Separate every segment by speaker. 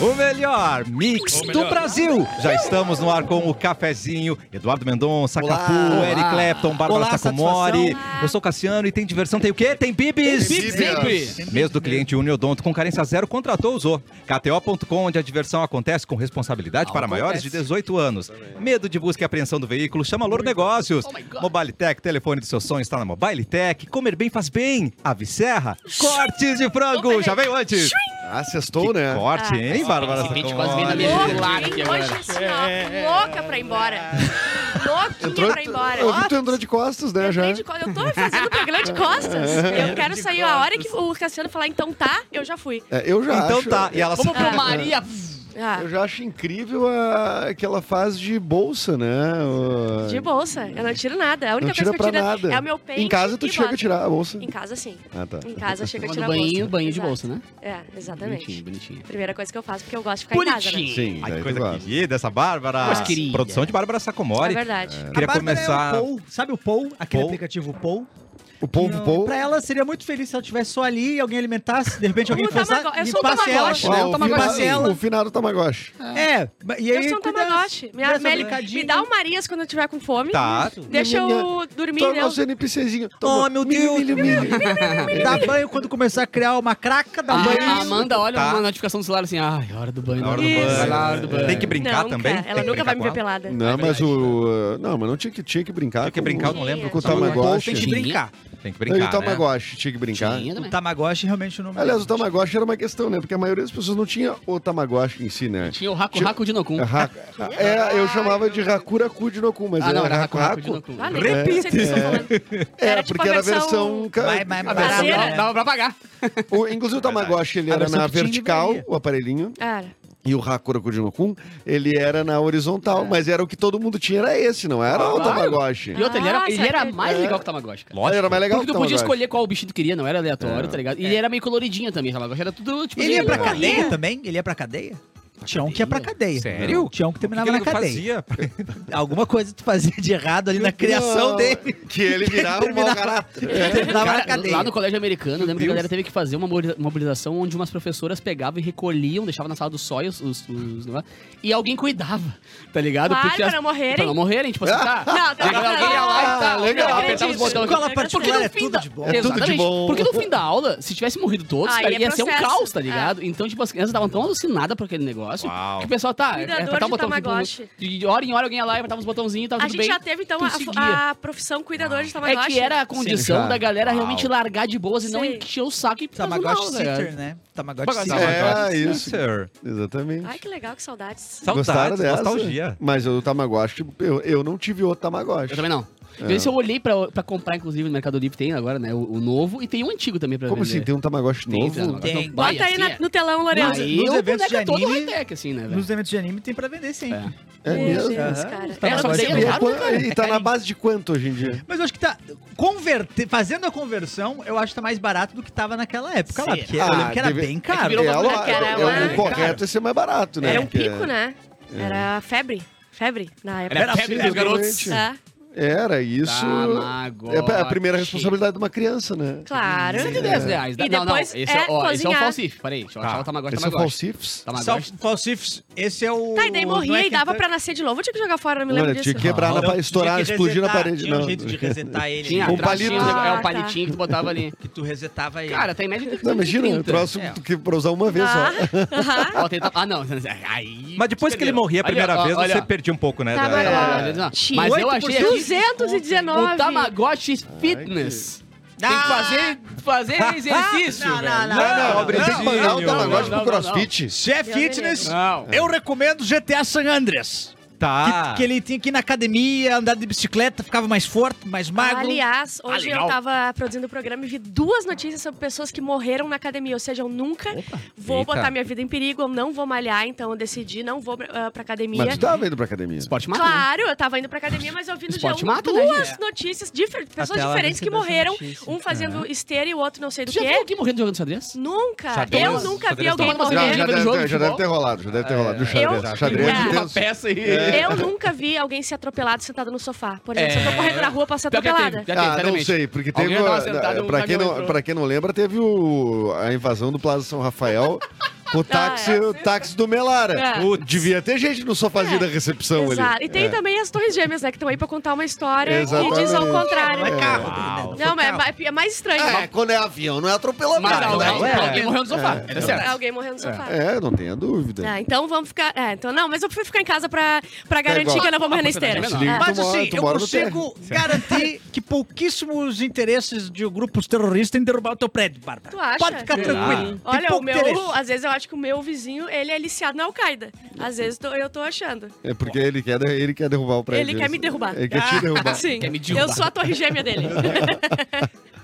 Speaker 1: O melhor mix
Speaker 2: O
Speaker 1: do
Speaker 2: melhor.
Speaker 1: Brasil. Já estamos no ar com o cafezinho. Eduardo Mendonça,
Speaker 3: Olá.
Speaker 1: Capu, Eric
Speaker 3: Olá.
Speaker 1: Clapton, Bárbara
Speaker 3: Olá,
Speaker 1: Sacomori.
Speaker 3: satisfação.
Speaker 1: Eu sou Cassiano e tem diversão, tem o quê? Tem bibis.
Speaker 2: Tem bibis. Sempre.
Speaker 1: Mês do cliente Uniodonto com carência zero contratou, usou. KTO.com, onde a diversão acontece com responsabilidade para maiores de 18 anos. Medo de busca e apreensão do veículo, chama Louro Negócios. Mobile Tech, telefone do seu sonho está na Mobile Tech. Comer bem faz bem. Ave Serra, cortes de frango. Já veio antes.
Speaker 3: Ah, sextou,
Speaker 1: Que
Speaker 3: né?
Speaker 1: Corte, hein, Bárbara
Speaker 4: esse vídeo
Speaker 1: Sacomori?
Speaker 4: quase veio na minha
Speaker 5: Louca,
Speaker 4: gelada aqui
Speaker 5: hein?
Speaker 4: agora.
Speaker 5: Hoje, assim, ó, louca pra ir embora. Louquinha pra ir embora.
Speaker 3: É. Eu
Speaker 5: Ó,
Speaker 3: vi que tu entrou de costas, né, já?
Speaker 5: eu
Speaker 3: É.
Speaker 5: tô de co- eu tô fazendo programa de costas. Eu quero sair a hora que o Cassiano falar, então tá, eu já fui.
Speaker 3: É, eu já
Speaker 1: Então
Speaker 3: acho,
Speaker 1: tá, e ela
Speaker 4: Vamos pro Maria.
Speaker 5: Ah,
Speaker 3: Eu já acho incrível a, aquela fase de bolsa, né? O-
Speaker 5: de bolsa, eu não tiro nada. A única
Speaker 3: Não
Speaker 5: coisa
Speaker 3: tira
Speaker 5: que eu
Speaker 3: pra
Speaker 5: tiro
Speaker 3: nada.
Speaker 5: é o meu peito.
Speaker 3: Em casa tu
Speaker 5: e
Speaker 3: chega a
Speaker 5: bota.
Speaker 3: tirar a bolsa.
Speaker 5: Em casa, sim.
Speaker 3: Ah, tá.
Speaker 5: Em casa chega a
Speaker 4: Tomando
Speaker 5: tirar a
Speaker 4: banho,
Speaker 5: bolsa.
Speaker 4: banho de
Speaker 5: Exato.
Speaker 4: bolsa, né?
Speaker 5: É,
Speaker 4: Bonitinho,
Speaker 5: exatamente.
Speaker 4: bonitinho.
Speaker 5: Primeira coisa que eu faço, porque eu gosto de ficar em casa, né?
Speaker 4: Bonitinho.
Speaker 3: Sim,
Speaker 1: Ai, que
Speaker 3: daí tu
Speaker 1: coisa
Speaker 3: gosta.
Speaker 1: querida essa Bárbara.
Speaker 4: Mas querida.
Speaker 1: Produção de Bárbara
Speaker 5: É
Speaker 1: Sacomori.
Speaker 5: verdade.
Speaker 1: Queria
Speaker 6: A Bárbara
Speaker 1: começar.
Speaker 6: É o Paul, sabe o Paul, aquele
Speaker 1: Paul?
Speaker 6: aplicativo Paul?
Speaker 3: O povo,
Speaker 6: Não,
Speaker 3: povo.
Speaker 6: Pra ela seria muito feliz se ela estivesse só ali e alguém alimentasse, de repente alguém
Speaker 5: Como
Speaker 6: fosse
Speaker 5: Tamago- eu
Speaker 6: e
Speaker 5: sou um
Speaker 6: passe ela.
Speaker 5: Tamagotchi,
Speaker 3: Ah,
Speaker 6: né?
Speaker 3: o,
Speaker 6: Tamago-
Speaker 3: finado-
Speaker 6: Marcela.
Speaker 3: o finado Tamagotchi.
Speaker 6: É, e aí
Speaker 5: Eu sou um
Speaker 6: cuida-
Speaker 5: tamagotchi. Me,
Speaker 6: cuida
Speaker 5: me-
Speaker 6: dessa brincadinha.
Speaker 5: me dá um o Marias quando eu tiver com fome.
Speaker 1: Tá.
Speaker 5: Deixa eu dormir,
Speaker 3: Toma
Speaker 5: né?
Speaker 3: nosso NPCzinho.
Speaker 6: Oh, meu Deus.
Speaker 3: Milho, milho,
Speaker 5: É
Speaker 3: milho.
Speaker 6: É, Dá banho quando começar a criar uma craca, dá banho.
Speaker 4: Ah, A, a Amanda olha
Speaker 1: Tá.
Speaker 4: uma notificação do celular assim, ai, hora do banho.
Speaker 1: Na hora do
Speaker 5: Isso.
Speaker 4: Vai lá, hora do
Speaker 1: banho.
Speaker 4: banho.
Speaker 1: Tem que brincar
Speaker 5: Nunca.
Speaker 1: também. Tem
Speaker 5: Ela
Speaker 1: que brincar
Speaker 5: nunca vai me ver
Speaker 1: com ela.
Speaker 5: pelada.
Speaker 3: Não, mas o... Não, mas não tinha que, tinha que brincar.
Speaker 1: É Tinha que
Speaker 3: com-
Speaker 1: brincar, eu não lembro.
Speaker 3: Com o
Speaker 1: Tamagotchi.
Speaker 3: Tamagotchi.
Speaker 6: Tem que
Speaker 4: Tinha.
Speaker 6: brincar.
Speaker 1: Tem que
Speaker 3: Não, E
Speaker 1: brincar.
Speaker 3: o
Speaker 1: né?
Speaker 3: Tamagotchi tinha que brincar.
Speaker 4: Tinha
Speaker 6: O
Speaker 4: também.
Speaker 6: Tamagotchi realmente não
Speaker 3: Aliás, o Tamagotchi era uma questão, né? Porque a maioria das pessoas não tinha o Tamagotchi em si, né?
Speaker 4: Tinha o Raku
Speaker 3: Tinha-
Speaker 4: Raku de Nokun.
Speaker 3: Ra- É, eu chamava de Hakura Ku de Nokun, mas
Speaker 4: Ah, não, era Raku
Speaker 3: Haku
Speaker 4: Raku de
Speaker 3: Haku.
Speaker 4: Nokun.
Speaker 5: Ah,
Speaker 4: Dava-
Speaker 5: nem- não sei o que vocês estão falando.
Speaker 3: É,
Speaker 5: Era tipo
Speaker 3: porque
Speaker 5: a
Speaker 3: era a
Speaker 5: versão-
Speaker 3: versão... ca-
Speaker 6: Vai, vai, vai.
Speaker 3: versão-
Speaker 5: Brasileira.
Speaker 4: Ah, Dava pra pagar.
Speaker 3: O, inclusive o Tamagotchi, ele
Speaker 6: A
Speaker 3: era
Speaker 6: versão
Speaker 3: na
Speaker 6: que tinha em
Speaker 3: vertical,
Speaker 6: livraria.
Speaker 3: o aparelhinho,
Speaker 5: Era.
Speaker 3: e o Hakura Ku de Nokun, ele era na horizontal, mas era o que todo mundo tinha, era esse, não era o
Speaker 4: Claro.
Speaker 3: Tamagotchi.
Speaker 4: E outra, ele era,
Speaker 5: Ah,
Speaker 4: ele
Speaker 5: sabe?
Speaker 4: era mais legal que o Tamagotchi, cara.
Speaker 3: Era mais legal
Speaker 4: Porque
Speaker 3: que
Speaker 4: tu
Speaker 3: o Tamagotchi.
Speaker 4: podia escolher qual bichinho tu queria, não era aleatório, tá ligado? E ele era meio coloridinho também, o Tamagotchi. Era tudo, tipo...
Speaker 6: Ele ia pra
Speaker 4: assim,
Speaker 6: cadeia também? Ele ia pra cadeia? Tinha um que ia pra cadeia.
Speaker 1: Sério?
Speaker 6: Tinha um
Speaker 1: O
Speaker 6: que
Speaker 1: que
Speaker 6: terminava
Speaker 1: que ele
Speaker 6: na
Speaker 1: fazia?
Speaker 6: cadeia. Alguma coisa tu fazia de errado ali na criação
Speaker 3: Não,
Speaker 6: dele.
Speaker 3: Que ele virava um mau caráter.
Speaker 6: Terminava na
Speaker 4: Cara,
Speaker 6: cadeia.
Speaker 4: lá no colégio americano, eu lembro que a galera teve que fazer uma mobiliza- mobilização onde umas professoras pegavam e recolhiam, deixavam na sala do sóio os, os- os- né, e alguém cuidava, tá ligado?
Speaker 5: Claro,
Speaker 4: as-
Speaker 5: pra não morrerem.
Speaker 4: Pra não morrerem, tipo assim, tá.
Speaker 5: Não, tá
Speaker 4: Aí alguém ia lá e
Speaker 5: não,
Speaker 4: tá,
Speaker 5: não,
Speaker 4: legal,
Speaker 5: não,
Speaker 4: apertava os
Speaker 5: isso.
Speaker 4: botões.
Speaker 5: tá, Porque
Speaker 6: Escola
Speaker 5: no
Speaker 6: particular é
Speaker 5: fim
Speaker 6: tudo
Speaker 5: da-
Speaker 6: de bom.
Speaker 3: É tudo de
Speaker 4: Exatamente.
Speaker 3: bom.
Speaker 4: Porque no fim da aula, se tivesse morrido todos,
Speaker 5: Aí
Speaker 4: cara,
Speaker 5: é
Speaker 4: ia ser um
Speaker 5: processo.
Speaker 4: caos, tá ligado? Então, tipo, as crianças estavam tão alucinadas por aquele negócio
Speaker 1: Uau.
Speaker 4: que o pessoal tá.
Speaker 5: Cuidador
Speaker 4: apertava
Speaker 5: de
Speaker 4: o botão, tipo,
Speaker 5: Tamagotchi.
Speaker 4: de hora em hora alguém ia lá e apertava os botãozinhos e tava
Speaker 5: A
Speaker 4: tudo
Speaker 5: gente
Speaker 4: bem.
Speaker 5: já teve, então,
Speaker 4: tu
Speaker 5: a,
Speaker 4: seguia.
Speaker 5: a profissão cuidadora de
Speaker 4: É
Speaker 5: Tamagotchi.
Speaker 4: que era a condição
Speaker 3: já.
Speaker 4: da galera realmente
Speaker 1: Uau.
Speaker 4: largar de boas e não
Speaker 5: Sim.
Speaker 4: encher o saco e fazer
Speaker 6: Tamagotchi
Speaker 4: mal, tá ligado?
Speaker 6: sitter, né? Tamagotchi
Speaker 1: Tamagotchi
Speaker 6: sitter.
Speaker 3: É,
Speaker 1: sitter.
Speaker 3: isso. Exatamente.
Speaker 5: Ai, que legal, que saudades.
Speaker 3: Gostaram
Speaker 6: tipo,
Speaker 1: Saudades,
Speaker 3: dessa?
Speaker 1: Então tá, tipo, nostalgia.
Speaker 3: Mas o Tamagotchi, eu, eu não tive o Tamagotchi.
Speaker 4: Eu também não.
Speaker 3: É.
Speaker 4: Esse eu olhei pra, pra comprar, inclusive, no Mercado Livre tem agora, né? O, o novo e tem um antigo também pra
Speaker 3: Como
Speaker 4: vender.
Speaker 3: assim? Tem um Tamagotchi
Speaker 4: Tem,
Speaker 3: novo?
Speaker 4: tem,
Speaker 6: Tem.
Speaker 4: Vai,
Speaker 5: Bota aí
Speaker 4: assim,
Speaker 5: na-
Speaker 4: é.
Speaker 5: no telão, Lourenço.
Speaker 4: Aí
Speaker 6: Nos
Speaker 4: o
Speaker 6: eventos
Speaker 4: boneco é
Speaker 6: de
Speaker 4: todo
Speaker 6: anime-
Speaker 4: high-tech, assim, né, velho?
Speaker 6: É. Nos eventos de anime tem pra vender sempre.
Speaker 4: É.
Speaker 3: É
Speaker 5: Meu
Speaker 3: mesmo?
Speaker 5: Deus,
Speaker 6: Aham.
Speaker 5: cara.
Speaker 6: Tá,
Speaker 5: Era
Speaker 6: mas
Speaker 5: só
Speaker 6: vai
Speaker 4: ser
Speaker 5: você-
Speaker 3: E, é
Speaker 4: Claro,
Speaker 3: quan-
Speaker 4: cara.
Speaker 3: e tá na base de quanto hoje em dia?
Speaker 6: Mas eu acho que tá. Converter, fazendo a conversão, eu acho que tá mais barato do que tava naquela época lá. Porque eu
Speaker 3: Ah,
Speaker 6: lembro que era
Speaker 3: deve-
Speaker 6: bem
Speaker 3: É,
Speaker 6: caro.
Speaker 4: virou uma
Speaker 3: lá-
Speaker 5: boneca, era
Speaker 3: é, o
Speaker 5: uma-
Speaker 3: correto é ser mais barato, né?
Speaker 5: Era um
Speaker 3: Porque-
Speaker 5: pico, né? Era febre. Febre, na época.
Speaker 4: É. Era febre dos garotos.
Speaker 3: Exatamente.
Speaker 5: É,
Speaker 3: Era, e isso...
Speaker 4: Tamagotchi.
Speaker 3: é a primeira responsabilidade de uma criança, né?
Speaker 5: claro.
Speaker 4: 110 reais.
Speaker 5: E
Speaker 4: não, não.
Speaker 5: depois
Speaker 4: Esse é,
Speaker 5: é
Speaker 4: ó, esse é o
Speaker 5: cozinhar.
Speaker 4: falsif. Peraí, deixa eu achar o Tamagotchi.
Speaker 3: Esse é o
Speaker 4: Tamagotchi.
Speaker 3: Falsifs?
Speaker 4: Tamagotchi.
Speaker 6: Falsifs, esse é o.
Speaker 5: Tá, e daí
Speaker 6: não é
Speaker 5: morria e
Speaker 6: que-
Speaker 5: dava pra nascer de novo. Eu tinha que jogar fora, eu me lembro
Speaker 3: Olha, tinha
Speaker 5: disso.
Speaker 3: que quebrar, na,
Speaker 6: Não,
Speaker 3: pa- estourar,
Speaker 6: tinha que
Speaker 3: explodir na
Speaker 6: resetar,
Speaker 3: parede.
Speaker 6: Tinha um
Speaker 3: Não.
Speaker 6: jeito de resetar ele.
Speaker 4: Tinha,
Speaker 3: Com
Speaker 6: né?
Speaker 4: atrás
Speaker 3: palito.
Speaker 4: tinha um negócio- é
Speaker 5: Ah,
Speaker 4: o palitinho que tu botava ali.
Speaker 6: Que tu resetava ele.
Speaker 4: Cara, tá em média de
Speaker 3: Não, imagina, eu
Speaker 4: 30.
Speaker 3: troço
Speaker 6: É.
Speaker 3: que pra usar uma vez
Speaker 5: Ah,
Speaker 3: só.
Speaker 5: aham.
Speaker 4: Ó, tem- Ah, não. Aí...
Speaker 1: Mas depois que ele morria a
Speaker 4: Olha,
Speaker 1: primeira
Speaker 4: ó,
Speaker 1: vez,
Speaker 4: olha,
Speaker 1: você
Speaker 4: ó.
Speaker 1: perdia um pouco, né?
Speaker 5: Tá,
Speaker 1: da-
Speaker 5: vai lá.
Speaker 4: É, Mas eu achei aqui
Speaker 5: 219.
Speaker 4: o Tamagotchi Fitness. Tem
Speaker 6: Ah,
Speaker 4: que fazer, fazer exercício,
Speaker 6: Não, não,
Speaker 4: velho.
Speaker 6: não.
Speaker 3: Ah, não,
Speaker 1: Não,
Speaker 3: tem que mandar o
Speaker 1: não,
Speaker 3: Tamagotchi pro
Speaker 4: não, não, não.
Speaker 3: crossfit.
Speaker 6: Se é
Speaker 5: Meu
Speaker 6: fitness,
Speaker 4: Não. É
Speaker 6: eu recomendo GTA San Andreas.
Speaker 1: Tá.
Speaker 6: Que, que ele tinha que ir na academia, andar de bicicleta, ficava mais forte, mais
Speaker 5: Ah,
Speaker 6: magro.
Speaker 5: Aliás, hoje
Speaker 4: Ah, legal.
Speaker 5: eu tava produzindo o programa e vi duas notícias sobre pessoas que morreram na academia. Ou seja, eu nunca vou
Speaker 1: Eita.
Speaker 5: botar minha vida em perigo, eu não vou malhar, então eu decidi, não vou ah, pra academia.
Speaker 3: Mas tu tava indo pra academia.
Speaker 4: Esporte mata, né?
Speaker 5: Claro, eu tava indo pra academia, mas eu vi no
Speaker 4: Esporte
Speaker 5: G1
Speaker 4: mata, né,
Speaker 5: duas
Speaker 4: gente?
Speaker 5: notícias, difer- pessoas
Speaker 6: tela
Speaker 5: diferentes que
Speaker 6: recebeu essa
Speaker 5: morreram,
Speaker 6: notícia.
Speaker 5: um fazendo esteira e o outro não sei do
Speaker 4: Tu É. já viu
Speaker 5: quê.
Speaker 4: alguém morrendo jogando xadrez?
Speaker 5: Nunca,
Speaker 1: Xadrez,
Speaker 5: eu nunca vi
Speaker 1: xadrez
Speaker 5: alguém
Speaker 4: tomando uma
Speaker 3: Já,
Speaker 5: morrer.
Speaker 4: cerveja.
Speaker 3: já,
Speaker 4: Lembra do
Speaker 3: deve,
Speaker 4: jogo
Speaker 3: ter-
Speaker 4: de
Speaker 3: já deve
Speaker 4: futebol?
Speaker 3: ter rolado, já deve ter rolado. Viu, xadrez?
Speaker 5: Eu-
Speaker 3: xadrez
Speaker 5: É.
Speaker 4: Uma
Speaker 3: intenso.
Speaker 4: peça e...
Speaker 5: Eu nunca vi alguém ser atropelado sentado no sofá. Por exemplo, se eu tô correndo na rua É. pra né? ser
Speaker 4: É. Pior que já teve,
Speaker 5: atropelada.
Speaker 4: já teve,
Speaker 3: Ah, não
Speaker 4: seriamente.
Speaker 3: sei, porque
Speaker 4: Alguém
Speaker 3: teve.
Speaker 4: já tava
Speaker 3: a-
Speaker 4: sentado,
Speaker 3: da-
Speaker 4: um
Speaker 3: Pra quem
Speaker 4: caminhão
Speaker 3: não-
Speaker 4: entrou.
Speaker 3: pra quem não lembra, teve o- a invasão do Plaza São Rafael. Com o táxi,
Speaker 5: Ah, é.
Speaker 3: o táxi do Melara.
Speaker 5: É.
Speaker 1: Putz.
Speaker 3: Devia ter gente no sofazinho
Speaker 5: É.
Speaker 3: da recepção
Speaker 5: Exato.
Speaker 3: ali.
Speaker 5: E tem
Speaker 3: É.
Speaker 5: também as torres gêmeas, né? Que estão aí pra contar uma história
Speaker 3: Exatamente.
Speaker 5: que diz ao
Speaker 6: Não
Speaker 5: contrário.
Speaker 6: é carro,
Speaker 1: Uau.
Speaker 6: Bruna,
Speaker 5: Não,
Speaker 6: foi
Speaker 5: mas é,
Speaker 6: carro.
Speaker 5: mais- é mais estranho.
Speaker 3: É, quando é avião, não é atropelamento.
Speaker 4: Mas
Speaker 6: não,
Speaker 3: né?
Speaker 4: alguém,
Speaker 6: é.
Speaker 4: alguém morreu no sofá. Era certo.
Speaker 5: Alguém morrendo no sofá.
Speaker 3: É, não tenha dúvida.
Speaker 5: Ah, então vamos ficar. É, então, não, mas eu prefiro ficar em casa pra, pra garantir
Speaker 3: igual.
Speaker 5: que eu não vou morrer na
Speaker 4: Ah,
Speaker 5: esteira.
Speaker 4: mas
Speaker 3: Se liga,
Speaker 5: Ah,
Speaker 6: Mas
Speaker 3: tu mora-
Speaker 6: assim,
Speaker 3: tu
Speaker 6: eu
Speaker 3: mora no
Speaker 6: consigo garantir que pouquíssimos interesses de grupos terroristas têm derrubado o teu prédio, Bárbara.
Speaker 5: Tu acha?
Speaker 6: Pode ficar
Speaker 5: Será?
Speaker 6: tranquilo. Tem
Speaker 5: Olha, o
Speaker 6: pouco interesse.
Speaker 5: meu. Às vezes eu acho que o meu vizinho, ele é liciado na Al-Qaeda. Às vezes tô- eu tô achando.
Speaker 3: É porque ele quer, ele quer derrubar o prédio.
Speaker 5: Ele quer me derrubar.
Speaker 3: Ele quer te derrubar.
Speaker 5: Sim.
Speaker 4: Quer me derrubar.
Speaker 5: Assim, Eu sou a torre gêmea dele.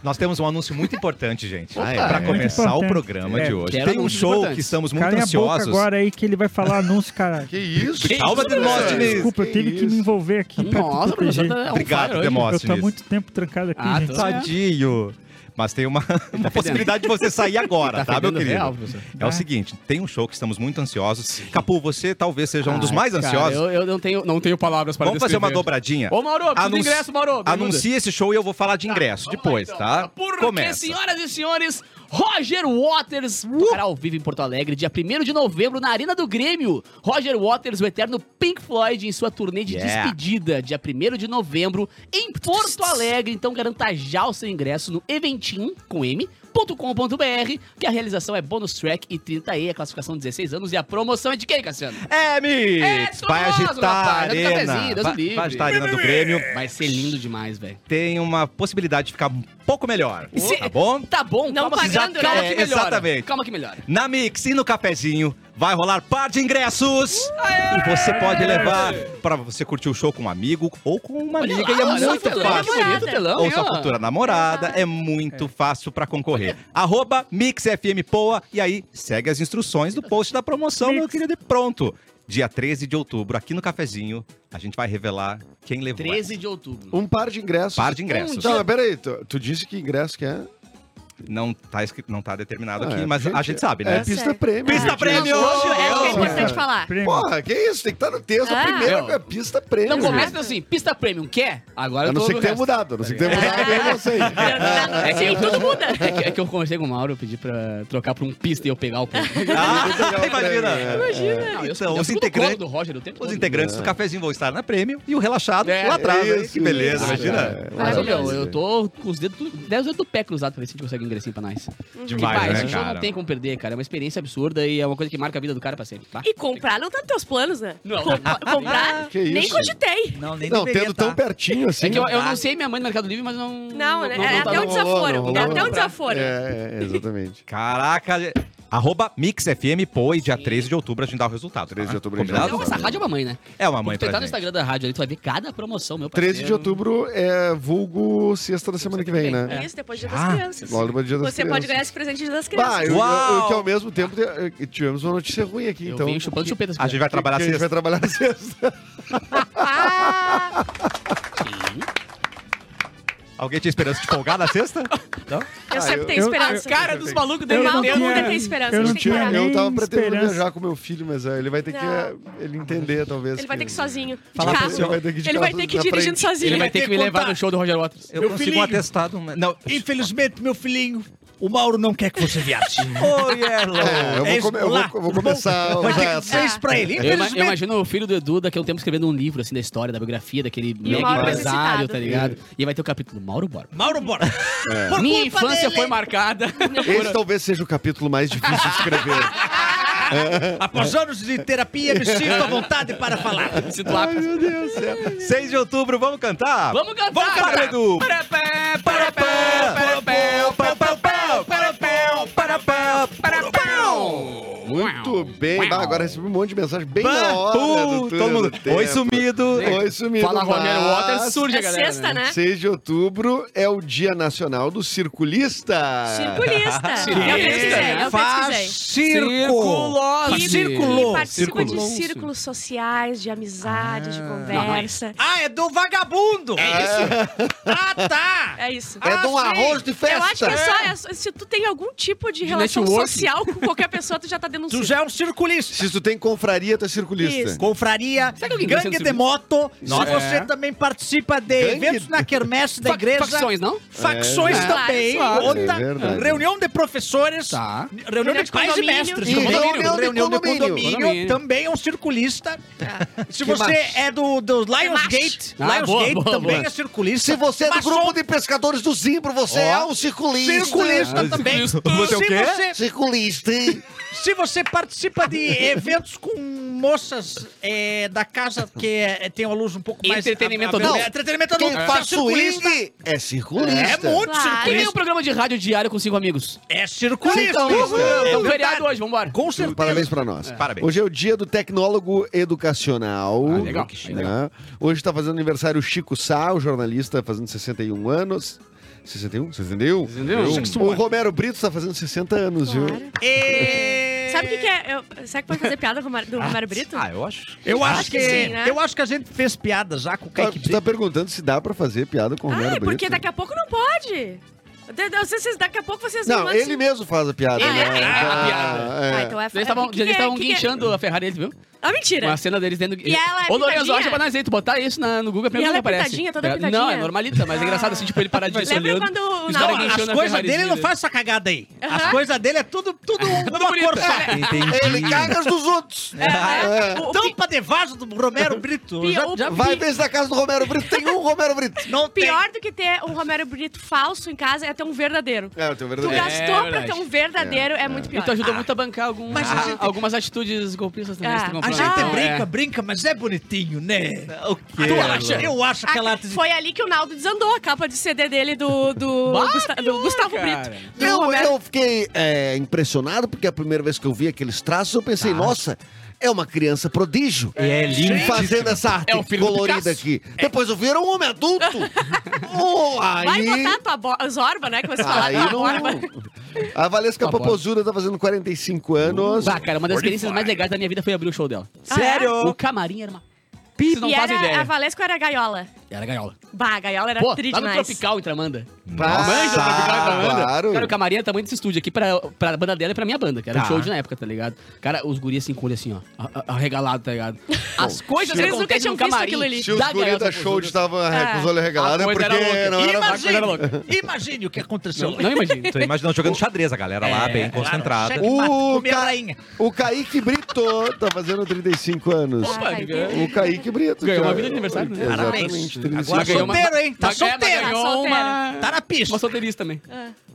Speaker 1: Nós temos um anúncio muito importante, gente.
Speaker 3: Ah, é?
Speaker 1: Para
Speaker 3: Muito
Speaker 1: começar o
Speaker 2: importante.
Speaker 1: programa
Speaker 2: É,
Speaker 1: de hoje.
Speaker 4: quero
Speaker 1: Tem um
Speaker 4: anúncios
Speaker 1: show
Speaker 4: importantes.
Speaker 1: que estamos muito
Speaker 2: Calem a boca
Speaker 1: ansiosos.
Speaker 2: agora aí que ele vai falar anúncio, cara.
Speaker 3: Que isso?
Speaker 1: Calma, Demóstenes.
Speaker 2: Desculpa, eu tive que me envolver aqui. pra
Speaker 4: Nossa,
Speaker 2: te
Speaker 4: o professor
Speaker 2: proteger.
Speaker 4: tá on
Speaker 1: Obrigado,
Speaker 4: fire hoje.
Speaker 1: Demóstenes.
Speaker 2: Eu tô há muito tempo trancado aqui,
Speaker 4: Ah,
Speaker 2: gente.
Speaker 4: tá.
Speaker 1: Tadinho. Mas tem uma, uma possibilidade de você sair agora,
Speaker 4: Tá
Speaker 1: tá, meu
Speaker 4: fedendo
Speaker 1: querido?
Speaker 4: real, professor. Tá.
Speaker 1: é o seguinte, tem um show que estamos muito ansiosos. Capu, você talvez seja um dos
Speaker 4: Ai,
Speaker 1: mais
Speaker 4: cara,
Speaker 1: ansiosos.
Speaker 4: Eu, eu não, tenho, não tenho palavras para
Speaker 1: Vamos fazer uma
Speaker 4: descrever.
Speaker 1: dobradinha?
Speaker 4: Ô, Mauro, precisa do
Speaker 1: Anunci-
Speaker 4: ingresso, Mauro. me ajuda.
Speaker 1: Anuncia esse show e eu vou falar de ingresso
Speaker 4: Vamos
Speaker 1: depois,
Speaker 4: lá, então.
Speaker 1: tá?
Speaker 4: Porque,
Speaker 1: Começa.
Speaker 4: senhoras e senhores, Roger Waters tocará ao vivo em Porto Alegre, dia 1 de novembro, na Arena do Grêmio. Roger Waters, o eterno Pink Floyd, em sua turnê de
Speaker 1: Yeah.
Speaker 4: despedida, dia 1 de novembro, em Porto Alegre. Então garanta já o seu ingresso no eventim, com M, .com.br, que a realização é bônus track e 30E, a classificação 16 anos e a promoção é de quem, Cassiano?
Speaker 1: É, Mix!
Speaker 4: É, tudo
Speaker 1: vai
Speaker 4: nosso,
Speaker 1: agitar a
Speaker 4: rapaz. Dá um
Speaker 1: arena.
Speaker 4: cafezinho, Deus
Speaker 1: Vai-
Speaker 4: o livre.
Speaker 1: vai agitar a arena do Grêmio.
Speaker 4: Vai ser lindo demais, velho.
Speaker 1: Tem uma possibilidade de ficar um pouco melhor,
Speaker 4: Se-
Speaker 1: tá bom?
Speaker 4: Tá bom,
Speaker 5: Não
Speaker 4: calma, que-
Speaker 5: pagando,
Speaker 4: calma
Speaker 5: né?
Speaker 4: que
Speaker 1: É,
Speaker 4: melhora.
Speaker 1: exatamente.
Speaker 4: Calma que melhora.
Speaker 1: Na Mix e no cafezinho vai rolar par de ingressos e você pode levar para você curtir o show com um amigo ou com uma
Speaker 4: Olha
Speaker 1: amiga
Speaker 4: lá,
Speaker 1: e é
Speaker 4: olha o
Speaker 1: muito
Speaker 4: telão,
Speaker 1: fácil.
Speaker 4: Que bonito o telão,
Speaker 1: ou
Speaker 4: hein,
Speaker 1: sua
Speaker 4: ó.
Speaker 1: futura namorada, é muito fácil para concorrer. Arroba MixFMPoa e aí segue as instruções do post da promoção, meu querido, e pronto. Dia 13 de outubro, aqui no cafezinho, a gente vai revelar quem levou.
Speaker 4: 13 de outubro.
Speaker 3: Um par de ingressos.
Speaker 1: Par de ingressos.
Speaker 3: Não, mas peraí, tu, tu disse que ingresso que é?
Speaker 1: Não tá, escrito, não tá determinado
Speaker 3: Ah,
Speaker 1: aqui,
Speaker 3: é,
Speaker 1: mas a
Speaker 3: gente,
Speaker 1: gente sabe,
Speaker 3: É
Speaker 1: né?
Speaker 5: pi-
Speaker 3: pista
Speaker 5: Sério.
Speaker 3: prêmio.
Speaker 1: Pista
Speaker 3: gente.
Speaker 1: prêmio!
Speaker 5: Não, é o que é
Speaker 1: Não,
Speaker 5: importante
Speaker 1: cara.
Speaker 5: falar.
Speaker 2: Prêmio.
Speaker 3: Porra, que isso? Tem que estar no texto. A
Speaker 5: Ah.
Speaker 3: primeira
Speaker 4: Meu.
Speaker 3: é pista prêmio.
Speaker 4: Não começa assim, pista premium, quer? Agora
Speaker 3: A
Speaker 4: eu
Speaker 3: não
Speaker 4: tô
Speaker 3: ser
Speaker 4: no
Speaker 3: que tenha
Speaker 4: resto.
Speaker 3: mudado. A não ser que tenha mudado, eu não sei.
Speaker 4: É que, tudo muda. É que, é que eu conversei com o Mauro, eu pedi pra trocar pra um pista e eu pegar o ponto.
Speaker 1: Ah,
Speaker 3: É.
Speaker 1: imagina!
Speaker 4: Não, eu sou-
Speaker 1: Então,
Speaker 4: eu
Speaker 1: os
Speaker 4: fico no
Speaker 1: integrantes-
Speaker 4: colo do Roger o tempo
Speaker 1: Os
Speaker 4: todo.
Speaker 1: integrantes do cafezinho vão estar na prêmio e o relaxado
Speaker 4: É,
Speaker 1: lá atrás.
Speaker 3: é
Speaker 1: hein?
Speaker 3: isso,
Speaker 1: que
Speaker 4: Ah,
Speaker 1: beleza,
Speaker 3: isso,
Speaker 1: imagina.
Speaker 3: cara.
Speaker 4: Mas, ô, meu,
Speaker 3: Maravilhoso.
Speaker 4: eu tô com os dedos, do- dez dedos do pé cruzados pra ver se a gente consegue um ingressinho pra nós. Porque,
Speaker 1: Demais,
Speaker 4: pá,
Speaker 1: né,
Speaker 4: esse show
Speaker 1: cara?
Speaker 4: não tem como perder, cara. É uma experiência absurda e é uma coisa que marca a vida do cara pra sempre, tá?
Speaker 5: E comprar não tá nos teus planos, né?
Speaker 4: Não.
Speaker 5: Com- comprar,
Speaker 3: Que
Speaker 5: nem
Speaker 3: isso?
Speaker 5: cogitei.
Speaker 6: Não, nem
Speaker 3: Não,
Speaker 6: deveria
Speaker 3: tendo
Speaker 6: tá.
Speaker 3: tão pertinho assim.
Speaker 4: É que eu, eu não sei minha mãe no Mercado Livre, mas não...
Speaker 5: Não, né? É
Speaker 4: não tá
Speaker 5: até
Speaker 4: no-
Speaker 5: um desaforo.
Speaker 3: rolou,
Speaker 5: é
Speaker 3: não
Speaker 5: até um
Speaker 3: rolou.
Speaker 5: desaforo.
Speaker 3: É, é, exatamente.
Speaker 1: Caraca, arroba MixFMPoi, dia 13 de outubro a gente dá o resultado.
Speaker 3: 13 de outubro a gente dá o
Speaker 1: Combinado?
Speaker 4: Então, essa rádio é uma mãe, né?
Speaker 1: É uma mãe
Speaker 4: tu entrar
Speaker 1: pra
Speaker 4: no
Speaker 1: gente.
Speaker 4: Instagram da rádio ali, tu vai ver cada promoção, meu parceiro.
Speaker 3: 13 de outubro é vulgo sexta da semana que vem, né?
Speaker 5: Isso, depois do dia
Speaker 1: Já?
Speaker 5: das crianças.
Speaker 3: Logo no dia das
Speaker 5: É. Você pode ganhar esse presente das crianças.
Speaker 3: Bah, eu, eu-
Speaker 1: Uau!
Speaker 3: eu que ao mesmo tempo te- eh, tivemos uma notícia ruim aqui,
Speaker 4: Eu
Speaker 3: então.
Speaker 4: venho chupando chupetas.
Speaker 1: A gente vai
Speaker 3: Que- que
Speaker 1: trabalhar
Speaker 3: a gente
Speaker 1: sexta.
Speaker 3: vai trabalhar sexta.
Speaker 5: Ah,
Speaker 1: Alguém tinha esperança de folgar na sexta?
Speaker 5: eu sempre
Speaker 3: Ah, eu-
Speaker 5: tenho
Speaker 2: eu-
Speaker 5: esperança.
Speaker 4: A cara dos malucos
Speaker 2: Eu
Speaker 4: dele
Speaker 5: Mal
Speaker 2: não
Speaker 5: todo mundo
Speaker 2: tinha-
Speaker 5: tem esperança,
Speaker 2: eu
Speaker 5: a
Speaker 2: não
Speaker 5: gente tem que
Speaker 2: tinha
Speaker 5: parar.
Speaker 3: Eu
Speaker 2: nem
Speaker 3: tava pretendendo
Speaker 2: esperança.
Speaker 3: viajar com meu filho, mas eh, ele vai ter que eh, ele entender, talvez.
Speaker 5: Ele vai ter que ir sozinho, de
Speaker 1: Falar pra
Speaker 5: carro.
Speaker 1: senhora,
Speaker 3: vai ter que ir de
Speaker 5: Ele vai
Speaker 3: carro
Speaker 5: ter que ir
Speaker 3: na
Speaker 5: dirigindo
Speaker 3: frente.
Speaker 5: sozinho.
Speaker 4: Ele vai ter que me
Speaker 6: Contar.
Speaker 4: levar no show do Roger Waters.
Speaker 1: Eu
Speaker 6: Meu
Speaker 1: consigo um
Speaker 6: filhinho.
Speaker 1: atestado. mas- Não.
Speaker 6: Infelizmente, meu filhinho, o Mauro não quer que você viaje.
Speaker 1: Oi, Erlon!
Speaker 3: É, eu,
Speaker 6: É
Speaker 3: vou
Speaker 6: isso,
Speaker 3: come- eu,
Speaker 6: lá.
Speaker 3: vou, eu vou começar a
Speaker 6: Vai
Speaker 3: usar
Speaker 6: ter que
Speaker 3: essa.
Speaker 6: ser isso pra ele.
Speaker 4: Eu, ima- eu
Speaker 6: Infelizmente,
Speaker 4: imagino o filho do Edu daqui a um tempo escrevendo um livro, assim, da história, da biografia, daquele mega
Speaker 5: Mauro vai ser
Speaker 4: empresário,
Speaker 5: citado.
Speaker 4: tá ligado? E vai ter o capítulo Mauro Bora.
Speaker 6: Mauro Borba. Por
Speaker 4: Minha
Speaker 6: culpa
Speaker 4: infância
Speaker 6: dele,
Speaker 4: foi marcada.
Speaker 3: Esse talvez seja o capítulo mais difícil de escrever.
Speaker 6: Após anos de terapia, me sinto à vontade para falar.
Speaker 4: Esse do lápis.
Speaker 3: Meu Deus do céu.
Speaker 1: 6 de outubro, vamos cantar?
Speaker 4: Vamos cantar!
Speaker 1: Vamos cantar,
Speaker 4: cara.
Speaker 1: Edu!
Speaker 4: Parapé,
Speaker 1: Para
Speaker 4: parapé,
Speaker 1: pau,
Speaker 4: parapé,
Speaker 1: para pau, para pau, para pau, para pau.
Speaker 3: Muito bem. Bah, agora recebi um monte de mensagem bem na hora.
Speaker 1: Pum,
Speaker 3: do
Speaker 1: Todo mundo.
Speaker 3: tempo.
Speaker 1: Oi, sumido.
Speaker 3: Oi, sumido.
Speaker 4: Fala Roger
Speaker 3: mas
Speaker 4: Waters, surge a
Speaker 5: É
Speaker 4: galera.
Speaker 5: sexta, né?
Speaker 3: 6 de outubro é o Dia Nacional do Circulista. É.
Speaker 5: Circulista. É Eu pesquisei, eu pesquisei.
Speaker 6: É, Faz
Speaker 4: Circulose.
Speaker 6: circo.
Speaker 5: E-
Speaker 6: circulou,
Speaker 5: E participa de
Speaker 4: circulou.
Speaker 5: círculos sociais, de amizade, de conversa.
Speaker 6: Ah, é do vagabundo. É isso. Ah, tá.
Speaker 5: É isso.
Speaker 3: É de um
Speaker 6: Ah, sim.
Speaker 3: arroz de festa.
Speaker 5: Eu acho que é só, é só- se tu tem algum tipo de,
Speaker 4: De
Speaker 5: relação
Speaker 4: networking.
Speaker 5: social com qualquer pessoa, tu já tá
Speaker 6: Tu
Speaker 5: denunciando.
Speaker 6: já é um circulista.
Speaker 3: Se tu tem confraria, tu é circulista.
Speaker 5: Isso.
Speaker 6: Confraria,
Speaker 4: Será que alguém gosta
Speaker 6: gangue
Speaker 4: do
Speaker 6: de moto, Cassino. Se
Speaker 7: Nossa.
Speaker 6: você
Speaker 7: É.
Speaker 6: também participa de
Speaker 3: Gangue.
Speaker 6: eventos na quermesse da
Speaker 4: Fac-
Speaker 6: igreja.
Speaker 4: Facções, não?
Speaker 6: Facções
Speaker 4: É.
Speaker 6: também.
Speaker 4: Claro,
Speaker 3: claro.
Speaker 6: outra
Speaker 3: É verdade.
Speaker 6: reunião de professores.
Speaker 4: Tá.
Speaker 6: Reunião de,
Speaker 5: de
Speaker 6: pais e
Speaker 5: condomínio.
Speaker 6: mestres.
Speaker 3: E
Speaker 6: também.
Speaker 3: reunião de condomínio.
Speaker 4: Condomínio.
Speaker 6: Também é um circulista. Se
Speaker 3: Que
Speaker 6: você
Speaker 3: mais?
Speaker 6: é do, do Lionsgate,
Speaker 4: macho. Ah, boa,
Speaker 6: Lionsgate
Speaker 4: boa,
Speaker 6: também
Speaker 4: boa.
Speaker 6: é circulista.
Speaker 3: Se você é do
Speaker 6: Maçom,
Speaker 3: grupo de pescadores do Zimbro, você é um circulista.
Speaker 6: circulista
Speaker 4: Ah,
Speaker 6: também.
Speaker 4: circulista.
Speaker 1: Você é o
Speaker 6: Se
Speaker 1: quê?
Speaker 6: você-
Speaker 3: Circulista.
Speaker 6: se você participa de eventos com moças é, da casa que é, tem uma luz um pouco mais...
Speaker 4: Entretenimento
Speaker 6: a- a-
Speaker 4: adulto.
Speaker 6: é, Entretenimento
Speaker 3: Quem
Speaker 6: adulto.
Speaker 3: faz
Speaker 6: É circulista.
Speaker 3: swing é circulista.
Speaker 6: É
Speaker 5: Claro.
Speaker 4: Quem
Speaker 6: muito
Speaker 4: tem um
Speaker 6: circulista.
Speaker 4: programa de rádio diário com cinco amigos?
Speaker 6: É circulista.
Speaker 3: Então,
Speaker 6: Uhul.
Speaker 3: é
Speaker 4: É
Speaker 6: É
Speaker 4: o
Speaker 6: verdade.
Speaker 4: feriado hoje, vambora.
Speaker 6: Com certeza.
Speaker 3: Parabéns pra nós.
Speaker 1: Parabéns.
Speaker 3: Hoje é o dia do tecnólogo educacional.
Speaker 4: Ah, legal.
Speaker 3: Né? Hoje tá fazendo aniversário o Chico Sá, o jornalista, fazendo 61 anos. 61? 61?
Speaker 1: 61.
Speaker 3: O Romero Brito está fazendo 60 anos, viu?
Speaker 5: Claro.
Speaker 6: E-
Speaker 5: Sabe o que, que é? Eu- será que pode fazer piada com o Mar- do Romário Brito?
Speaker 1: Ah, eu acho.
Speaker 6: Eu acho,
Speaker 5: Acho
Speaker 6: que,
Speaker 5: que sim, né?
Speaker 6: eu acho que a gente fez piada já com o
Speaker 3: Tá,
Speaker 6: Kaique
Speaker 3: tu tá perguntando se dá pra fazer piada com o Romero
Speaker 5: Ai,
Speaker 3: Brito?
Speaker 5: Ah, é porque daqui a pouco não pode. Eu não sei se daqui a pouco vocês me
Speaker 3: Não,
Speaker 5: mandam
Speaker 3: ele mesmo faz a piada.
Speaker 5: Ele
Speaker 3: né?
Speaker 5: é-
Speaker 4: Ah, a
Speaker 3: Ah,
Speaker 4: piada.
Speaker 3: é.
Speaker 5: Ah, então é
Speaker 4: Eles estavam
Speaker 5: que que
Speaker 4: eles
Speaker 5: é-
Speaker 4: estavam
Speaker 5: que que é?
Speaker 4: guinchando a Ferrari, eles viu?
Speaker 5: Ah,
Speaker 4: Com a
Speaker 5: mentira.
Speaker 4: cena deles dentro do...
Speaker 5: E ela é
Speaker 4: Ô, Lorenzo,
Speaker 5: pitadinha?
Speaker 4: acha pra nós aí, tu botar isso na- no Google, a
Speaker 5: E
Speaker 4: primeira
Speaker 5: ela é
Speaker 4: coisa que aparece.
Speaker 5: pitadinha, toda pitadinha?
Speaker 4: Não, é normalita, mas é engraçado assim, tipo, ele parar de ir
Speaker 5: Lembra
Speaker 4: olhando.
Speaker 5: quando-
Speaker 4: os
Speaker 5: não,
Speaker 4: caras
Speaker 5: as
Speaker 4: guinchando
Speaker 6: As
Speaker 4: a
Speaker 6: coisas
Speaker 4: Ferrarizinha
Speaker 6: dele não
Speaker 4: dele.
Speaker 6: faz essa cagada aí. As
Speaker 5: Aham.
Speaker 6: coisas dele é tudo, tudo uma
Speaker 4: bonito,
Speaker 6: cor só.
Speaker 3: Ele
Speaker 1: Hum.
Speaker 3: caga dos outros.
Speaker 5: É,
Speaker 3: É.
Speaker 5: o- o
Speaker 4: Então,
Speaker 5: pi-
Speaker 6: Tampa de vaso do Romero Brito.
Speaker 5: Pi-
Speaker 6: Já-
Speaker 5: o-
Speaker 6: já-
Speaker 3: Vai ver se na casa do Romero Brito tem um Romero Brito.
Speaker 6: não tem.
Speaker 5: pior do que ter um Romero Brito falso em casa é ter um verdadeiro.
Speaker 3: É, o teu
Speaker 5: Tu
Speaker 3: verdadeiro.
Speaker 4: É,
Speaker 5: gastou pra
Speaker 4: verdade.
Speaker 5: ter um verdadeiro, é, muito pior.
Speaker 4: Então ajudou muito a bancar algum- ah, algumas atitudes golpistas também.
Speaker 5: Ah.
Speaker 4: se tu
Speaker 6: A
Speaker 4: comprar.
Speaker 6: gente é
Speaker 4: Então,
Speaker 6: brinca, brinca, mas é bonitinho, né?
Speaker 1: O quê?
Speaker 6: Tu acha? Eu acho
Speaker 5: Ah,
Speaker 6: aquela arte...
Speaker 5: Foi ali que o Naldo desandou a capa de CD dele do, do,
Speaker 4: Bah,
Speaker 5: Gusta- do
Speaker 4: pior,
Speaker 5: Gustavo
Speaker 4: cara.
Speaker 5: Brito. Do
Speaker 3: Eu,
Speaker 5: Romero-
Speaker 3: eu fiquei é, impressionado, porque a primeira vez que eu vi aqueles traços, eu
Speaker 4: Tá.
Speaker 3: pensei, nossa, é uma criança prodígio.
Speaker 1: É lindo.
Speaker 3: Fazendo essa arte
Speaker 4: É o filho do
Speaker 3: colorida
Speaker 4: Picasso. É.
Speaker 3: aqui. Depois eu vi, era um homem adulto. Oh,
Speaker 5: Vai
Speaker 3: aí...
Speaker 5: botar a tua bo- Zorba, né? Que você fala
Speaker 3: Aí
Speaker 5: tua
Speaker 3: não...
Speaker 5: Borba.
Speaker 3: A Valesca
Speaker 4: Tá bom.
Speaker 3: Popozuda tá fazendo 45 anos.
Speaker 4: Bah, cara, uma das experiências mais legais da minha vida foi abrir o show dela.
Speaker 5: Ah,
Speaker 1: Sério?
Speaker 4: O camarim era uma... Vocês não
Speaker 5: e
Speaker 4: fazem
Speaker 5: era,
Speaker 4: ideia.
Speaker 5: a Valesco era a gaiola.
Speaker 6: é?"
Speaker 4: Era gaiola.
Speaker 5: Bah, a gaiola era
Speaker 3: tá
Speaker 4: Pô,
Speaker 5: tri
Speaker 4: lá no
Speaker 5: demais.
Speaker 4: Tropical, em Tramanda.
Speaker 3: Pá,
Speaker 4: Manja, Tropical e Tramanda.
Speaker 3: Tá, claro.
Speaker 4: Tá Cara, o camarim é tamanho desse estúdio aqui pra, pra banda dela e pra minha banda, que era um show de na época, tá ligado? Cara, os guris assim, com o olho assim, ó, a- a- arregalado, tá ligado? As coisas que
Speaker 5: Eles nunca
Speaker 4: acontecem
Speaker 5: tinham
Speaker 4: no
Speaker 5: visto
Speaker 4: camarim
Speaker 5: aquilo ali.
Speaker 3: Se os
Speaker 4: da
Speaker 3: guri
Speaker 4: Gaiola
Speaker 3: da show
Speaker 4: Confusa.
Speaker 3: estavam
Speaker 5: Ah.
Speaker 3: é, com os olhos regalados,
Speaker 4: A
Speaker 3: é
Speaker 4: coisa
Speaker 3: porque
Speaker 4: era louca.
Speaker 3: não era...
Speaker 4: Imagina-
Speaker 6: Imagine,
Speaker 4: Agora era
Speaker 6: imagine o que aconteceu.
Speaker 4: Não, não imagino.
Speaker 1: Tô imaginando jogando xadrez a galera lá,
Speaker 6: É,
Speaker 1: bem
Speaker 6: claro,
Speaker 1: concentrada.
Speaker 6: cheque mate,
Speaker 3: O,
Speaker 6: comia
Speaker 3: Ca-
Speaker 6: rainha.
Speaker 3: o Kaique Brito tá fazendo 35 anos.
Speaker 5: Ah,
Speaker 4: Opa,
Speaker 5: vai
Speaker 4: ganhou-
Speaker 5: ver.
Speaker 3: O Kaique Brito.
Speaker 4: Ganhou uma
Speaker 3: cara.
Speaker 4: vida de aniversário, né?
Speaker 6: Parabéns.
Speaker 3: Exatamente. 35
Speaker 6: Agora
Speaker 4: Mas ganhou uma-
Speaker 6: solteiro, hein? Tá
Speaker 4: mas ganhou- mas
Speaker 6: solteiro.
Speaker 4: ganhou
Speaker 5: Tá solteiro.
Speaker 4: uma-
Speaker 6: Tá na pista.
Speaker 4: Uma solteirice também.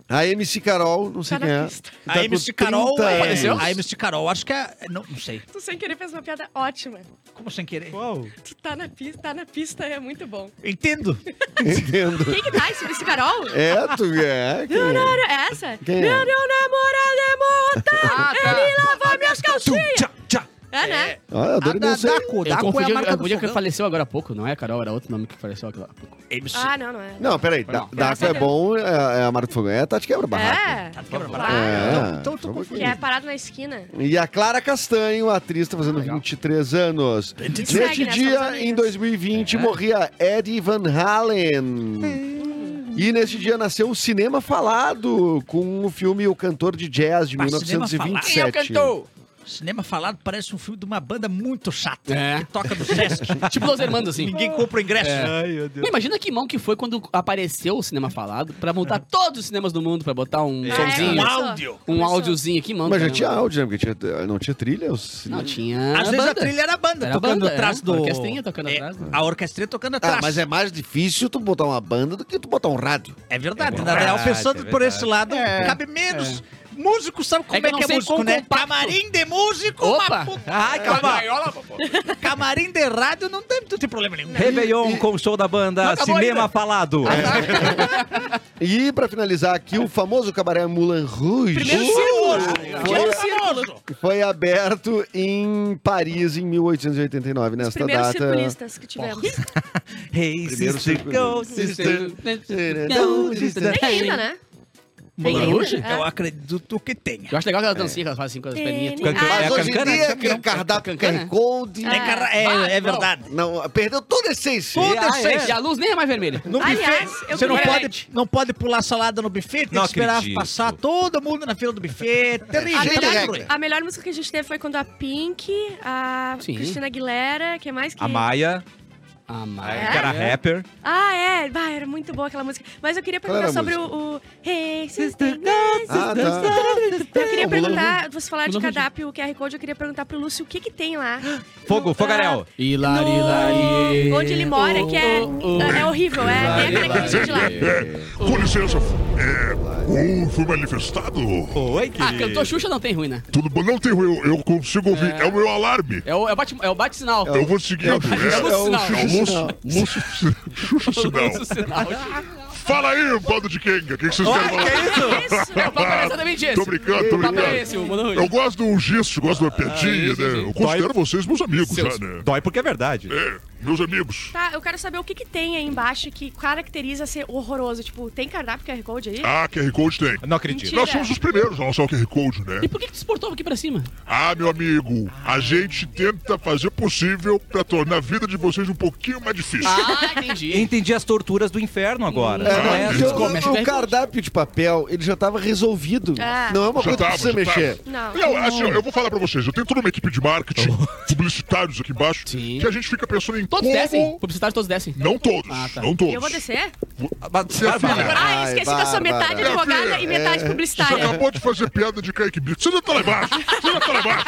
Speaker 3: A MC Carol, não sei
Speaker 5: Tá na
Speaker 3: quem é.
Speaker 5: pista.
Speaker 3: tá
Speaker 6: a
Speaker 3: com
Speaker 6: MC Carol
Speaker 3: 30
Speaker 6: é-
Speaker 3: anos.
Speaker 6: A MC Carol, acho que é. Não, não sei.
Speaker 5: Tu sem querer fez uma piada ótima.
Speaker 6: Como sem querer?
Speaker 5: Tu tá na pista, tá na pista, é muito bom.
Speaker 6: Entendo.
Speaker 3: Entendo.
Speaker 5: Quem que tá esse Miss Carol?
Speaker 3: É, tu é.
Speaker 5: Não, não,
Speaker 3: cara.
Speaker 5: não, é essa?
Speaker 3: Quem é?
Speaker 5: Meu, meu namorado é morta,
Speaker 4: Ah, tá.
Speaker 5: ele lavou minhas calcinhas. É, né?
Speaker 3: Olha, adoro meu ser.
Speaker 4: Eu
Speaker 6: Daco
Speaker 4: confundi,
Speaker 6: é a
Speaker 4: eu
Speaker 6: marca do
Speaker 4: confundi que
Speaker 6: fogão.
Speaker 4: faleceu agora há pouco, não é, Carol? Era outro nome que faleceu agora há pouco.
Speaker 6: MC.
Speaker 5: Ah, não, não é.
Speaker 3: Não, peraí. Da- Daco é bom, é, é a Marta Fogão. É a Tati Quebra Barraco.
Speaker 5: É,
Speaker 3: É,
Speaker 5: claro.
Speaker 6: Então eu tô
Speaker 3: vamos
Speaker 5: Que é parado na esquina.
Speaker 3: E a Clara Castanho, atriz, está fazendo 23 anos.
Speaker 5: Segue,
Speaker 3: Neste
Speaker 5: né, Estados
Speaker 3: dia,
Speaker 5: Unidos.
Speaker 3: em 2020, morria Eddie Van Halen. E neste dia nasceu o Cinema Falado, com o filme O Cantor de Jazz, de
Speaker 6: Mas Ah, Cinema Falado. Quem é o
Speaker 3: 1927.
Speaker 6: Cinema falado parece um filme de uma banda muito chata.
Speaker 4: É.
Speaker 6: Que toca no Sesc.
Speaker 4: Tipo Los Hermanos, assim.
Speaker 6: Ninguém compra o ingresso.
Speaker 4: Mas Imagina que mão que foi quando apareceu o cinema falado pra montar todos os cinemas do mundo, pra botar um
Speaker 5: É,
Speaker 6: Um
Speaker 4: somzinho,
Speaker 5: começou.
Speaker 6: áudio.
Speaker 4: um
Speaker 5: Começou.
Speaker 4: áudiozinho aqui, mano.
Speaker 3: Mas já tinha áudio, né? Porque tinha- não tinha trilha. os-
Speaker 4: Não, tinha.
Speaker 6: Às vezes a
Speaker 4: banda.
Speaker 6: trilha era a banda,
Speaker 4: Era a
Speaker 6: tocando
Speaker 4: banda,
Speaker 6: atrás
Speaker 4: é.
Speaker 6: do...
Speaker 4: A orquestrinha tocando
Speaker 6: É,
Speaker 4: atrás, né?
Speaker 6: A orquestrinha tocando atrás.
Speaker 3: Ah, mas é mais difícil tu botar uma banda do que tu botar um rádio.
Speaker 6: É verdade,
Speaker 1: É
Speaker 6: na real,
Speaker 1: verdade,
Speaker 6: pensando
Speaker 1: é
Speaker 6: por
Speaker 1: verdade.
Speaker 6: esse lado, cabe menos. Músico sabe como
Speaker 4: É que
Speaker 6: é
Speaker 4: eu não
Speaker 6: que é
Speaker 4: sei
Speaker 6: músico,
Speaker 4: quão
Speaker 6: né?
Speaker 4: compacto.
Speaker 6: Camarim de músico,
Speaker 4: Opa!
Speaker 6: mas, pô,
Speaker 1: Ai, calma.
Speaker 6: camarim de rádio não tem, não tem problema nenhum.
Speaker 1: Réveillon com o show da
Speaker 4: Não
Speaker 1: banda
Speaker 4: acabou
Speaker 1: Cinema
Speaker 4: ainda.
Speaker 1: Falado.
Speaker 3: Tá E pra finalizar aqui, o famoso cabaré Moulin Rouge Uh!
Speaker 5: Primeiro círculo.
Speaker 3: Foi-
Speaker 5: Primeiro círculo.
Speaker 3: foi aberto em Paris em 1889,
Speaker 5: Os
Speaker 3: nesta
Speaker 5: primeiros
Speaker 3: data. é
Speaker 5: circulistas que tivemos.
Speaker 1: Hey,
Speaker 3: Primeiro
Speaker 1: sister,
Speaker 3: circuito.
Speaker 1: go,
Speaker 3: é assim.
Speaker 1: sister.
Speaker 4: É,
Speaker 5: Tem ainda, né?
Speaker 4: Moulin
Speaker 5: Tem ainda?
Speaker 4: Rouge?
Speaker 5: É.
Speaker 6: Eu acredito que tenha.
Speaker 4: Eu acho legal aquela dancinha que ela faz assim com as perninhas.
Speaker 5: Tem,
Speaker 1: Cancan-
Speaker 5: ah,
Speaker 3: Mas
Speaker 1: É a
Speaker 3: hoje em
Speaker 1: cancana,
Speaker 3: dia,
Speaker 1: né?
Speaker 3: que é cardápio
Speaker 4: Cancana.
Speaker 3: QR Code.
Speaker 6: É, cara- é-
Speaker 4: Ah,
Speaker 6: é
Speaker 4: não.
Speaker 6: verdade.
Speaker 3: Não, perdeu toda a essência.
Speaker 6: Toda a
Speaker 4: Ah, é.
Speaker 6: essência.
Speaker 4: E a luz nem é mais vermelha.
Speaker 6: No
Speaker 5: Aliás,
Speaker 6: buffet,
Speaker 5: eu
Speaker 6: você não
Speaker 5: queria-
Speaker 6: pode, não pode pular salada no buffet, tem
Speaker 1: Não
Speaker 6: que esperar
Speaker 1: acredito.
Speaker 6: passar todo mundo na fila do buffet. Terrível.
Speaker 5: A
Speaker 3: Cheio de
Speaker 6: terrível.
Speaker 5: melhor,
Speaker 3: regra.
Speaker 5: a melhor música que a gente teve foi quando a Pink, a
Speaker 4: Sim.
Speaker 5: Cristina Aguilera, quem mais que...
Speaker 1: A Maia. Aí
Speaker 4: Ah, Amar.
Speaker 1: que era rapper.
Speaker 5: Ah, é. Bah, era muito boa aquela música. Mas eu queria
Speaker 3: Qual era
Speaker 5: perguntar
Speaker 3: a
Speaker 5: sobre
Speaker 3: música?
Speaker 5: o, o... Hey, sister.
Speaker 3: Ah, tá.
Speaker 5: Eu queria
Speaker 3: Não, Mulan-
Speaker 5: perguntar, vocês falaram de
Speaker 4: Mulan-
Speaker 5: cardápio, o QR Code, eu queria perguntar pro Lúcio o que que tem lá.
Speaker 1: Fogo,
Speaker 5: No-
Speaker 1: fogaréu.
Speaker 4: Hilari,
Speaker 5: No-
Speaker 4: lari.
Speaker 5: Onde ele mora, que é,
Speaker 4: Oh, oh, oh.
Speaker 5: é horrível, é, é característica de lá.
Speaker 7: Com licença, é, ou foi manifestado?
Speaker 1: Oi,
Speaker 4: Ah,
Speaker 1: querido.
Speaker 4: cantor Xuxa não tem ruim, né?
Speaker 7: Tudo bom? Não tem ruim, eu, eu consigo ouvir. É, o meu alarme.
Speaker 4: É o, é o bate- é o bate-sinal.
Speaker 7: Eu vou seguindo.
Speaker 4: é o sinal.
Speaker 7: é o Lúcio- Lúcio Xuxa Sinal.
Speaker 4: é sinal.
Speaker 7: Fala aí, bando de Kenga. O que que vocês querem falar?
Speaker 5: Isso.
Speaker 4: É o papo é exatamente esse.
Speaker 7: Tô brincando, tô
Speaker 4: O papo é
Speaker 7: brincando.
Speaker 4: esse, o Mano Ruim.
Speaker 7: Eu gosto do gesto, gosto da piadinha, né? Eu considero vocês meus amigos,
Speaker 4: Seus-
Speaker 7: já, né?
Speaker 1: Dói porque é verdade.
Speaker 7: É, meus amigos.
Speaker 5: Tá, eu quero saber o que que tem aí embaixo que caracteriza ser horroroso. Tipo, tem cardápio QR Code aí?
Speaker 7: Ah, QR Code tem.
Speaker 1: Não acredito.
Speaker 5: Mentira.
Speaker 7: Nós somos os primeiros a lançar o QR Code, né?
Speaker 4: E por que que tu se portou aqui pra cima?
Speaker 7: Ah, meu amigo, a gente tenta fazer o possível pra tornar a vida de vocês um pouquinho mais difícil.
Speaker 4: Ah, entendi.
Speaker 1: Entendi as torturas do inferno agora.
Speaker 3: É, não,
Speaker 1: Não é
Speaker 3: porque
Speaker 1: essas
Speaker 3: o-
Speaker 1: coisas.
Speaker 4: começa o
Speaker 3: o,
Speaker 4: QR Code.
Speaker 3: cardápio de papel, ele já tava resolvido.
Speaker 5: Ah.
Speaker 3: Não é uma
Speaker 7: Já
Speaker 3: coisa
Speaker 7: tava,
Speaker 3: que você
Speaker 7: já tava.
Speaker 3: mexer.
Speaker 5: Não.
Speaker 7: Não, assim, ó, eu vou falar pra vocês. Eu tenho toda uma equipe de marketing, publicitários aqui embaixo,
Speaker 4: Tá Sim.
Speaker 7: que a gente fica pensando em
Speaker 4: Todos
Speaker 7: como...
Speaker 4: descem. Publicitários todos descem.
Speaker 7: Não todos,
Speaker 4: Ah, tá.
Speaker 7: não todos.
Speaker 5: Eu vou descer?
Speaker 1: Mas- Bárbara,
Speaker 5: Ah, eu
Speaker 3: Ai,
Speaker 5: esqueci que eu sou
Speaker 3: Bárbara. É.
Speaker 5: metade advogada e metade
Speaker 7: Você
Speaker 5: publicitária.
Speaker 7: acabou de fazer piada de Kaique Brito. Você já tá lá embaixo. Você já tá lá embaixo.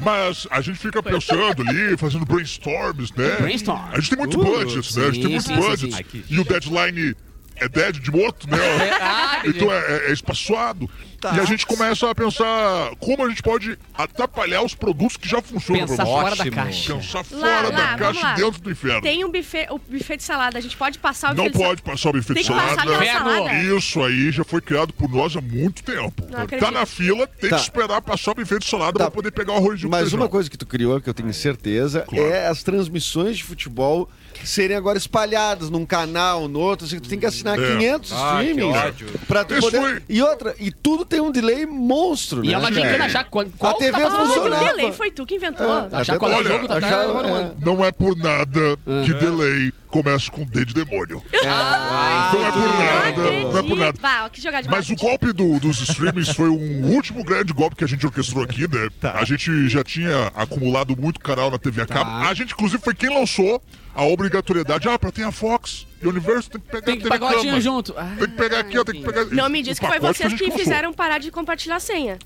Speaker 7: Mas a gente fica pensando ali, fazendo brainstorms, né?
Speaker 4: Brainstorm. Uh,
Speaker 7: A gente tem muito budget, né? A gente tem
Speaker 4: sim,
Speaker 7: muito
Speaker 4: sim,
Speaker 7: budget.
Speaker 4: sim,
Speaker 1: sim.
Speaker 7: E o deadline é dead de morto, né?
Speaker 4: Ah,
Speaker 7: Então é, é- é espaçoado.
Speaker 3: Tá.
Speaker 7: E a gente começa a pensar como a gente pode atrapalhar os produtos que já funcionam
Speaker 4: Pensar
Speaker 7: pra nós.
Speaker 4: fora da
Speaker 1: Ótimo.
Speaker 4: caixa.
Speaker 7: Pensar
Speaker 5: Lá,
Speaker 7: fora
Speaker 5: lá,
Speaker 7: da
Speaker 5: vamos
Speaker 7: caixa
Speaker 5: lá.
Speaker 7: e dentro do inferno.
Speaker 5: Tem um buffet, o buffet de salada, a gente pode passar o
Speaker 7: Não
Speaker 5: buffet de
Speaker 7: pode passar o buffet
Speaker 5: Tem
Speaker 7: de
Speaker 5: que passar
Speaker 7: salada.
Speaker 5: pela
Speaker 4: Inferno.
Speaker 5: salada?
Speaker 7: Isso aí já foi criado por nós há muito tempo.
Speaker 5: acredito.
Speaker 7: tá na fila, tem
Speaker 3: Tá.
Speaker 7: que esperar passar o buffet de salada
Speaker 3: Tá.
Speaker 7: pra poder pegar o arroz de
Speaker 3: Mas
Speaker 7: feijão.
Speaker 3: uma coisa que tu criou, que eu tenho certeza,
Speaker 7: Claro.
Speaker 3: é as transmissões de futebol serem agora espalhadas num canal, no outro. Assim, tu tem que assinar
Speaker 7: É.
Speaker 3: 500
Speaker 1: Ah, que
Speaker 3: streamings
Speaker 1: ódio.
Speaker 3: pra tu
Speaker 7: Isso
Speaker 3: poder...
Speaker 7: aí.
Speaker 3: E outra, e tudo tem um delay monstro, né?
Speaker 4: E é ela
Speaker 3: cara?
Speaker 4: brincando a já qual, qual
Speaker 3: A TV
Speaker 7: é
Speaker 4: tá passando?
Speaker 5: Olha,
Speaker 3: funcionava.
Speaker 5: o delay foi tu que
Speaker 3: É.
Speaker 5: inventou.
Speaker 7: Ah,
Speaker 4: A chacoalhada do
Speaker 7: Olha,
Speaker 4: jogo tá
Speaker 3: a
Speaker 4: tá
Speaker 3: já-
Speaker 4: rolando.
Speaker 7: Não é por nada que delay começa com D de demônio. não é por nada, não é por nada.
Speaker 5: Bah, ó, que jogada de
Speaker 7: Mas o
Speaker 5: marketing.
Speaker 7: golpe do- dos streamings foi um último grande golpe que a gente orquestrou aqui, né?
Speaker 4: Tá.
Speaker 7: A gente já tinha acumulado muito canal na TV a cabo.
Speaker 4: Tá.
Speaker 7: A gente, inclusive, foi quem lançou a obrigatoriedade. Ah, pra ter a Fox e o Universo, tem que pegar
Speaker 4: Tem que
Speaker 7: a TV
Speaker 4: pagar o
Speaker 7: cama.
Speaker 4: dinho junto. Ah,
Speaker 7: Tem que pegar aqui, ó, tem que pegar...
Speaker 5: Não me diz
Speaker 7: O
Speaker 5: que foi
Speaker 7: pacote a
Speaker 5: vocês
Speaker 7: gente
Speaker 5: que
Speaker 7: lançou.
Speaker 5: fizeram parar de compartilhar a senha.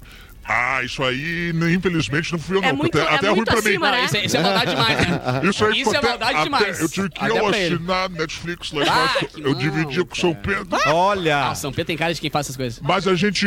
Speaker 7: Ah, isso aí, né, infelizmente, não fui eu, não.
Speaker 5: É muito,
Speaker 7: até até
Speaker 5: é
Speaker 7: ruim
Speaker 5: muito
Speaker 7: pra mim.
Speaker 5: acima, né?
Speaker 4: Isso é, isso é maldade demais, né?
Speaker 7: Isso aí
Speaker 4: Isso
Speaker 7: ficou
Speaker 4: é
Speaker 7: até-
Speaker 4: maldade
Speaker 7: até-
Speaker 4: demais.
Speaker 7: Eu tive que
Speaker 4: Até
Speaker 7: eu
Speaker 4: pra ele.
Speaker 7: assinar Netflix lá.
Speaker 4: Ah,
Speaker 7: embaixo.
Speaker 4: que
Speaker 7: eu
Speaker 4: mal,
Speaker 7: dividia com o São Pedro.
Speaker 1: Olha.
Speaker 4: Ah, o São Pedro tem cara de quem faz essas coisas.
Speaker 7: Mas a gente,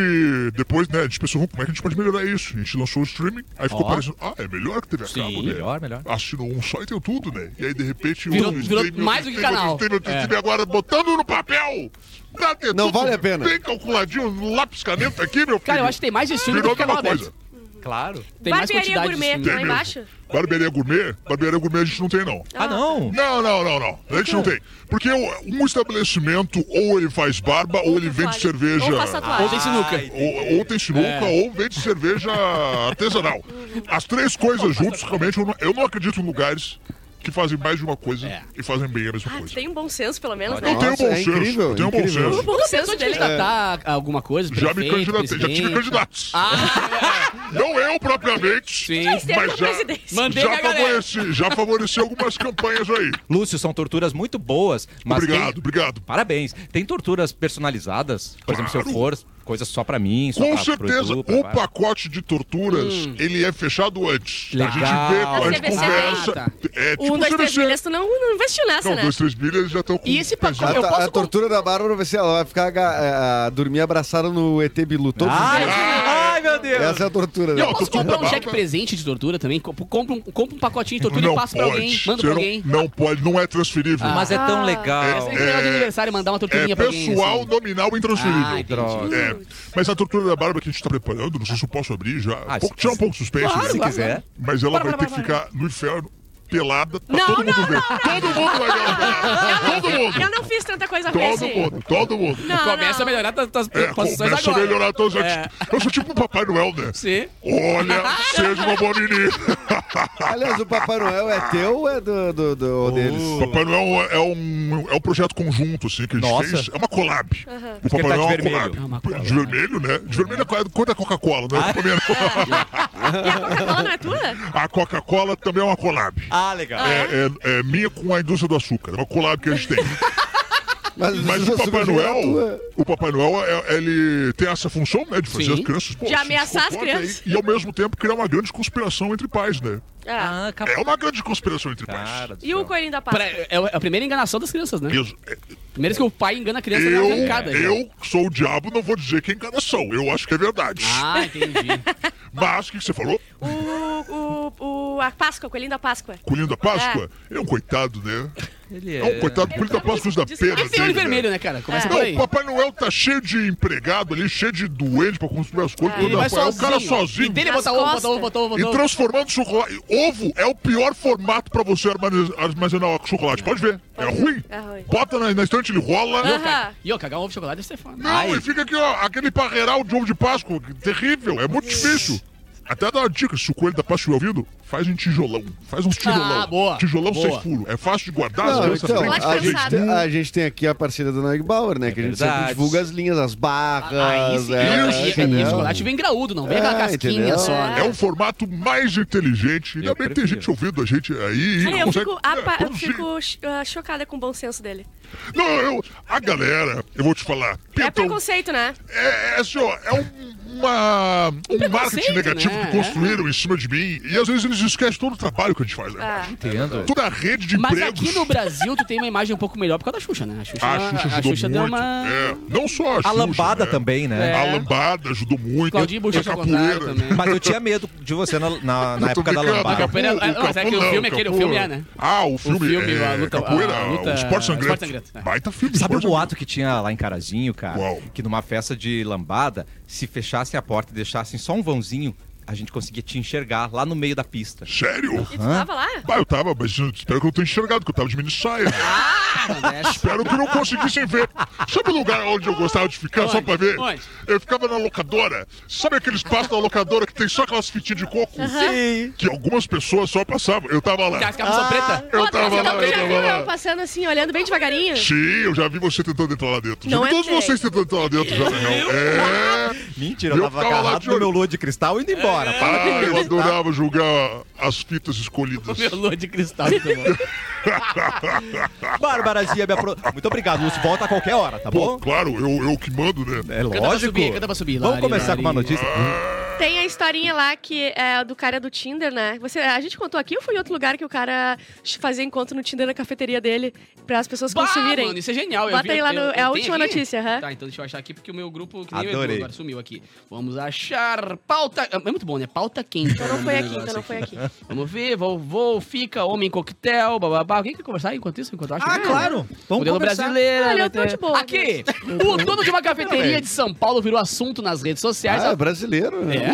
Speaker 7: depois, né, a gente pensou, como é que a gente pode melhorar isso? A gente lançou o streaming, aí ficou
Speaker 1: Ó.
Speaker 7: parecendo, ah, é melhor que teve a cabo, né?
Speaker 1: Melhor, melhor.
Speaker 7: Assinou um só e tem tudo, né? E aí, de repente,
Speaker 4: Virou-
Speaker 7: outro
Speaker 4: virou
Speaker 7: streaming,
Speaker 4: mais
Speaker 7: outro
Speaker 4: do que canal. É.
Speaker 7: Streaming, outro streaming, agora botando no papel. Pra ter
Speaker 3: Não
Speaker 7: tudo
Speaker 3: vale a pena.
Speaker 7: Bem calculadinho, no lápis caneta aqui, meu filho.
Speaker 4: Cara, eu acho que tem mais de streaming
Speaker 7: Virou
Speaker 4: do
Speaker 7: a
Speaker 4: que
Speaker 7: mesma
Speaker 4: canal aberto.
Speaker 7: coisa.
Speaker 1: Claro.
Speaker 4: Tem mais
Speaker 5: Barbearia
Speaker 4: quantidade de
Speaker 5: gourmet
Speaker 4: streaming.
Speaker 5: lá
Speaker 7: Tem
Speaker 5: embaixo.
Speaker 7: Barbearia gourmet? Barbearia gourmet a gente não tem, não.
Speaker 1: Ah, não.
Speaker 7: Não, não, não, não. A
Speaker 4: Ah.
Speaker 7: gente não tem. Porque o- um estabelecimento, ou ele faz barba, ou ele vende
Speaker 5: Tatuagem.
Speaker 7: cerveja.
Speaker 5: Ou faz tatuagem.
Speaker 4: Ou tem sinuca.
Speaker 7: Ou, ou tem sinuca,
Speaker 4: É.
Speaker 7: ou vende cerveja artesanal. As três coisas juntas, realmente, eu não, eu não acredito em lugares que fazem mais de uma coisa
Speaker 4: É.
Speaker 7: e fazem bem a mesma
Speaker 5: Ah,
Speaker 7: coisa.
Speaker 5: tem um bom senso, pelo menos,
Speaker 7: Eu
Speaker 5: né?
Speaker 7: tenho
Speaker 3: Nossa,
Speaker 7: bom
Speaker 3: é
Speaker 7: senso,
Speaker 3: incrível,
Speaker 7: eu tenho bom
Speaker 3: incrível.
Speaker 7: senso.
Speaker 5: Um bom senso
Speaker 4: Pensou de
Speaker 5: dele.
Speaker 4: candidatar a alguma coisa?
Speaker 7: Já me
Speaker 4: prefeito,
Speaker 7: candidatei, já tive
Speaker 4: presidente?
Speaker 7: candidatos.
Speaker 4: Ah,
Speaker 7: Não eu propriamente,
Speaker 4: Sim.
Speaker 5: Mas teve
Speaker 7: mas
Speaker 5: uma
Speaker 7: já,
Speaker 5: presidência.
Speaker 4: Mandei
Speaker 7: já,
Speaker 4: minha galera.
Speaker 7: favoreci, já favoreci algumas campanhas aí.
Speaker 1: Lúcio, são torturas muito boas. Mas
Speaker 7: Obrigado,
Speaker 1: tem-
Speaker 7: obrigado.
Speaker 1: Parabéns. Tem torturas personalizadas? Por exemplo, se eu
Speaker 7: Claro.
Speaker 1: for, coisas só pra mim, só
Speaker 7: Com
Speaker 1: pra, pro
Speaker 7: certeza,
Speaker 1: Edu, pra-
Speaker 7: o pacote de torturas,
Speaker 5: Hum.
Speaker 7: ele é fechado antes.
Speaker 1: Legal.
Speaker 7: A gente vê, a gente
Speaker 5: CVC
Speaker 7: conversa.
Speaker 4: Ah, tá.
Speaker 7: É tipo
Speaker 5: Um, dois, três
Speaker 7: CVC.
Speaker 5: milhas, tu não, não investiu nessa,
Speaker 7: Não,
Speaker 5: né?
Speaker 7: dois, três milhas já tá- é estão com...
Speaker 4: E esse pacote-
Speaker 7: pesado.
Speaker 3: A,
Speaker 4: Eu
Speaker 3: ta-
Speaker 4: posso
Speaker 3: a
Speaker 4: con-
Speaker 3: tortura da Bárbara vai ser, ela vai ficar aga- a- dormir abraçada no ET Bilu todos os
Speaker 4: Ah,
Speaker 1: Ai,
Speaker 4: é.
Speaker 3: dias.
Speaker 1: ai, meu Deus.
Speaker 3: Essa é a tortura
Speaker 7: Não,
Speaker 3: dela.
Speaker 4: Posso
Speaker 7: tô
Speaker 4: comprar um
Speaker 7: falando.
Speaker 4: cheque presente de tortura também? Compro- Compra um, compra um pacotinho de tortura
Speaker 7: Tipo, Não
Speaker 4: e passa pra alguém.
Speaker 7: pode. um
Speaker 4: Manda
Speaker 7: Você
Speaker 4: pra
Speaker 7: não-
Speaker 4: alguém. Ah.
Speaker 7: Não pode, não é transferível.
Speaker 1: Mas é
Speaker 5: Ah.
Speaker 1: tão
Speaker 4: Essa
Speaker 1: legal.
Speaker 4: é, de aniversário e mandar uma torturinha
Speaker 7: É
Speaker 4: pra alguém.
Speaker 7: pessoal,
Speaker 4: assim.
Speaker 7: nominal e
Speaker 4: Ah,
Speaker 7: intransferível.
Speaker 4: entendi. Droga.
Speaker 7: É. Mas a tortura da Bárbara que a gente tá preparando, não sei se eu posso abrir já.
Speaker 1: Ah,
Speaker 7: pouco,
Speaker 1: se
Speaker 7: tirar um pouco suspense.
Speaker 1: Se
Speaker 7: né?
Speaker 1: quiser.
Speaker 7: Mas ela
Speaker 4: Bárbara,
Speaker 7: vai ter que
Speaker 4: Bárbara.
Speaker 7: ficar no inferno, pelada, pra
Speaker 5: Não,
Speaker 7: todo mundo
Speaker 5: não,
Speaker 7: ver. todo mundo vai ver. todo mundo.
Speaker 5: Eu não fiz tanta coisa ruim
Speaker 7: Todo
Speaker 5: assim.
Speaker 7: mundo, todo mundo.
Speaker 5: Ah, Não,
Speaker 4: Começa
Speaker 5: não.
Speaker 4: a melhorar tuas, tuas
Speaker 7: É,
Speaker 4: posições
Speaker 7: começa a
Speaker 4: agora.
Speaker 7: melhorar todos os
Speaker 4: É.
Speaker 7: Eu sou tipo um Papai Noel, né?
Speaker 4: Sim.
Speaker 7: Olha, seja uma boa menina.
Speaker 3: Aliás, o Papai Noel é teu ou é do, do, do-
Speaker 7: Oh.
Speaker 3: deles?
Speaker 7: Papai Noel é um, é um projeto conjunto, assim, que a gente
Speaker 1: Nossa.
Speaker 7: fez. É uma collab. O
Speaker 1: ele
Speaker 7: Papai
Speaker 1: tá de
Speaker 7: Noel é uma collab.
Speaker 1: vermelho.
Speaker 4: É uma collab.
Speaker 7: De vermelho, né? De vermelho é co- quanto a Coca-Cola, né? Também é-
Speaker 5: E a Coca-Cola não é tua?
Speaker 7: A Coca-Cola também é uma collab.
Speaker 1: Ah, legal.
Speaker 7: É, é- é minha com a indústria do açúcar. É uma collab que a gente tem. Mas
Speaker 3: isso
Speaker 7: o
Speaker 3: é
Speaker 7: Papai
Speaker 3: super
Speaker 7: Noel,
Speaker 3: tua.
Speaker 7: o Papai Noel, é- ele tem essa função, né, de fazer
Speaker 4: Sim.
Speaker 7: as crianças... Pô,
Speaker 5: De
Speaker 7: se
Speaker 5: ameaçar as
Speaker 7: comportem aí.
Speaker 5: crianças.
Speaker 7: E, ao mesmo tempo, criar uma grande conspiração entre pais, né?
Speaker 5: Ah.
Speaker 6: Ah, cap...
Speaker 7: É uma grande conspiração entre pais.
Speaker 1: Cara do
Speaker 5: E o
Speaker 1: céu.
Speaker 5: coelhinho da
Speaker 4: Pra-
Speaker 5: Páscoa?
Speaker 4: é a primeira enganação das crianças, né?
Speaker 7: Isso.
Speaker 4: Primeiro que o pai engana a criança na
Speaker 7: Eu,
Speaker 4: arrancada. né?
Speaker 7: eu sou o diabo, não vou dizer que é enganação. Eu acho que é verdade.
Speaker 4: Ah, entendi.
Speaker 7: Mas, o que que você falou?
Speaker 5: O, o, o, a Páscoa, o coelhinho da Páscoa.
Speaker 7: Colinho da Páscoa? Ele é um coitado, né?
Speaker 1: Ele
Speaker 7: É um coitado. Colinho da Páscoa da pena
Speaker 4: Mas tem olho
Speaker 7: dele,
Speaker 4: vermelho,
Speaker 7: né?
Speaker 4: né, cara? Começa por
Speaker 7: Não,
Speaker 4: aí.
Speaker 7: o Papai Noel tá cheio de empregado ali, cheio de doente pra construir as coisas.
Speaker 4: Ele vai
Speaker 7: Quando é o cara
Speaker 4: E
Speaker 7: sozinho.
Speaker 4: dele
Speaker 5: Nas
Speaker 4: botar ovo, botar
Speaker 5: costas.
Speaker 4: ovo, botar ovo,
Speaker 7: E
Speaker 4: botar ovo.
Speaker 7: transformando chocolate. Ovo é o pior formato pra você armane- armazenar o chocolate. Pode ver. É ruim.
Speaker 5: É ruim.
Speaker 7: Bota na, na estante, ele rola.
Speaker 5: Aham.
Speaker 4: E, ó, cagar um ovo de chocolate deve ser foda.
Speaker 7: Não, e fica aqui, ó, aquele parreiral de ovo de Páscoa. que Terrível. É muito difível. Até dá uma dica, se o coelho da Páscoa estiver ouvindo, faz em tijolão. Faz uns tijolão.
Speaker 4: Ah, boa,
Speaker 7: Tijolão sem
Speaker 4: boa.
Speaker 7: furo. É fácil de guardar, as
Speaker 3: Não,
Speaker 7: crianças
Speaker 3: então,
Speaker 7: brincam.
Speaker 5: Pode
Speaker 3: a gente,
Speaker 5: pensar.
Speaker 3: tem, a gente tem aqui a parceira da Nag Bauer, né? que a gente sempre
Speaker 1: verdade.
Speaker 3: divulga as linhas, as barras.
Speaker 4: Aí sim,
Speaker 3: é,
Speaker 4: e- e- e,
Speaker 3: entendeu?
Speaker 4: o chocolate vem graúdo, não vem com a
Speaker 3: É,
Speaker 4: casquinha
Speaker 3: entendeu?
Speaker 4: só. né?
Speaker 7: É um formato mais inteligente. Ainda
Speaker 1: Eu
Speaker 7: bem que tem
Speaker 1: prefiro.
Speaker 7: gente ouvindo a gente aí. e
Speaker 5: Cara, eu
Speaker 7: consegue,
Speaker 5: fico,
Speaker 7: né,
Speaker 5: apa- eu
Speaker 7: produzir.
Speaker 5: fico ah, chocada com o bom senso dele.
Speaker 7: Não, eu, a galera, eu vou te falar.
Speaker 5: É
Speaker 7: Pintam,
Speaker 5: preconceito, né?
Speaker 7: é, é, assim, ó, é um, uma, um marketing negativo
Speaker 4: né?
Speaker 7: que construíram em cima de mim. E às vezes eles esquecem todo o trabalho que a gente faz. Né?
Speaker 5: Ah.
Speaker 1: Entendo.
Speaker 7: Toda a rede de
Speaker 4: Mas
Speaker 7: empregos.
Speaker 4: aqui no Brasil, tu tem uma imagem um pouco melhor por causa da Xuxa, né? A Xuxa,
Speaker 7: Ah, A Xuxa
Speaker 4: a
Speaker 7: ajudou
Speaker 4: Xuxa
Speaker 7: muito.
Speaker 4: deu uma...
Speaker 7: É, não só a Xuxa.
Speaker 1: A lambada
Speaker 7: né?
Speaker 1: também, né?
Speaker 4: É.
Speaker 7: A lambada ajudou muito.
Speaker 4: Claudinho e Bochecha
Speaker 7: a
Speaker 4: ao contrário
Speaker 7: capoeira.
Speaker 4: também.
Speaker 5: É.
Speaker 1: Mas eu tinha medo de você na, na- na
Speaker 7: Eu tô
Speaker 1: época da
Speaker 7: brincando,
Speaker 4: A
Speaker 1: lambada.
Speaker 4: capoeira-
Speaker 7: Capu-
Speaker 4: ah, não, mas é que o
Speaker 7: Capu-
Speaker 4: filme é aquele, o
Speaker 7: Capu-
Speaker 4: filme é, né?
Speaker 7: Ah, o filme,
Speaker 4: filme,
Speaker 7: é,
Speaker 4: a luta-
Speaker 7: capoeira,
Speaker 4: a luta-
Speaker 7: o Esporte Sangrento.
Speaker 4: Esporte Sangrento, é.
Speaker 7: Baita filme,
Speaker 1: Sabe o
Speaker 7: Esporte
Speaker 1: boato que tinha lá em Carazinho, cara?
Speaker 7: Uau.
Speaker 1: Que numa festa de lambada, se fechassem a porta e deixassem só um vãozinho, a gente conseguia te enxergar lá no meio da pista.
Speaker 7: Sério?
Speaker 5: E tu tava lá?
Speaker 7: Bah, eu tava, mas eu espero que eu não tenha enxergado, que eu tava de mini saia.
Speaker 4: Ah, é
Speaker 7: espero que não conseguissem ver. Sabe o lugar onde eu gostava de ficar, só
Speaker 4: Onde?
Speaker 7: pra ver?
Speaker 4: Onde?
Speaker 7: Eu ficava na locadora. Sabe aquele espaço da locadora que tem só aquelas fitinhas de coco?
Speaker 1: Sim.
Speaker 7: Que algumas pessoas só passavam. Eu tava lá.
Speaker 4: Tem as camisas pretas.
Speaker 7: Eu
Speaker 5: Pô, mas
Speaker 7: tava
Speaker 5: então
Speaker 7: lá,
Speaker 5: tu
Speaker 7: eu
Speaker 5: já
Speaker 7: tava
Speaker 5: viu eu
Speaker 7: lá.
Speaker 5: passando assim, olhando bem devagarinho?
Speaker 7: Sim, eu já vi você tentando entrar lá dentro.
Speaker 5: Não
Speaker 7: já vi todos
Speaker 5: entrei.
Speaker 7: vocês tentando entrar lá dentro já, na real. É.
Speaker 1: Mentira, eu
Speaker 7: Eu
Speaker 1: tava
Speaker 7: ficava lá
Speaker 1: agarrado
Speaker 7: de
Speaker 1: no
Speaker 7: olho.
Speaker 1: meu lua de cristal indo embora.
Speaker 5: É.
Speaker 1: Pá.
Speaker 7: Ah, eu adorava julgar as fitas escolhidas.
Speaker 4: Meu lua de cristal. então. muito bom.
Speaker 1: Bárbarazinha, minha pro... Muito obrigado, Lúcio. Volta a qualquer hora, tá
Speaker 7: Pô,
Speaker 1: bom?
Speaker 7: claro, eu, eu que mando, né?
Speaker 1: É
Speaker 4: Canta pra
Speaker 1: lógico.
Speaker 4: subir, canta pra subir.
Speaker 1: Vamos
Speaker 4: Lari,
Speaker 1: começar
Speaker 4: Lari.
Speaker 1: com uma notícia.
Speaker 5: Tem a historinha lá que é do cara do Tinder, né? Você, a gente contou aqui ou foi em outro lugar que o cara fazia encontro no Tinder na cafeteria dele para as pessoas
Speaker 4: Bah,
Speaker 5: consumirem?
Speaker 4: mano, isso é genial. eu
Speaker 5: Bota
Speaker 4: vi-
Speaker 5: aí lá
Speaker 4: eu-
Speaker 5: no-
Speaker 4: eu
Speaker 5: é a
Speaker 4: tenho
Speaker 5: última
Speaker 4: aqui?
Speaker 5: notícia, aham.
Speaker 4: Tá, então deixa eu achar aqui, porque o meu grupo, que nem o Edu
Speaker 1: Adorei.
Speaker 4: agora sumiu aqui. Vamos achar pauta... É muito bom, né? Pauta quente.
Speaker 5: Então não foi aqui, então não
Speaker 4: Negócio
Speaker 5: foi aqui.
Speaker 4: Vamos ver, vou, vou, fica, homem coquetel, bababá. Alguém quer conversar enquanto isso? Enquanto eu acho
Speaker 6: Ah,
Speaker 4: que-
Speaker 6: claro. Vamos
Speaker 4: Modelo
Speaker 6: conversar.
Speaker 4: brasileiro.
Speaker 5: Olha,
Speaker 4: né?
Speaker 5: eu tô de boa,
Speaker 4: Aqui! O dono de uma cafeteria
Speaker 6: É.
Speaker 4: de São Paulo virou assunto nas redes sociais.
Speaker 3: Ah, é brasileiro, né?
Speaker 4: É.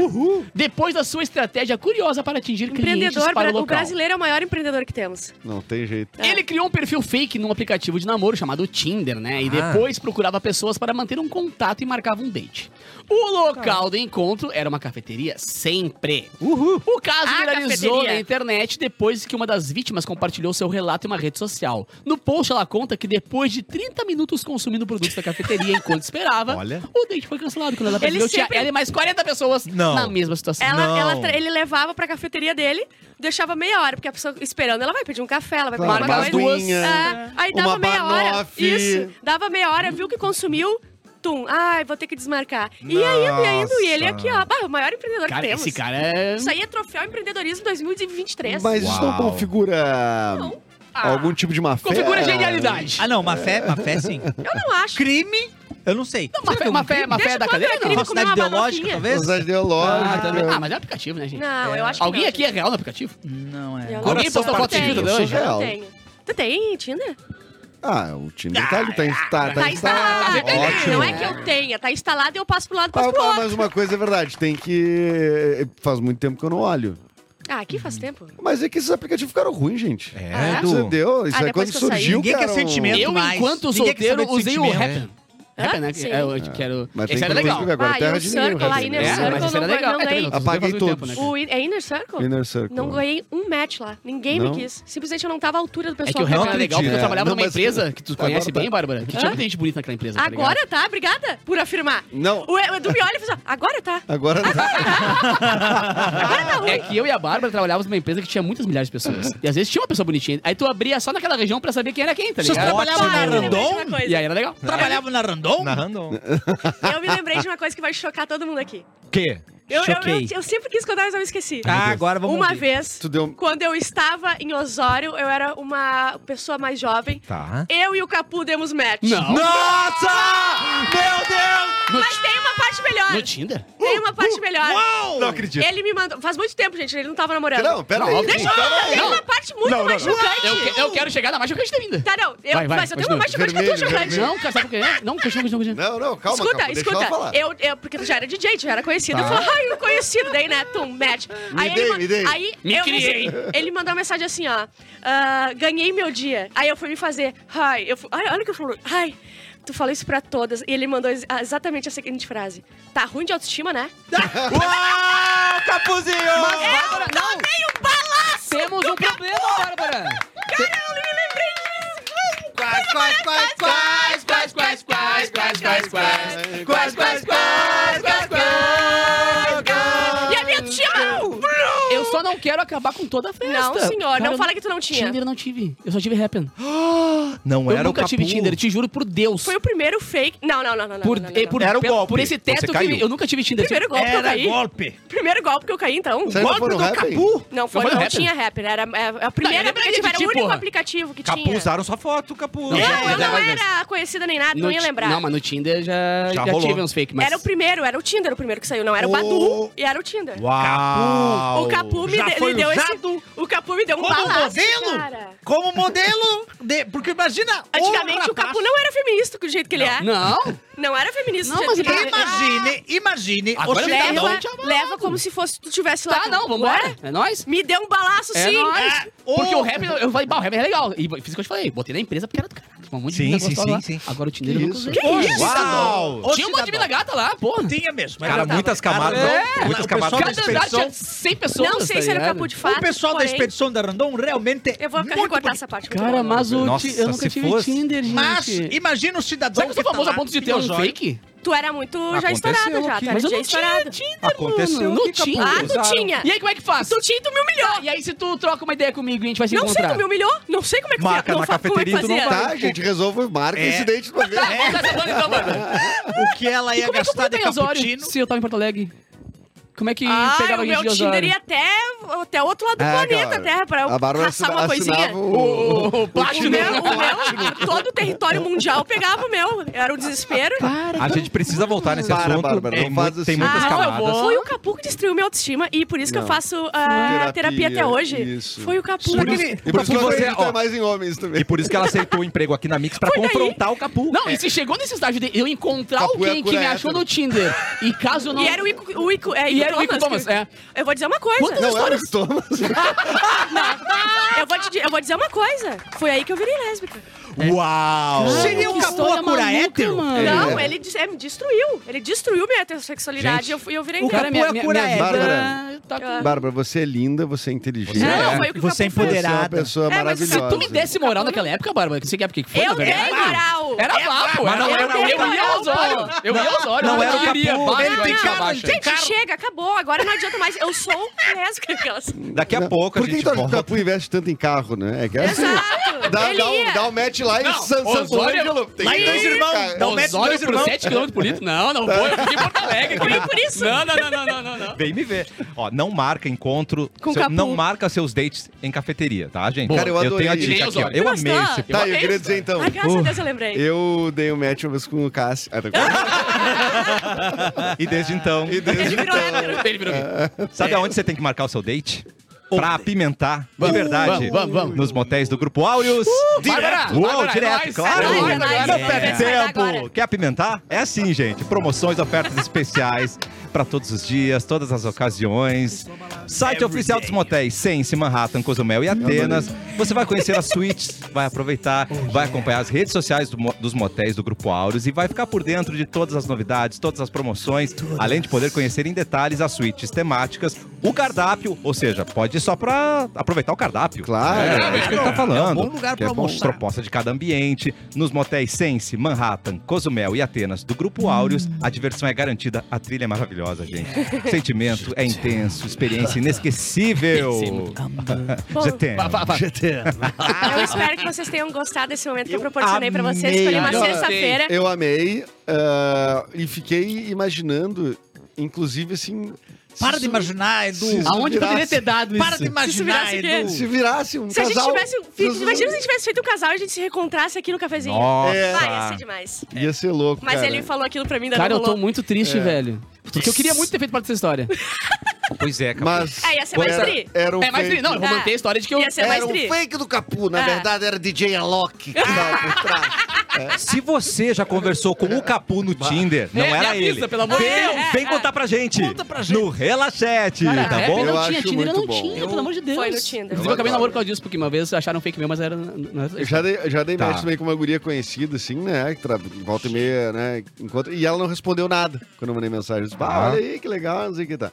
Speaker 4: Depois da sua estratégia curiosa para atingir clientes
Speaker 5: Empreendedor,
Speaker 4: para o
Speaker 5: bra- o,
Speaker 4: local.
Speaker 5: brasileiro é o maior empreendedor que temos.
Speaker 3: Não tem jeito.
Speaker 5: É.
Speaker 4: Ele criou um perfil fake num aplicativo de namoro chamado Tinder, né? E
Speaker 5: Ah.
Speaker 4: depois procurava pessoas para manter um contato e marcava um date. O local do encontro era uma cafeteria, sempre. Uhul. O caso
Speaker 5: A
Speaker 4: viralizou
Speaker 5: cafeteria.
Speaker 4: na internet depois que uma das vítimas compartilhou seu relato em uma rede social. No post, ela conta que depois de 30 minutos consumindo produtos da cafeteria enquanto esperava,
Speaker 1: Olha.
Speaker 4: o date foi cancelado. Quando ela percebeu,
Speaker 5: sempre-
Speaker 4: tinha ela e mais 40 pessoas
Speaker 1: Não.
Speaker 4: na mesma situação.
Speaker 1: Não.
Speaker 5: Ela, é ela tra- ele levava pra cafeteria dele, deixava meia hora, porque a pessoa esperando, ela vai pedir um café, ela vai pedir
Speaker 3: Claro.
Speaker 5: uma coisa.
Speaker 4: Marca as duas.
Speaker 5: É, aí dava
Speaker 3: Uma
Speaker 5: meia hora.
Speaker 3: banoffee.
Speaker 5: Isso, dava meia hora, viu que consumiu. Tum, ai, vou ter que desmarcar. E aí, e aí, e ele aqui, ó, bah, o maior empreendedor
Speaker 4: Cara,
Speaker 5: que temos.
Speaker 4: esse cara é...
Speaker 5: Isso aí é troféu empreendedorismo 2023.
Speaker 3: Mas isso não
Speaker 1: Uau.
Speaker 3: configura
Speaker 5: Ah,
Speaker 3: algum tipo de má fé?
Speaker 4: Configura genialidade.
Speaker 6: Ah, não, uma fé, uma fé sim.
Speaker 5: Eu não acho.
Speaker 6: Crime, eu não sei.
Speaker 4: Uma fé, uma fé, uma
Speaker 5: Desde
Speaker 4: fé da
Speaker 5: quando
Speaker 4: cadeia,
Speaker 5: era
Speaker 4: não.
Speaker 5: crime comer
Speaker 6: Falsidade
Speaker 5: uma
Speaker 6: ideológica,
Speaker 5: banofinha?
Speaker 6: talvez?
Speaker 3: Mas é-
Speaker 4: Ah,
Speaker 3: ideológica.
Speaker 4: também. Ah, mas é aplicativo, né, gente?
Speaker 5: Não, eu acho que
Speaker 4: Alguém
Speaker 5: não,
Speaker 4: aqui é real no aplicativo?
Speaker 6: Não é.
Speaker 5: gente.
Speaker 4: Alguém
Speaker 5: Eu
Speaker 4: postou
Speaker 5: não
Speaker 4: foto de
Speaker 5: tenho.
Speaker 4: vida dela hoje?
Speaker 5: Eu não
Speaker 3: Real.
Speaker 5: tenho. Tu tem Tinder?
Speaker 3: Ah, o Tinder tá, tá, tá, tá
Speaker 5: Tá instalado.
Speaker 3: instalado. Ótimo.
Speaker 5: Não é que eu tenha, tá instalado e eu passo pro lado, passo
Speaker 3: Ah,
Speaker 5: pro
Speaker 3: ah,
Speaker 5: outro.
Speaker 3: mas uma coisa é verdade, tem que. Faz muito tempo que eu não olho.
Speaker 5: Ah, aqui faz tempo.
Speaker 3: Mas é que esses aplicativos ficaram ruins, gente.
Speaker 5: Ah,
Speaker 1: É,
Speaker 5: é?
Speaker 1: Edu.
Speaker 3: Entendeu? Isso
Speaker 5: Ah,
Speaker 3: é
Speaker 5: depois
Speaker 3: quando
Speaker 5: que eu saí.
Speaker 3: surgiu.
Speaker 6: Ninguém quer
Speaker 3: cara, um-
Speaker 6: sentimento.
Speaker 4: Eu,
Speaker 6: mais.
Speaker 4: enquanto
Speaker 6: Ninguém quer
Speaker 4: solteiro,
Speaker 6: saber de
Speaker 4: usei o
Speaker 6: sentimento.
Speaker 4: Happn. É, né?
Speaker 5: sim.
Speaker 4: É, eu te quero.
Speaker 3: Mas tem
Speaker 4: Esse era
Speaker 3: que
Speaker 4: legal.
Speaker 3: inclusive agora,
Speaker 5: Ah,
Speaker 3: terra
Speaker 5: e o
Speaker 3: de ninguém. o
Speaker 5: Circle,
Speaker 3: resto
Speaker 5: a
Speaker 3: do
Speaker 5: Inner
Speaker 3: mundo.
Speaker 5: Circle.
Speaker 4: É, mas esse era
Speaker 5: não vai- não
Speaker 4: legal. É,
Speaker 5: ganhei.
Speaker 4: tem-
Speaker 3: Apaguei
Speaker 4: faz um tempo,
Speaker 3: todos.
Speaker 4: né?
Speaker 5: O In- é Inner Circle?
Speaker 3: Inner Circle.
Speaker 5: Não ganhei um match lá. Ninguém
Speaker 3: Não?
Speaker 5: me quis. Simplesmente eu não tava à altura do
Speaker 4: É
Speaker 5: pessoal.
Speaker 4: que o
Speaker 5: tava
Speaker 4: resto era
Speaker 5: lá.
Speaker 4: legal, porque eu
Speaker 3: É,
Speaker 4: trabalhava
Speaker 3: não,
Speaker 4: numa
Speaker 3: mas-
Speaker 4: empresa que tu
Speaker 3: Agora
Speaker 4: conhece
Speaker 3: tá.
Speaker 4: bem, Bárbara, que tinha muita gente bonita naquela empresa. tá ligado?
Speaker 5: Agora tá? Obrigada por afirmar.
Speaker 3: Não.
Speaker 5: O E- o Edu me olha e fala assim, agora tá.
Speaker 3: Agora não.
Speaker 4: É que eu e a Bárbara trabalhávamos numa empresa que tinha muitas milhares de pessoas. E às vezes tinha uma pessoa bonitinha. Aí tu abria só naquela região pra saber quem era quem, tá
Speaker 6: Vocês
Speaker 4: ligado?
Speaker 6: trabalhavam na
Speaker 5: Para, Tipo, eu me lembrei de
Speaker 6: Randon?
Speaker 5: uma coisa.
Speaker 4: E aí era legal.
Speaker 6: Trabalhavam na Randon?
Speaker 1: Na random.
Speaker 5: Eu me lembrei de uma coisa que vai chocar todo mundo aqui.
Speaker 1: O quê?
Speaker 5: Eu, eu, eu,
Speaker 6: Choquei.
Speaker 5: eu sempre quis contar, mas eu esqueci.
Speaker 6: Ah, agora vamos
Speaker 5: Uma
Speaker 6: ver.
Speaker 5: vez,
Speaker 3: Tu deu- um-
Speaker 5: quando eu estava em Osório, eu era uma pessoa mais jovem.
Speaker 1: Tá.
Speaker 5: Eu e o Capu demos match.
Speaker 4: Não.
Speaker 1: Nossa! Meu Deus!
Speaker 4: No,
Speaker 5: Mas tem uma parte melhor.
Speaker 4: no Tinder?
Speaker 5: Tem uma
Speaker 4: Uh,
Speaker 5: parte melhor.
Speaker 6: Uau!
Speaker 1: Não acredito.
Speaker 5: Ele me mandou. Faz muito tempo, gente. Ele não tava namorando.
Speaker 3: Não, pera aí.
Speaker 5: Deixa eu Tem uma parte muito
Speaker 3: Não, não,
Speaker 5: mais
Speaker 3: não.
Speaker 5: chocante.
Speaker 4: Eu, que- eu quero chegar na mais chocante ainda.
Speaker 5: Tá, não. Eu,
Speaker 4: Vai, vai,
Speaker 5: mas eu tenho
Speaker 4: continua.
Speaker 5: uma mais chocante que a tua
Speaker 3: Vermelho,
Speaker 5: chocante.
Speaker 4: Não, cara, sabe por quê? Não, continua, continua, continua.
Speaker 3: Não, não, calma,
Speaker 5: escuta,
Speaker 3: calma, deixa
Speaker 5: escuta.
Speaker 3: ela falar.
Speaker 5: Eu, eu, porque tu já era DJ, tu já era conhecido. Eu falei, ai, conhecido. Daí, né, tu, match. aí
Speaker 3: dei,
Speaker 5: ele, ma-
Speaker 3: me dei.
Speaker 5: Aí
Speaker 4: Me
Speaker 5: eu
Speaker 4: criei.
Speaker 5: recebi- ele mandou uma mensagem assim, ó. ah, ganhei meu dia. Aí eu fui me fazer. Ai, eu fui, ai, olha o que eu falo. Ai, tu falou isso pra todas. E ele mandou ex- ah, exatamente a seguinte frase. Tá ruim de autoestima, né?
Speaker 1: Uau, Capuzinho!
Speaker 4: Bárbara, não!
Speaker 5: Tenho um balaço!
Speaker 4: Temos um problema, Bárbara!
Speaker 5: Cara, eu me lembrei um disso.
Speaker 6: Quais,
Speaker 5: é
Speaker 6: quais, quais, quais, quais, quais, quais, quais, quais, quais.
Speaker 3: Quase,
Speaker 6: quais, quais, quais,
Speaker 3: Ah,
Speaker 5: E a minha autoestima...
Speaker 4: Eu só não quero acabar com toda a festa.
Speaker 5: Não, senhor, não fala que tu não tinha.
Speaker 4: Tinder eu não tive. Eu só tive Happn.
Speaker 1: Não
Speaker 4: Eu
Speaker 1: era o
Speaker 4: nunca
Speaker 1: Capu.
Speaker 4: tive Tinder, te juro por Deus.
Speaker 5: Foi o primeiro fake... Não, não, não, não. não,
Speaker 4: por,
Speaker 5: não, não,
Speaker 4: é,
Speaker 5: não.
Speaker 4: por,
Speaker 1: Era o
Speaker 4: pelo-
Speaker 1: golpe.
Speaker 4: por esse teto
Speaker 1: Você
Speaker 4: que
Speaker 1: caiu.
Speaker 4: eu nunca tive Tinder. É,
Speaker 5: Primeiro golpe que eu
Speaker 6: Era
Speaker 5: caí.
Speaker 6: golpe.
Speaker 5: Primeiro golpe que eu caí, então.
Speaker 3: Vocês não
Speaker 6: Golpe
Speaker 3: foram
Speaker 6: do
Speaker 3: rapping?
Speaker 6: Capu.
Speaker 5: Não, foi,
Speaker 4: foi
Speaker 5: não,
Speaker 4: rapper?
Speaker 5: tinha rapper. Era é, a primeira
Speaker 4: Não, eu lembraria de
Speaker 5: aplicativo, era
Speaker 4: ti,
Speaker 5: o único
Speaker 4: porra.
Speaker 5: apativo aplicativo que
Speaker 1: Capu
Speaker 5: tinha.
Speaker 1: usaram sua foto, Capu.
Speaker 4: Não,
Speaker 5: Não,
Speaker 4: É,
Speaker 5: eu
Speaker 4: já
Speaker 5: não
Speaker 4: vai ver.
Speaker 5: era conhecida nem nada,
Speaker 4: No
Speaker 5: não ia
Speaker 4: Ti-
Speaker 5: lembrar.
Speaker 4: Não, mas no Tinder já,
Speaker 1: Já
Speaker 4: já,
Speaker 1: rolou.
Speaker 4: tive uns fake, mas...
Speaker 5: Era o primeiro, era o Tinder o primeiro que saiu, não. Era o Badu e era o Tinder.
Speaker 1: Uau!
Speaker 5: O Capu me
Speaker 6: Já
Speaker 5: de- ele
Speaker 6: foi
Speaker 5: deu
Speaker 6: usado
Speaker 5: esse. O Capu me deu um
Speaker 6: Como
Speaker 5: balaço,
Speaker 6: modelo?
Speaker 5: cara.
Speaker 6: Como modelo? de- porque imagina. o
Speaker 5: Antigamente o
Speaker 6: rapaz-
Speaker 5: Capu não era feminista do jeito que ele é. Não,
Speaker 4: Não?
Speaker 5: era feminista
Speaker 4: Não,
Speaker 5: do jeito
Speaker 4: mas
Speaker 5: que ele é.
Speaker 6: Imagine,
Speaker 4: Ah.
Speaker 6: imagine.
Speaker 4: Agora
Speaker 6: o
Speaker 4: ele tá
Speaker 6: cidadão-
Speaker 5: Leva,
Speaker 4: Não,
Speaker 5: leva como se fosse tu tivesse lá.
Speaker 4: Tá, não, vambora. É nóis.
Speaker 5: Me deu um balaço,
Speaker 4: É
Speaker 5: sim.
Speaker 4: nóis.
Speaker 6: É,
Speaker 4: Porque
Speaker 6: ô.
Speaker 4: o rap, eu falei, bah, o rap é legal. E fiz o que eu te falei, botei na empresa porque era do caralho. Um monte de
Speaker 1: Sim,
Speaker 4: mina
Speaker 1: sim,
Speaker 4: gostosa
Speaker 1: sim,
Speaker 4: lá.
Speaker 1: sim.
Speaker 4: Agora o Tinder eu não
Speaker 3: isso?
Speaker 4: consegui.
Speaker 6: Ô, cidadão.
Speaker 1: Uau!
Speaker 6: Ô,
Speaker 4: é Tinha um monte de mina
Speaker 6: cidadão.
Speaker 4: gata lá, porra.
Speaker 6: Tinha mesmo.
Speaker 1: Cara,
Speaker 6: era-
Speaker 1: muitas
Speaker 6: Cara,
Speaker 1: camadas.
Speaker 6: é.
Speaker 1: Muitas
Speaker 6: O pessoal
Speaker 1: camadas
Speaker 6: da
Speaker 1: de
Speaker 4: Cada andar
Speaker 1: expedição.
Speaker 4: tinha 100 pessoas,
Speaker 5: Não sei
Speaker 4: tá
Speaker 5: se era o
Speaker 4: ligado?
Speaker 5: Capu de fato.
Speaker 6: O pessoal da
Speaker 5: porém-
Speaker 6: expedição da Randon realmente.
Speaker 5: Eu vou
Speaker 6: muito
Speaker 5: recortar
Speaker 6: bonito.
Speaker 5: essa parte. muito
Speaker 4: Cara,
Speaker 5: bom.
Speaker 4: mas o
Speaker 1: Nossa,
Speaker 4: ti- eu nunca
Speaker 1: se
Speaker 4: tive
Speaker 1: fosse-
Speaker 4: Tinder, gente.
Speaker 6: Mas imagina o cidadão.
Speaker 4: Será que eu sou
Speaker 6: tá
Speaker 4: famoso
Speaker 6: lá,
Speaker 4: a ponto de ter um
Speaker 6: filosófico.
Speaker 4: fake?
Speaker 5: Tu era muito já
Speaker 1: Aconteceu
Speaker 5: estourado já.
Speaker 1: aqui.
Speaker 5: Tu era
Speaker 4: Mas eu
Speaker 5: já
Speaker 4: não tinha
Speaker 5: estourado.
Speaker 4: Tinder,
Speaker 1: Aconteceu
Speaker 4: mano. Não
Speaker 1: aqui,
Speaker 4: tinha.
Speaker 1: Capu.
Speaker 5: Ah, tu tinha.
Speaker 4: E aí, como é que faz?
Speaker 5: Tu tinha e tu me humilhou.
Speaker 4: E aí, se tu troca uma ideia comigo e a gente vai se
Speaker 5: Não sei,
Speaker 4: encontrar?
Speaker 5: tu me humilhou? Não sei como é que
Speaker 1: Marca
Speaker 5: fazia- não
Speaker 1: na
Speaker 5: fa- como é que
Speaker 1: cafeteria, tu não
Speaker 5: fazia.
Speaker 3: Tá, gente, resolve, marca
Speaker 6: É.
Speaker 3: esse date de uma vez.
Speaker 4: Tá, vamos essa banda então, Bárbara.
Speaker 6: O que ela
Speaker 4: E
Speaker 6: ia
Speaker 4: como é que eu fui
Speaker 6: gastar de
Speaker 4: até Osório
Speaker 6: cappuccino.
Speaker 4: se eu tava em Porto Alegre? Como é que
Speaker 5: Ah,
Speaker 4: pegava
Speaker 5: o
Speaker 4: gente
Speaker 5: meu
Speaker 4: de
Speaker 5: Tinder
Speaker 4: Osório?
Speaker 5: ia até, até outro lado do
Speaker 3: É,
Speaker 5: planeta,
Speaker 3: cara.
Speaker 5: Terra, pra eu
Speaker 3: A Bárbara
Speaker 5: caçar uma
Speaker 3: assina-
Speaker 5: coisinha.
Speaker 3: assinava
Speaker 5: O
Speaker 3: o...
Speaker 4: Ô, Platinum.
Speaker 5: meu, o meu, todo o território mundial pegava o meu. Era um desespero.
Speaker 1: A gente precisa voltar nesse
Speaker 3: Para,
Speaker 1: assunto.
Speaker 3: Bárbara,
Speaker 1: tem,
Speaker 3: não
Speaker 1: mu-
Speaker 3: faz isso.
Speaker 1: tem muitas
Speaker 4: Ah, não, eu
Speaker 1: camadas.
Speaker 4: vou.
Speaker 5: Foi o Capu que destruiu minha autoestima e por isso que eu
Speaker 3: Não.
Speaker 5: faço ah,
Speaker 3: Terapia,
Speaker 5: terapia até hoje.
Speaker 3: isso.
Speaker 5: Foi o Capu.
Speaker 1: Por
Speaker 5: Não,
Speaker 1: isso-
Speaker 3: E por isso que
Speaker 1: Porque
Speaker 3: você
Speaker 1: você, ó,
Speaker 3: acredita mais em homens também.
Speaker 1: E por isso que ela aceitou o emprego aqui na Mix pra
Speaker 5: Foi daí.
Speaker 1: confrontar o Capu. É.
Speaker 4: Não, e se chegou nesse estágio de eu encontrar
Speaker 3: Capu é
Speaker 4: alguém
Speaker 3: a
Speaker 4: que
Speaker 3: cura
Speaker 4: me achou
Speaker 3: hétero.
Speaker 4: no Tinder e caso eu não...
Speaker 5: E era o Ico, o Ico, é,
Speaker 4: E era o Ico
Speaker 5: Thomas,
Speaker 4: Thomas,
Speaker 5: que-
Speaker 4: é.
Speaker 5: Eu vou dizer uma coisa.
Speaker 3: Não, era o Thomas.
Speaker 5: Eu vou, te di- eu vou dizer uma coisa. Foi aí que eu virei lésbica.
Speaker 1: Uau!
Speaker 6: Seria o
Speaker 4: Que
Speaker 6: capô
Speaker 4: história
Speaker 6: a cura
Speaker 4: maluca,
Speaker 6: hétero?
Speaker 4: mano.
Speaker 5: Não,
Speaker 3: É.
Speaker 5: ele dis- é, me destruiu. Ele destruiu minha heterossexualidade e eu, fui- eu virei
Speaker 4: O cara,
Speaker 5: gay.
Speaker 4: minha,
Speaker 6: Capu é
Speaker 4: minha,
Speaker 6: cura
Speaker 4: minha vida
Speaker 3: hétero.
Speaker 4: tá com-
Speaker 5: Ah.
Speaker 3: Bárbara, você é linda, você é inteligente.
Speaker 1: Você
Speaker 5: Não,
Speaker 1: é.
Speaker 5: não, foi o que o
Speaker 6: Você é
Speaker 5: Capu fez.
Speaker 3: Você é uma
Speaker 6: empoderada.
Speaker 3: pessoa
Speaker 5: É, mas se
Speaker 3: maravilhosa.
Speaker 4: Se tu me desse moral naquela época, Bárbara, que você quer porque que foi, na
Speaker 5: Eu
Speaker 4: verdade.
Speaker 5: dei moral.
Speaker 4: Era papo, era
Speaker 1: não era
Speaker 4: eu, eu
Speaker 5: moral,
Speaker 4: ia aos olhos. Eu ia aos olhos.
Speaker 1: não
Speaker 4: eu
Speaker 1: era o
Speaker 4: queria,
Speaker 1: Capu,
Speaker 4: vai,
Speaker 6: ele
Speaker 4: vai,
Speaker 6: tem
Speaker 4: vai,
Speaker 6: cara,
Speaker 4: abaixa.
Speaker 6: tem
Speaker 5: Gente, chega, acabou. Agora não adianta mais. Eu sou lésbica. Aquelas.
Speaker 1: Daqui a pouco então a
Speaker 3: Por que então
Speaker 1: gente
Speaker 3: que o
Speaker 1: volta.
Speaker 3: Capu tá investe tanto em carro, né? É que é assim.
Speaker 5: Exato.
Speaker 3: Dá,
Speaker 5: ele ia.
Speaker 3: dá, um, dá um match lá em
Speaker 4: Não,
Speaker 3: San, Santo
Speaker 4: Osório-
Speaker 3: Ângelo. Tem
Speaker 6: lá em
Speaker 3: dois
Speaker 6: Dois Irmãos,
Speaker 3: cara.
Speaker 6: dá um match
Speaker 4: Osório
Speaker 6: dois
Speaker 4: por
Speaker 6: irmãos.
Speaker 4: 7 km por litro? Não, não vou. Eu fiquei em Porto Alegre.
Speaker 5: Foi
Speaker 4: cara.
Speaker 5: por isso.
Speaker 4: Não, não, não, não, não, não, não.
Speaker 1: Vem me ver. Ó, não marca encontro,
Speaker 5: Com
Speaker 1: seu-
Speaker 5: Capu.
Speaker 1: não marca seus dates em cafeteria, tá, gente?
Speaker 3: Cara, eu adorei.
Speaker 1: tenho a
Speaker 3: Que
Speaker 1: dica
Speaker 4: nem
Speaker 1: aqui, ó.
Speaker 4: Osório.
Speaker 1: Eu
Speaker 5: Gostou?
Speaker 1: amei esse
Speaker 3: Tá, eu
Speaker 5: Gostei.
Speaker 3: queria dizer então.
Speaker 5: Ai, graças a
Speaker 1: Uh.
Speaker 5: Deus eu lembrei.
Speaker 3: Eu dei um match uma vez com o Cássio. Ah, tá.
Speaker 1: E desde então,
Speaker 3: E desde
Speaker 5: Ele virou
Speaker 3: então...
Speaker 5: hétero.
Speaker 4: Ele virou gay.
Speaker 1: sabe aonde você tem que marcar o seu date? pra apimentar, de verdade,
Speaker 4: vamos, vamos.
Speaker 1: nos motéis do Grupo Áureos.
Speaker 4: Direto!
Speaker 1: Uou,
Speaker 4: Agora é
Speaker 1: direto,
Speaker 4: nóis,
Speaker 1: claro!
Speaker 5: é nóis, é
Speaker 1: Não
Speaker 5: nóis.
Speaker 1: perde
Speaker 5: É.
Speaker 1: tempo!
Speaker 5: Agora.
Speaker 1: Quer apimentar? É assim, gente. Promoções, ofertas especiais pra todos os dias, todas as ocasiões. Site oficial dos motéis Sense, Manhattan, Cozumel e Atenas. Você vai conhecer as suítes, vai aproveitar, vai acompanhar as redes sociais do mo- dos motéis do Grupo Áureos e vai ficar por dentro de todas as novidades, todas as promoções, além de poder conhecer em detalhes as suítes temáticas, o cardápio, ou seja, pode ir só pra aproveitar o cardápio.
Speaker 3: Claro.
Speaker 1: É, é isso que ele tá falando.
Speaker 6: É um bom lugar
Speaker 1: Que
Speaker 6: pra
Speaker 1: é bom.
Speaker 6: almoçar.
Speaker 1: Proposta de cada ambiente. Nos motéis Sense, Manhattan, Cozumel e Atenas do Grupo Áureos,
Speaker 4: Hum.
Speaker 1: a diversão é garantida. A trilha é maravilhosa, gente. O sentimento é intenso, experiência
Speaker 4: é
Speaker 1: inesquecível.
Speaker 5: Bom,
Speaker 1: GTM.
Speaker 5: Eu espero que vocês tenham gostado desse momento que eu
Speaker 1: Eu
Speaker 5: proporcionei pra vocês.
Speaker 1: amei.
Speaker 5: Escolhi uma
Speaker 4: Adorei.
Speaker 5: sexta-feira.
Speaker 3: Eu amei ah, e fiquei imaginando, inclusive assim. se
Speaker 6: Para de
Speaker 3: isso-
Speaker 6: imaginar, Edu.
Speaker 3: Se-
Speaker 4: Aonde poderia ter dado isso?
Speaker 6: Para de imaginar,
Speaker 5: virasse
Speaker 6: Edu.
Speaker 3: Se virasse um
Speaker 5: Se a
Speaker 3: casal.
Speaker 5: gente tivesse.
Speaker 3: dos-
Speaker 5: Imagina se a gente tivesse feito um casal e a gente se reencontrasse aqui no cafezinho.
Speaker 1: Nossa.
Speaker 4: É.
Speaker 5: Vai, ia ser demais.
Speaker 3: Ia ser louco.
Speaker 5: Mas
Speaker 3: cara.
Speaker 5: ele falou aquilo pra mim da
Speaker 4: Cara, eu
Speaker 5: rolou.
Speaker 4: tô muito triste, velho. Porque eu queria muito ter feito parte dessa história.
Speaker 1: Pois é, cara.
Speaker 3: Mas.
Speaker 5: É, ia ser mais
Speaker 3: era,
Speaker 5: tri.
Speaker 3: Era um
Speaker 4: É, mas
Speaker 3: fake-
Speaker 4: não, eu vou
Speaker 5: Ah.
Speaker 4: manter a história de que eu. É.
Speaker 5: Ia ser mais
Speaker 3: Era um
Speaker 5: tri.
Speaker 3: fake do Capu, na
Speaker 5: Ah.
Speaker 3: verdade era DJ Alok que tava por trás.
Speaker 1: Se você já conversou com o Capu no Tinder, não
Speaker 4: É, me
Speaker 1: era
Speaker 4: avisa,
Speaker 1: ele.
Speaker 4: pelo amor de
Speaker 1: vem,
Speaker 4: Deus. É,
Speaker 1: vem contar pra gente.
Speaker 6: Conta pra gente.
Speaker 1: No Relaxete,
Speaker 4: Cara,
Speaker 1: tá
Speaker 4: rap
Speaker 1: bom?
Speaker 3: Eu
Speaker 4: É, Não
Speaker 3: acho
Speaker 4: tinha, Tinder
Speaker 3: muito
Speaker 4: não
Speaker 3: bom.
Speaker 4: tinha, pelo amor de Deus.
Speaker 5: Foi no Tinder.
Speaker 4: Inclusive, eu acabei namorando por causa disso, porque uma vez acharam fake meu, mas era. não era-
Speaker 3: Eu já dei, eu já dei
Speaker 1: Tá.
Speaker 3: match também com uma guria conhecida, assim, né? que tra- Volta e meia, né? Encontra, e ela não respondeu nada quando eu mandei mensagem. Eu disse,
Speaker 1: Ah.
Speaker 3: "Bah, olha aí, que legal, não sei o que tá.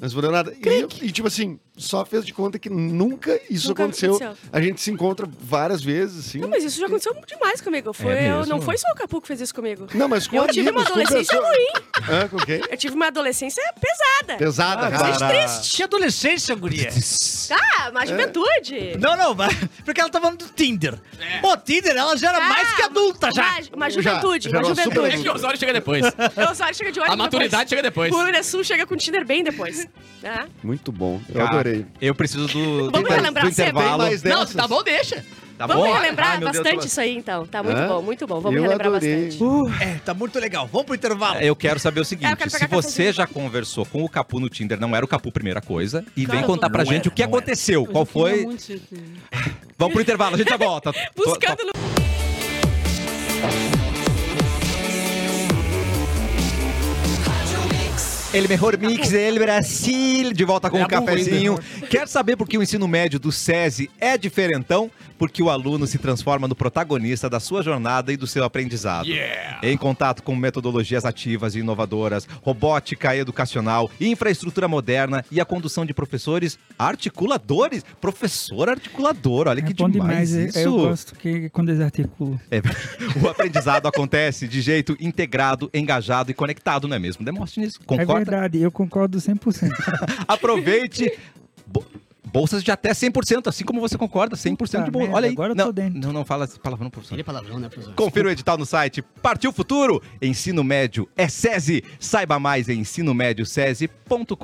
Speaker 3: Não respondeu nada. E, eu- e, tipo assim, só fez de conta que nunca isso
Speaker 5: Nunca
Speaker 3: aconteceu.
Speaker 5: aconteceu.
Speaker 3: A gente se encontra várias vezes, assim.
Speaker 5: Não, mas isso já aconteceu demais comigo. Foi,
Speaker 1: É
Speaker 5: eu-
Speaker 1: mesmo?
Speaker 5: não foi só o Capu que fez isso comigo.
Speaker 3: Não, mas com
Speaker 5: eu tive uma
Speaker 3: amigos, com
Speaker 5: adolescência
Speaker 3: pessoa-
Speaker 5: ruim.
Speaker 3: Hã? Com quem?
Speaker 5: Eu tive uma adolescência pesada.
Speaker 3: Pesada,
Speaker 1: Para-
Speaker 3: cara.
Speaker 6: Que adolescência, guria.
Speaker 5: Ah,
Speaker 3: É.
Speaker 5: uma juventude.
Speaker 6: Não, não, mas- porque ela tá falando do Tinder.
Speaker 4: É.
Speaker 6: Pô, Tinder, ela já era
Speaker 5: Ah,
Speaker 6: mais que adulta já.
Speaker 5: Uma, uma juventude,
Speaker 3: já
Speaker 5: uma
Speaker 3: era super
Speaker 5: juventude.
Speaker 3: adulta.
Speaker 4: É que o Osório chega depois.
Speaker 5: Eu só chega de ônibus
Speaker 4: A maturidade chega depois.
Speaker 5: depois. O Rio Grande do Sul chega com o Tinder bem depois. Tá?
Speaker 3: Muito bom. Eu
Speaker 1: Cara,
Speaker 3: adorei.
Speaker 1: Eu preciso do, do,
Speaker 5: Vamos relembrar
Speaker 1: do
Speaker 5: sempre.
Speaker 1: intervalo.
Speaker 3: Tem mais
Speaker 4: Não,
Speaker 3: dessas?
Speaker 4: tá bom, deixa.
Speaker 1: Tá
Speaker 5: Vamos
Speaker 1: bom?
Speaker 5: relembrar
Speaker 1: Ai, meu Deus,
Speaker 5: bastante
Speaker 1: tô-
Speaker 5: isso aí, então. Tá muito
Speaker 3: Hã?
Speaker 5: bom, muito bom. Vamos
Speaker 3: Eu
Speaker 5: relembrar
Speaker 3: adorei.
Speaker 5: bastante.
Speaker 6: É, tá muito legal. Vamos pro intervalo.
Speaker 1: Eu quero saber o
Speaker 5: É, eu
Speaker 1: seguinte:
Speaker 5: quero
Speaker 1: se
Speaker 5: pegar
Speaker 1: você
Speaker 5: cafezinho.
Speaker 1: já conversou com o Capu no Tinder, não era o Capu, primeira coisa, e
Speaker 5: Claro.
Speaker 1: vem contar pra
Speaker 6: Não
Speaker 1: gente
Speaker 6: era,
Speaker 1: o que
Speaker 6: não é. era.
Speaker 1: aconteceu, qual
Speaker 6: um
Speaker 1: foi. Vamos pro intervalo, a gente já volta. Tô- tô-
Speaker 5: Buscando no
Speaker 1: Ele melhor mix, ele Brasil, de volta com
Speaker 2: Tá
Speaker 4: É
Speaker 1: um
Speaker 4: a burra
Speaker 1: cafezinho. Quer saber por que o ensino médio do SESI é diferentão? Porque o aluno se transforma no protagonista da sua jornada e do seu aprendizado. Em contato com metodologias ativas e inovadoras, robótica educacional, infraestrutura moderna e a condução de professores articuladores. Professor articulador, olha que
Speaker 2: É bom
Speaker 1: demais,
Speaker 2: demais. é,
Speaker 1: isso.
Speaker 2: Eu, eu gosto que quando eles articulam.
Speaker 1: É, o aprendizado acontece de jeito integrado, engajado e conectado, não é mesmo? Demóstenes,
Speaker 2: É
Speaker 1: concorda?
Speaker 2: verdade, eu concordo 100%.
Speaker 1: Aproveite. Bo- Bolsas de até 100%, assim como você concorda, 100% de
Speaker 2: Puta
Speaker 1: bolsa.
Speaker 2: merda,
Speaker 1: Olha aí.
Speaker 2: agora eu
Speaker 1: não,
Speaker 2: tô dentro.
Speaker 1: não, não fala esse palavrão, professor.
Speaker 4: Ele é palavrão, né, professor?
Speaker 1: Confira o edital no site Partiu Futuro, Ensino Médio é SESI. Saiba mais em ensinomédiocese.com.br.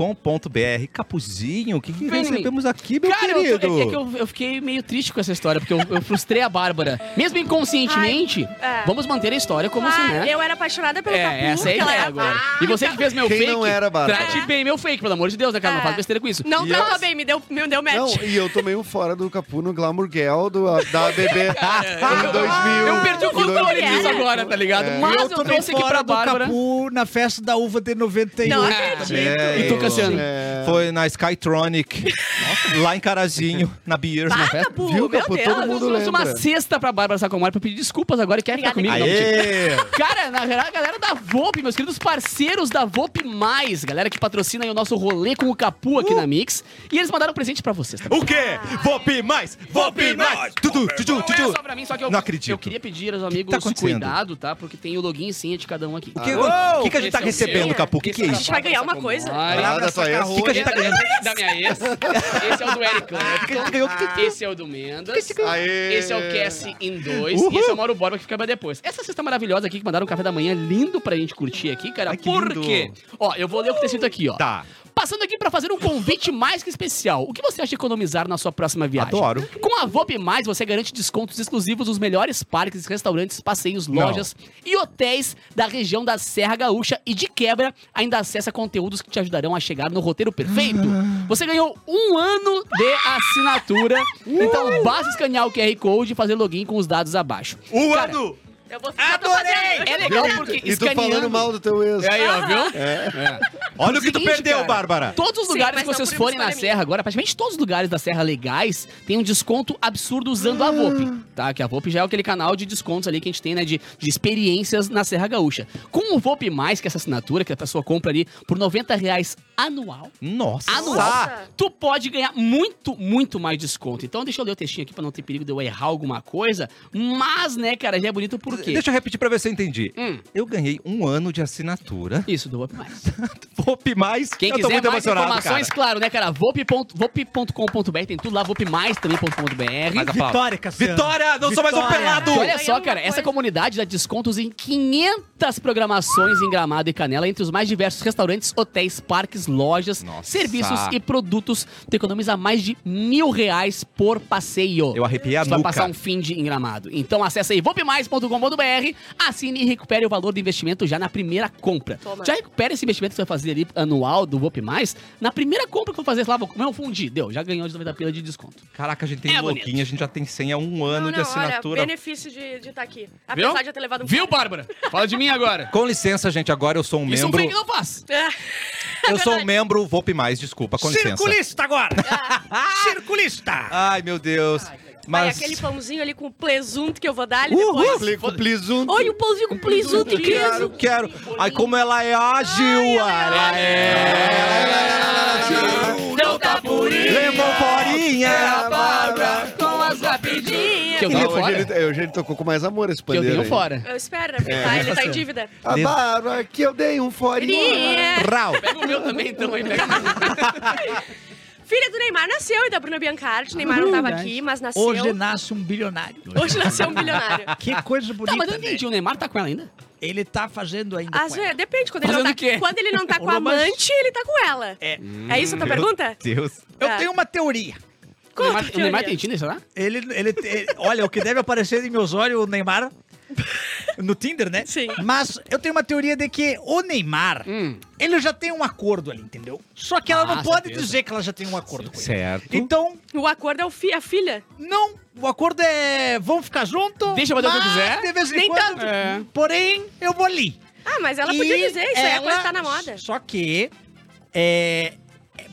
Speaker 1: Capuzinho, o que, que
Speaker 4: Vem em mim.
Speaker 1: recebemos aqui, meu
Speaker 4: Cara, eu,
Speaker 1: querido?
Speaker 4: tô- é que eu, eu fiquei meio triste com essa história, porque eu, eu frustrei a Bárbara. Mesmo inconscientemente,
Speaker 5: Ai, é.
Speaker 4: vamos manter a história como
Speaker 3: assim,
Speaker 4: se,
Speaker 5: ah,
Speaker 4: né?
Speaker 5: Eu era apaixonada pelo
Speaker 4: É,
Speaker 5: Capu.
Speaker 4: essa é a
Speaker 5: que ela
Speaker 4: ideia
Speaker 5: era-
Speaker 4: agora.
Speaker 5: Ah,
Speaker 4: E você que fez meu
Speaker 3: Quem
Speaker 4: fake,
Speaker 3: não era, Bárbara?
Speaker 4: trate bem meu fake, pelo amor de Deus, né, cara? Não
Speaker 5: É.
Speaker 4: faz besteira com isso.
Speaker 5: Não
Speaker 3: E
Speaker 5: tratou
Speaker 3: eu-
Speaker 5: bem, me deu, me deu match.
Speaker 3: Não, e eu tomei um fora do Capu no Glamour Girl do, ah, da ABB em 2000.
Speaker 4: Eu perdi o
Speaker 3: em dois-
Speaker 4: controle disso
Speaker 5: É.
Speaker 4: agora, tá ligado? Mas eu, trouxe aqui pra
Speaker 6: fora do
Speaker 4: Bárbara.
Speaker 6: Capu na festa da uva de 91.
Speaker 5: Não
Speaker 1: É,
Speaker 4: E tu,
Speaker 1: eu-
Speaker 4: Cassiano?
Speaker 3: É.
Speaker 1: Foi na Skytronic, lá em Carazinho, na né? Beer.
Speaker 5: Ah,
Speaker 1: na festa.
Speaker 5: Capu, meu
Speaker 3: Viu, Capu?
Speaker 5: Deus.
Speaker 3: Todo
Speaker 4: Eu
Speaker 3: mundo
Speaker 4: trouxe uma
Speaker 3: lembra.
Speaker 4: cesta pra Bárbara Sacomori pra pedir desculpas agora e quer ficar comigo.
Speaker 5: Obrigada.
Speaker 4: Não, mentira.
Speaker 1: Aê!
Speaker 4: Cara, na real, a galera da VOP, meus queridos parceiros da VOP Mais, galera que patrocina aí o nosso rolê com o Capu aqui
Speaker 1: Uh.
Speaker 4: na Mix. E eles mandaram um presente pra vocês, tá bom?
Speaker 1: O quê? Vop mais! Vop mais! Tudu, tudu,
Speaker 4: Não era
Speaker 1: tudu!
Speaker 4: só pra mim, só que eu,
Speaker 1: Não acredito.
Speaker 4: eu queria pedir aos amigos
Speaker 1: tá acontecendo?
Speaker 4: cuidado, tá? Porque tem o login e senha de cada um aqui.
Speaker 1: O que, o que que a gente tá
Speaker 4: Esse é o
Speaker 1: recebendo,
Speaker 4: meu.
Speaker 1: Capu? O que, que é
Speaker 5: A
Speaker 1: isso?
Speaker 5: gente vai ganhar uma coisa.
Speaker 4: Vai.
Speaker 3: Ah, da tua ex?
Speaker 1: O que, que a gente tá ganhando?
Speaker 4: Da minha ex. Esse é o do Eric Clapton. Esse é o do Mendes.
Speaker 3: Aê.
Speaker 4: Esse é o Cassie em dois. E esse é o Mauro Borba que fica pra depois. Essa cesta maravilhosa aqui que mandaram um café da manhã lindo pra gente curtir aqui, cara.
Speaker 1: Ai, que
Speaker 4: Por
Speaker 1: lindo.
Speaker 4: quê? Ó, eu vou ler o que tá escrito aqui, ó.
Speaker 1: Tá.
Speaker 4: Passando aqui pra para fazer um convite mais que especial. O que você acha de economizar na sua próxima viagem?
Speaker 1: Adoro.
Speaker 4: Com a VOP Mais, você garante descontos exclusivos nos melhores parques, restaurantes, passeios, lojas e hotéis da região da Serra Gaúcha e de quebra ainda acessa conteúdos que te ajudarão a chegar no roteiro perfeito. Você ganhou um ano de assinatura, então basta escanear o QR Code e fazer login com os dados abaixo.
Speaker 6: O
Speaker 4: Cara,
Speaker 6: ano!
Speaker 5: Eu vou ficar
Speaker 6: Adorei!
Speaker 5: fazendo-
Speaker 4: É legal
Speaker 3: Viu?
Speaker 4: porque
Speaker 3: E tu
Speaker 4: escaneando-
Speaker 3: falando mal do teu ex.
Speaker 4: E aí, ó, viu?
Speaker 1: Olha o que tu
Speaker 4: Seguinte,
Speaker 1: perdeu,
Speaker 4: cara.
Speaker 1: Bárbara.
Speaker 4: Todos os
Speaker 5: Sim,
Speaker 4: lugares
Speaker 5: mas
Speaker 4: que
Speaker 5: não
Speaker 4: vocês
Speaker 5: por
Speaker 4: forem na
Speaker 5: escolha
Speaker 4: Serra agora, praticamente todos os lugares da Serra legais, tem um desconto absurdo usando a VOP, tá? Que a VOP já é aquele canal de descontos ali que a gente tem, né? De, de experiências na Serra Gaúcha. Com o VOP+, que é essa assinatura, que a pessoa compra ali por R$ 90 reais anual,
Speaker 1: Nossa.
Speaker 4: anual,
Speaker 5: Nossa.
Speaker 4: tu pode ganhar muito, muito mais desconto. Então deixa eu ler o textinho aqui pra não ter perigo de eu errar alguma coisa. Mas, né, cara, já é bonito por quê?
Speaker 1: Deixa eu repetir pra ver se eu entendi.
Speaker 4: Hum.
Speaker 1: Eu ganhei um ano de assinatura.
Speaker 4: Isso, do VOP+.
Speaker 1: Vop mais.
Speaker 4: Quem
Speaker 1: eu tô
Speaker 4: quiser
Speaker 1: muito
Speaker 4: mais
Speaker 1: emocionado,
Speaker 4: informações,
Speaker 1: cara.
Speaker 4: claro, né, cara? vop ponto- vop.com.br, tem tudo lá, vopmais também.com.br.
Speaker 1: Mas a palavra.
Speaker 6: Vitória, Cassiano.
Speaker 1: Vitória, não sou mais um
Speaker 6: Vitória.
Speaker 1: pelado.
Speaker 4: E
Speaker 5: Olha
Speaker 4: Olha
Speaker 5: aí,
Speaker 4: só,
Speaker 5: alguma
Speaker 4: cara, essa
Speaker 5: coisa.
Speaker 4: comunidade dá descontos em 500 programações em Gramado e Canela, entre os mais diversos restaurantes, hotéis, parques, lojas,
Speaker 1: Nossa.
Speaker 4: serviços e produtos. Tu economiza mais de mil reais por passeio.
Speaker 1: Eu arrepiei a
Speaker 4: Tu vai
Speaker 1: nuca.
Speaker 4: passar um fim de engramado. Então acessa aí vopmais.com.br, assine e recupere o valor do investimento já na primeira compra.
Speaker 5: Toma.
Speaker 4: Já recupera esse investimento que você vai fazer ali anual do Vop Mais. Na primeira compra que eu fazer, sei lá, vou comer um fundi. Deu, já ganhou de 90 pila de desconto.
Speaker 1: Caraca, a gente tem
Speaker 4: É
Speaker 1: louquinha,
Speaker 4: bonito.
Speaker 1: a gente já tem 100 há um ano
Speaker 5: Não,
Speaker 1: de
Speaker 5: não,
Speaker 1: assinatura.
Speaker 5: olha, benefício de estar aqui. Apesar de eu ter levado um...
Speaker 4: Viu, Bárbara? Fala de mim agora.
Speaker 1: Com licença, gente, agora eu sou um
Speaker 4: Isso um
Speaker 1: membro.
Speaker 4: fake não faz.
Speaker 5: Ah,
Speaker 1: eu sou um membro Vop mais, desculpa, com licença.
Speaker 6: Circulista agora!
Speaker 4: Ah.
Speaker 6: Circulista!
Speaker 1: Ai, meu Deus.
Speaker 5: vai,
Speaker 1: Mas
Speaker 5: aquele pãozinho ali com o presunto que eu vou dar ali
Speaker 1: Uhul. um
Speaker 5: depois.
Speaker 3: Plico, plisunto.
Speaker 5: Olha o pãozinho com presunto e
Speaker 1: quero,
Speaker 5: queijo.
Speaker 1: quero. Ai, como ela é ágil. Ela é.
Speaker 4: Não tá
Speaker 1: Levou bolinha.
Speaker 4: com as rapidinhas. Que eu
Speaker 3: Ah,
Speaker 4: ganho
Speaker 3: hoje,
Speaker 4: tá fora.
Speaker 3: ele, hoje ele tocou com mais amor esse
Speaker 4: Que eu
Speaker 3: pandeiro.
Speaker 4: ganho
Speaker 3: aí.
Speaker 4: fora.
Speaker 5: Eu espero, né, porque tá, ele tá em dívida.
Speaker 3: A barba que eu dei um forinho.
Speaker 5: Filha.
Speaker 1: Rau.
Speaker 4: Pega o meu também, então. Aí pega.
Speaker 5: Filha do Neymar nasceu e da Bruna Biancardi. Neymar não tava
Speaker 6: verdade.
Speaker 5: aqui, mas nasceu.
Speaker 6: Hoje nasce um bilionário.
Speaker 5: Hoje nasceu um bilionário.
Speaker 6: Que coisa bonita,
Speaker 4: Tá, mas eu
Speaker 6: né?
Speaker 4: entendi. O Neymar tá com ela ainda?
Speaker 6: Ele tá fazendo ainda
Speaker 5: Às
Speaker 6: com
Speaker 5: vezes,
Speaker 6: ela.
Speaker 5: depende, quando ele, não
Speaker 4: Fazendo
Speaker 5: tá,
Speaker 4: o quê?
Speaker 5: quando ele não tá com
Speaker 6: O
Speaker 5: a
Speaker 6: romance.
Speaker 5: amante, ele tá com ela.
Speaker 6: É.
Speaker 5: É
Speaker 1: Hum.
Speaker 5: isso a tua pergunta?
Speaker 1: Deus.
Speaker 4: É.
Speaker 6: Eu tenho uma teoria.
Speaker 4: O Neymar,
Speaker 5: que
Speaker 4: o Neymar
Speaker 5: teoria?
Speaker 4: tem Tinder, será?
Speaker 6: Ele, ele, ele- olha, o que deve aparecer em meus olhos, o Neymar, no Tinder, né?
Speaker 5: Sim.
Speaker 6: Mas eu tenho uma teoria de que o Neymar,
Speaker 4: Hum.
Speaker 6: ele já tem um acordo ali, entendeu? Só que ela
Speaker 4: Ah,
Speaker 6: não pode
Speaker 4: certeza.
Speaker 6: dizer que ela já tem um acordo com ele.
Speaker 1: Certo.
Speaker 6: Então,
Speaker 5: O acordo é o fi- a filha.
Speaker 6: não, o acordo é vão ficar junto.
Speaker 4: Deixa eu fazer o que eu
Speaker 6: mas
Speaker 4: quiser.
Speaker 6: De vez em
Speaker 5: Nem
Speaker 6: quando,
Speaker 5: tanto.
Speaker 4: É.
Speaker 6: porém, eu vou ali.
Speaker 5: Ah, mas ela
Speaker 6: E
Speaker 5: podia dizer, isso aí é
Speaker 6: ela-
Speaker 5: quando tá na moda.
Speaker 6: Só que. É.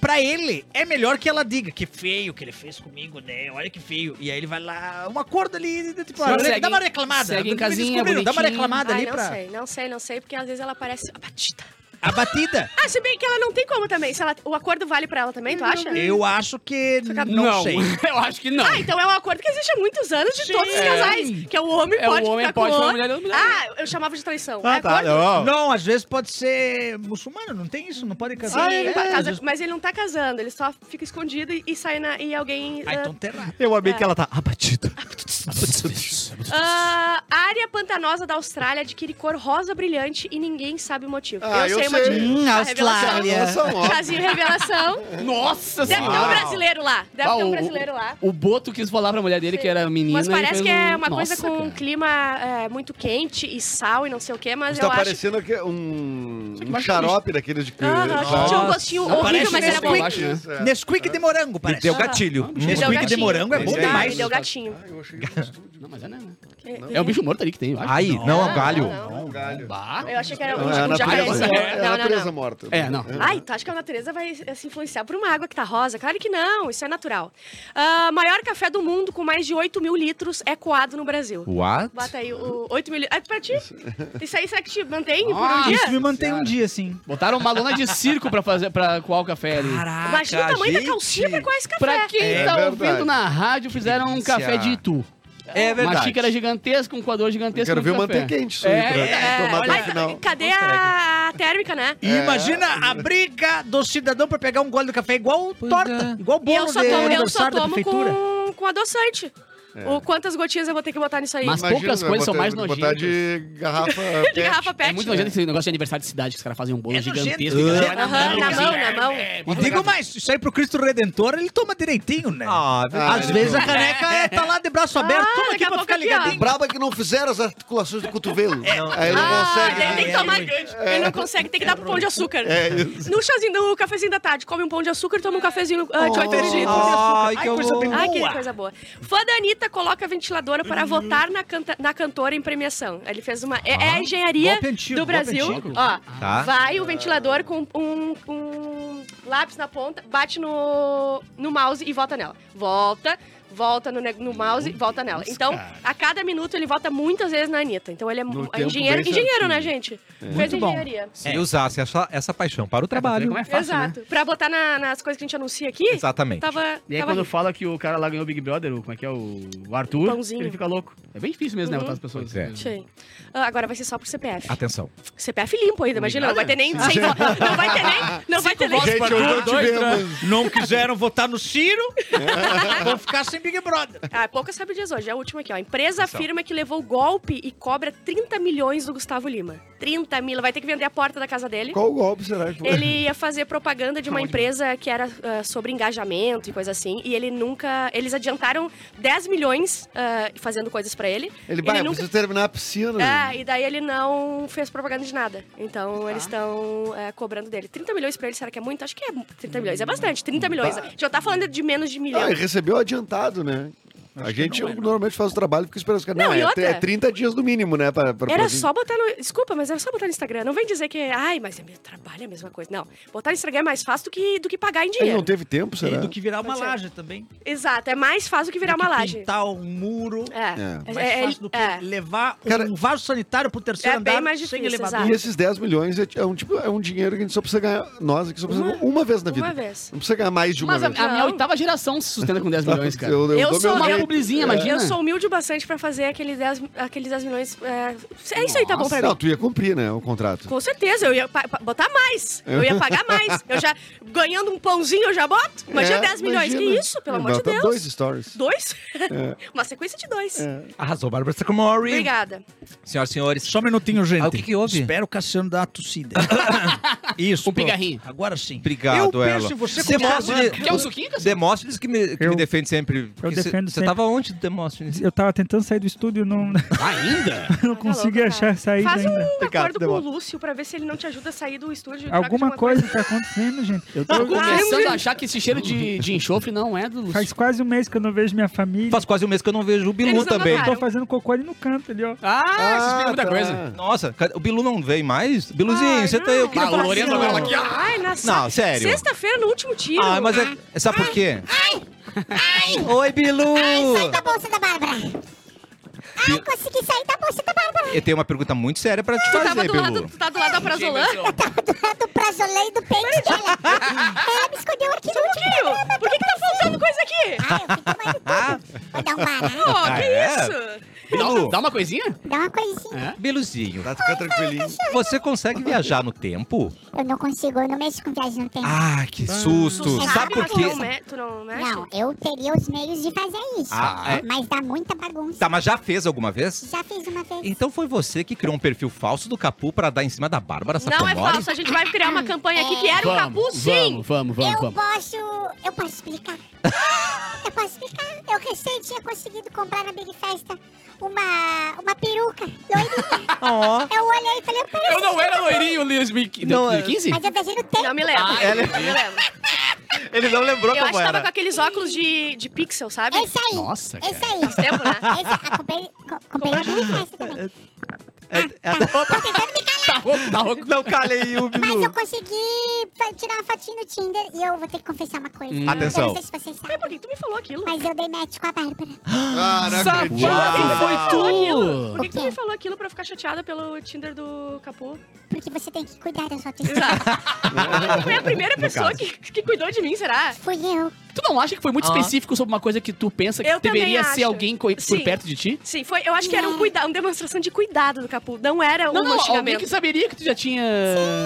Speaker 6: Pra ele, é melhor que ela diga que feio que ele fez comigo, né? Olha que feio. E aí ele vai lá, um acordo ali, tipo,
Speaker 4: Sim,
Speaker 6: olha,
Speaker 4: segue-
Speaker 6: dá uma reclamada.
Speaker 4: segue em
Speaker 6: Me
Speaker 4: casinha,
Speaker 6: descobriram, Dá uma
Speaker 4: bonitinho.
Speaker 6: reclamada
Speaker 5: Ai,
Speaker 6: ali
Speaker 5: Ah, não
Speaker 6: pra.
Speaker 5: sei, não sei, não sei, porque às vezes ela parece abatida.
Speaker 6: A batida.
Speaker 5: Ah, se bem que ela não tem como também. Se ela, o acordo vale pra ela também, tu acha?
Speaker 6: Eu acho que. Não, sei.
Speaker 4: eu acho que não.
Speaker 5: Ah, então é um acordo que existe há muitos anos de
Speaker 6: Sim.
Speaker 5: todos os casais. Que é o homem
Speaker 4: É,
Speaker 5: pode
Speaker 4: o homem
Speaker 5: ficar
Speaker 4: pode,
Speaker 5: com
Speaker 4: a
Speaker 5: o
Speaker 4: mulher não, mulher
Speaker 5: Ah, eu chamava de traição.
Speaker 4: Ah,
Speaker 5: é
Speaker 4: tá,
Speaker 1: não.
Speaker 5: acordo?
Speaker 6: Não, às vezes pode ser muçulmano, não tem isso, não pode
Speaker 5: Sim,
Speaker 6: casar.
Speaker 5: ele
Speaker 6: É,
Speaker 5: tá
Speaker 6: às
Speaker 5: casa-
Speaker 6: vezes-
Speaker 5: mas ele não tá casando, ele só fica escondido e, e sai na, e alguém...
Speaker 6: Ah,
Speaker 5: ah,
Speaker 6: então terá.
Speaker 1: Eu amei que ela tá abatida.
Speaker 5: Ah, a área pantanosa da Austrália adquire cor rosa brilhante e ninguém sabe o motivo.
Speaker 3: Ah, eu
Speaker 5: sei o motivo.
Speaker 3: sei.
Speaker 6: Hum,
Speaker 5: A
Speaker 6: Austrália.
Speaker 5: revelação.
Speaker 3: Nossa, ó.
Speaker 5: Chazinho revelação.
Speaker 4: Nossa
Speaker 5: Deve ter um brasileiro lá. Deve
Speaker 4: Ah,
Speaker 5: ter
Speaker 4: o-
Speaker 5: um brasileiro lá.
Speaker 4: O Boto quis falar pra mulher dele que era menina.
Speaker 5: Mas
Speaker 4: e
Speaker 5: parece
Speaker 4: fez
Speaker 5: que é
Speaker 4: um-
Speaker 5: uma coisa
Speaker 4: Nossa,
Speaker 5: com um
Speaker 4: cara.
Speaker 5: clima é, muito quente e sal e não sei o quê, mas
Speaker 3: Está
Speaker 5: eu acho.
Speaker 3: tá parecendo que um,
Speaker 4: Isso aqui Ah,
Speaker 3: um
Speaker 4: mais
Speaker 3: xarope daqueles de...
Speaker 5: Aham, que
Speaker 3: Sabe?
Speaker 5: tinha um gostinho
Speaker 4: Não
Speaker 5: horrível,
Speaker 6: parece
Speaker 5: mas era
Speaker 6: mesmo,
Speaker 5: bom.
Speaker 6: eu
Speaker 5: Me
Speaker 6: acho.
Speaker 3: Isso, é.
Speaker 6: Nesquik de morango,
Speaker 1: Me
Speaker 6: parece.
Speaker 5: Ah.
Speaker 1: deu gatilho.
Speaker 4: bicho,
Speaker 6: Nesquik de
Speaker 5: gatinho.
Speaker 6: morango é bom
Speaker 3: Esse aí.
Speaker 5: Ah, me
Speaker 6: demais.
Speaker 5: deu gatinho.
Speaker 3: Ah, eu achei que era um estúdio.
Speaker 4: Não, mas é, não.
Speaker 5: É,
Speaker 4: é o bicho morto ali que tem, eu acho.
Speaker 1: Aí, não, é um galho.
Speaker 5: Não,
Speaker 3: Não, um galho.
Speaker 4: Bah.
Speaker 5: Eu achei que era
Speaker 3: Não,
Speaker 5: um,
Speaker 3: é a
Speaker 5: um jacaré.
Speaker 3: natureza,
Speaker 4: jacaré.
Speaker 3: é a
Speaker 5: Não, não,
Speaker 3: natureza
Speaker 5: não.
Speaker 3: morta.
Speaker 4: É, não.
Speaker 5: Ai, tu acha que a natureza vai eh, se influenciar por uma água que tá rosa? Claro que não, isso é natural. Ah, maior café do mundo com mais de 8 mil litros é coado no Brasil.
Speaker 1: What?
Speaker 5: Bota aí o 8 mil litros. Ah, pra ti? Isso aí será que te mantém por um
Speaker 4: Ah,
Speaker 5: dia?
Speaker 6: Isso me mantém um dia, assim.
Speaker 4: Botaram uma lona de circo pra fazer pra coar o café ali.
Speaker 6: Caraca.
Speaker 5: Imagina o tamanho
Speaker 1: gente.
Speaker 5: da calcinha pra coar esse café.
Speaker 4: Pra quem
Speaker 3: É
Speaker 4: tá
Speaker 3: verdade.
Speaker 4: ouvindo na rádio, fizeram um
Speaker 1: Delícia.
Speaker 4: café de Itu.
Speaker 1: É
Speaker 4: Uma
Speaker 1: verdade.
Speaker 4: xícara gigantesca, um coador gigantesco.
Speaker 3: Eu quero
Speaker 4: com
Speaker 3: ver o
Speaker 4: café.
Speaker 3: manter quente isso
Speaker 4: É,
Speaker 3: aí pra
Speaker 5: É,
Speaker 3: tomar no
Speaker 5: mas
Speaker 3: final.
Speaker 5: cadê a térmica, né?
Speaker 8: É.
Speaker 6: E imagina a briga do cidadão pra pegar um gole do café igual torta, igual
Speaker 5: E
Speaker 6: bolo
Speaker 5: eu só
Speaker 6: de
Speaker 5: tomo, um eu só
Speaker 6: aniversário da
Speaker 5: tomo
Speaker 6: prefeitura.
Speaker 5: com, com adoçante. o quantas gotinhas eu vou ter que botar nisso aí.
Speaker 4: Mas- poucas coisas são mais
Speaker 8: né, Botar de garrafa
Speaker 5: de
Speaker 8: pet.
Speaker 5: garrafa pet.
Speaker 4: É muito nojento esse negócio de aniversário de cidade, que os caras fazem um bolo
Speaker 6: É
Speaker 4: gigantesco.
Speaker 6: nojento,
Speaker 4: e
Speaker 6: cara.
Speaker 4: galera-
Speaker 5: Aham, na mão, na mão.
Speaker 6: é assim. E digo mais, isso aí pro Cristo Redentor, ele toma direitinho, né?
Speaker 1: Ah,
Speaker 6: Às vezes a caneca é, tá lá de braço aberto,
Speaker 5: Ah,
Speaker 6: toma
Speaker 5: daqui
Speaker 6: aqui
Speaker 5: a
Speaker 6: pra
Speaker 5: pouco
Speaker 6: ficar
Speaker 5: aqui, ó.
Speaker 6: ligadinho.
Speaker 8: Braba que não fizeram as articulações do cotovelo. Aí ele
Speaker 5: Ah,
Speaker 8: consegue.
Speaker 5: daí tem que
Speaker 6: né?
Speaker 5: tomar. Ele não consegue, tem que dar pro pão de açúcar.
Speaker 8: É isso.
Speaker 5: No chazinho, no cafezinho da tarde, come um pão de açúcar e toma um cafezinho ah, de oito
Speaker 1: Ai,
Speaker 5: minutos.
Speaker 1: que
Speaker 6: Ai, coisa
Speaker 1: horror.
Speaker 6: bem-
Speaker 5: Ai, que
Speaker 6: Boa.
Speaker 5: coisa boa. Fã da Anitta coloca ventiladora para votar na, canta- na cantora em premiação. Ele fez uma. É, é a engenharia
Speaker 6: golpe antigo,
Speaker 5: do Brasil.
Speaker 6: golpe antigo.
Speaker 5: Ó,
Speaker 1: Tá.
Speaker 5: vai o ventilador com um, um lápis na ponta, bate no, no mouse e volta nela. Volta. Volta no, ne- no mouse, volta nela. Então, a cada minuto ele volta muitas vezes na Anitta. Então ele é mu-
Speaker 8: tempo
Speaker 5: engenheiro.
Speaker 8: bem
Speaker 5: Engenheiro,
Speaker 8: certinho.
Speaker 5: né, gente? Fez
Speaker 6: Muito bom.
Speaker 5: engenharia.
Speaker 1: Se usasse essa, essa paixão para o trabalho.
Speaker 4: Como é fácil, né?
Speaker 5: Exato. Pra botar na- nas coisas que a gente anuncia aqui,
Speaker 1: Exatamente.
Speaker 5: tava.
Speaker 4: E aí,
Speaker 5: tava
Speaker 4: quando
Speaker 5: rico.
Speaker 4: fala que o cara lá ganhou o Big Brother, o- como é que é o o Arthur,
Speaker 5: Pãozinho.
Speaker 4: ele fica louco. É bem difícil mesmo, né, botar as pessoas.
Speaker 1: Pois é.
Speaker 5: Sim. Ah, Agora vai ser só pro CPF.
Speaker 1: Atenção.
Speaker 5: CPF limpo ainda, imagina. Não vai ter nem.
Speaker 4: Obrigada.
Speaker 5: cem vo- não vai ter nem. Não vai ter nem.
Speaker 8: Gente, eu não tivemos.
Speaker 6: Não quiseram votar no Ciro, vão ficar sem Big Brother.
Speaker 5: Ah, poucas sabe disso hoje. É a última aqui, ó. Empresa afirma que levou golpe e cobra 30 milhões do Gustavo Lima. 30 mil. Vai ter que vender a porta da casa dele.
Speaker 8: Qual o golpe será que foi?
Speaker 5: Ele ia fazer propaganda de uma empresa que era ah, sobre engajamento e coisa assim. E ele nunca. Eles adiantaram 10 milhões ah, fazendo coisas pra ele.
Speaker 8: Ele vai, eu
Speaker 5: nunca-
Speaker 8: preciso terminar a piscina. Ah,
Speaker 3: Ah.
Speaker 5: É, e daí ele não fez propaganda de nada. Então eles estão é, cobrando dele. 30 milhões pra ele, será que é muito? Acho que é 30 milhões. É bastante, 30 milhões. A gente já tá falando de menos de milhão.
Speaker 8: Ah, e recebeu adiantado, né? a gente normalmente faz o trabalho e fica esperando os caras.
Speaker 5: Não,
Speaker 8: Não,
Speaker 5: e
Speaker 8: é,
Speaker 5: outra?
Speaker 8: é 30 dias no mínimo, né? Pra, pra- pra-
Speaker 5: Era só um botar no. Desculpa, mas era só botar no Instagram. Não vem dizer que. Ai, mas é meu trabalho, é a mesma coisa. Não. Botar no Instagram é mais fácil do que, do que pagar em
Speaker 8: Ele
Speaker 5: dinheiro.
Speaker 8: não teve tempo, será?
Speaker 6: E do que virar uma
Speaker 5: Pode ser.
Speaker 6: laje também.
Speaker 5: Exato, é mais fácil do que virar
Speaker 6: Do
Speaker 5: uma
Speaker 6: que
Speaker 5: laje.
Speaker 6: Pintar um muro.
Speaker 5: É.
Speaker 6: Mais fácil do que
Speaker 5: é.
Speaker 6: levar um
Speaker 8: Cara,
Speaker 6: vaso sanitário pro terceiro
Speaker 5: é
Speaker 6: andar
Speaker 5: bem mais
Speaker 6: sem
Speaker 5: difícil,
Speaker 6: elevador.
Speaker 5: exato.
Speaker 8: E esses 10 milhões é, é um, tipo, é um dinheiro que a gente só precisa ganhar. Nós aqui só precisamos uma, vez na vida.
Speaker 5: Uma vez.
Speaker 8: Não precisa ganhar mais de uma
Speaker 4: Mas a,
Speaker 8: vez.
Speaker 4: a minha
Speaker 5: Não.
Speaker 4: oitava geração se sustenta com 10 milhões, cara.
Speaker 8: Eu, eu
Speaker 5: Eu
Speaker 8: dou
Speaker 5: sou-
Speaker 8: meu
Speaker 5: eu- tá
Speaker 4: Uma
Speaker 8: jeito.
Speaker 4: publizinha, imagina.
Speaker 5: Eu sou humilde o bastante pra fazer aquele 10, aquele 10 milhões. É, é isso aí, tá bom pra mim.
Speaker 8: Não, tu ia cumprir, né? O contrato.
Speaker 5: Com certeza, eu ia pa- pa- botar mais. Eu ia pagar mais. Eu já, ganhando um pãozinho, eu já boto. Imagina
Speaker 8: É,
Speaker 5: 10 milhões.
Speaker 8: imagina.
Speaker 5: Que isso, pelo
Speaker 8: Não,
Speaker 5: amor de
Speaker 8: tá
Speaker 5: Deus.
Speaker 8: Dois stories.
Speaker 5: Dois?
Speaker 1: É.
Speaker 5: Uma sequência de dois.
Speaker 1: Arrasou, Bárbara Sacomori.
Speaker 5: Obrigada.
Speaker 1: Senhoras e senhores.
Speaker 6: Só um minutinho, gente.
Speaker 1: Ah, o que que houve?
Speaker 6: Espero o Cassiano dar a tossida. Isso.
Speaker 4: Um pigarrinho.
Speaker 6: pronto. Agora sim.
Speaker 1: Obrigado,
Speaker 6: Eu
Speaker 1: Elo.
Speaker 6: penso em você como é
Speaker 1: Demóstenes,
Speaker 6: humano.
Speaker 4: Quer um suquinho, cara?
Speaker 1: Demóstenes que me, que
Speaker 2: Eu-
Speaker 1: me defende sempre. porque cê-
Speaker 2: defendo
Speaker 1: Você
Speaker 2: sempre.
Speaker 1: tava onde, Demóstenes?
Speaker 2: Eu tava tentando sair do estúdio, não,
Speaker 4: Ainda?
Speaker 2: não
Speaker 5: Tá
Speaker 2: consegui
Speaker 5: louco, cara.
Speaker 2: achar né? saída
Speaker 5: Faz um
Speaker 2: ainda.
Speaker 5: acordo com o
Speaker 8: demora.
Speaker 5: Lúcio pra ver se ele não te ajuda a sair do estúdio. troca de
Speaker 2: Alguma
Speaker 5: uma
Speaker 2: coisa tá acontecendo, gente.
Speaker 4: Eu tô começando a achar que esse cheiro de, de enxofre não é do Lúcio.
Speaker 2: Faz quase um mês que eu não vejo minha família.
Speaker 1: Faz quase um mês que eu não vejo o Bilu
Speaker 5: Eles não
Speaker 1: também.
Speaker 5: notaram.
Speaker 2: Tô fazendo cocô ali no canto ali, ó.
Speaker 4: Ah, isso
Speaker 8: Ah,
Speaker 4: explica muita
Speaker 8: tá.
Speaker 4: coisa.
Speaker 1: Nossa, cadê- o Bilu não vem mais? Biluzinho,
Speaker 5: Ai,
Speaker 1: você tá aí. Eu queria
Speaker 4: Ah,
Speaker 1: falar
Speaker 4: o Lorena
Speaker 1: com você.
Speaker 4: agora aqui, ó.
Speaker 5: Ai, na
Speaker 1: Não, sério.
Speaker 5: Sexta-feira, no último tiro.
Speaker 1: Ah, mas é. é- Sabe por quê? Oi, Bilu!
Speaker 9: Sai da bolsa da Bárbara. Ai, consegui sair da bolsa da Bárbara.
Speaker 1: Eu tenho uma pergunta muito séria pra te
Speaker 5: Tu tava
Speaker 1: fazer,
Speaker 5: do
Speaker 1: Bilu.
Speaker 5: lado, tu tá do lado da Prazolan?
Speaker 9: Do prazolei do pente dela. Ela me escondeu aqui no último programa.
Speaker 5: um Por que que tá faltando coisa aqui?
Speaker 9: Ai, Ah, eu fiquei mais tudo. Vou dar um
Speaker 5: Pô,
Speaker 9: barato.
Speaker 5: que
Speaker 1: é?
Speaker 5: isso?
Speaker 4: Dá,
Speaker 1: Bilu.
Speaker 4: dá uma coisinha?
Speaker 9: Dá uma coisinha.
Speaker 1: Biluzinho,
Speaker 8: Tá, fica tranquilinho.
Speaker 1: você consegue viajar no tempo?
Speaker 9: Eu não consigo, eu não mexo com viagem no tempo.
Speaker 1: Ah, que susto!
Speaker 5: Tu
Speaker 1: Sabe por
Speaker 5: mas tu
Speaker 1: quê?
Speaker 5: não me- Tu não mexe?
Speaker 9: Não, eu teria os meios de fazer isso.
Speaker 1: Ah, é?
Speaker 9: Mas dá muita bagunça.
Speaker 1: Tá, mas já fez alguma vez?
Speaker 9: Já fiz uma vez.
Speaker 1: Então foi você que criou um perfil falso do Capu pra dar em cima da Bárbara Sacomori?
Speaker 5: Não é falso, a gente vai criar uma campanha aqui que era um o Capu, sim.
Speaker 4: vamos, vamos, vamos,
Speaker 9: eu
Speaker 4: vamos.
Speaker 9: posso. Eu posso explicar. eu posso explicar. Eu recente tinha conseguido comprar na Big Festa uma, uma peruca loirinha.
Speaker 1: Ó.
Speaker 9: eu olhei e falei, parece.
Speaker 4: Eu não era loirinho em 2015?
Speaker 9: Mas eu viajei no tempo.
Speaker 5: Não me lembro.
Speaker 4: Ah, ela-
Speaker 5: Não me lembro.
Speaker 1: Ele não lembrou
Speaker 5: Eu acho que tava com aqueles óculos de, de pixel, sabe?
Speaker 9: É isso aí.
Speaker 4: Nossa,
Speaker 9: É isso
Speaker 4: cara.
Speaker 9: aí.
Speaker 5: tempo, né?
Speaker 9: É isso aí. Ah, comprei, co- comprei na minha festa também. Ah, Tô tentando me calar,
Speaker 4: Tá rouco, tá rouco.
Speaker 1: Não calei o
Speaker 9: mas eu
Speaker 1: Bilu.
Speaker 9: consegui fa- tirar uma fotinha no Tinder e eu vou ter que confessar uma coisa.
Speaker 1: Atenção.
Speaker 9: Eu não sei se vocês sabem,
Speaker 5: Por que tu me falou aquilo?
Speaker 9: mas eu dei match com a Bárbara.
Speaker 8: Ah, não acredito.
Speaker 5: Por que,
Speaker 4: Foi
Speaker 5: que tu
Speaker 9: Ok.
Speaker 5: me falou aquilo pra eu ficar chateada pelo Tinder do Capu?
Speaker 9: Porque você tem que cuidar da sua atenção.
Speaker 5: Exato. Foi a primeira pessoa que, que cuidou de mim, será?
Speaker 9: Fui eu.
Speaker 4: Tu não acha que foi muito
Speaker 6: Ah.
Speaker 4: específico sobre uma coisa que tu pensa que
Speaker 5: Eu também
Speaker 4: deveria ser
Speaker 5: acho.
Speaker 4: alguém co- por
Speaker 5: Sim.
Speaker 4: perto de ti?
Speaker 5: Sim, foi, eu acho que era um cuidado, uma demonstração de cuidado do Capu. Não era um
Speaker 4: Não, não, alguém
Speaker 5: xingamento.
Speaker 4: que saberia que tu já tinha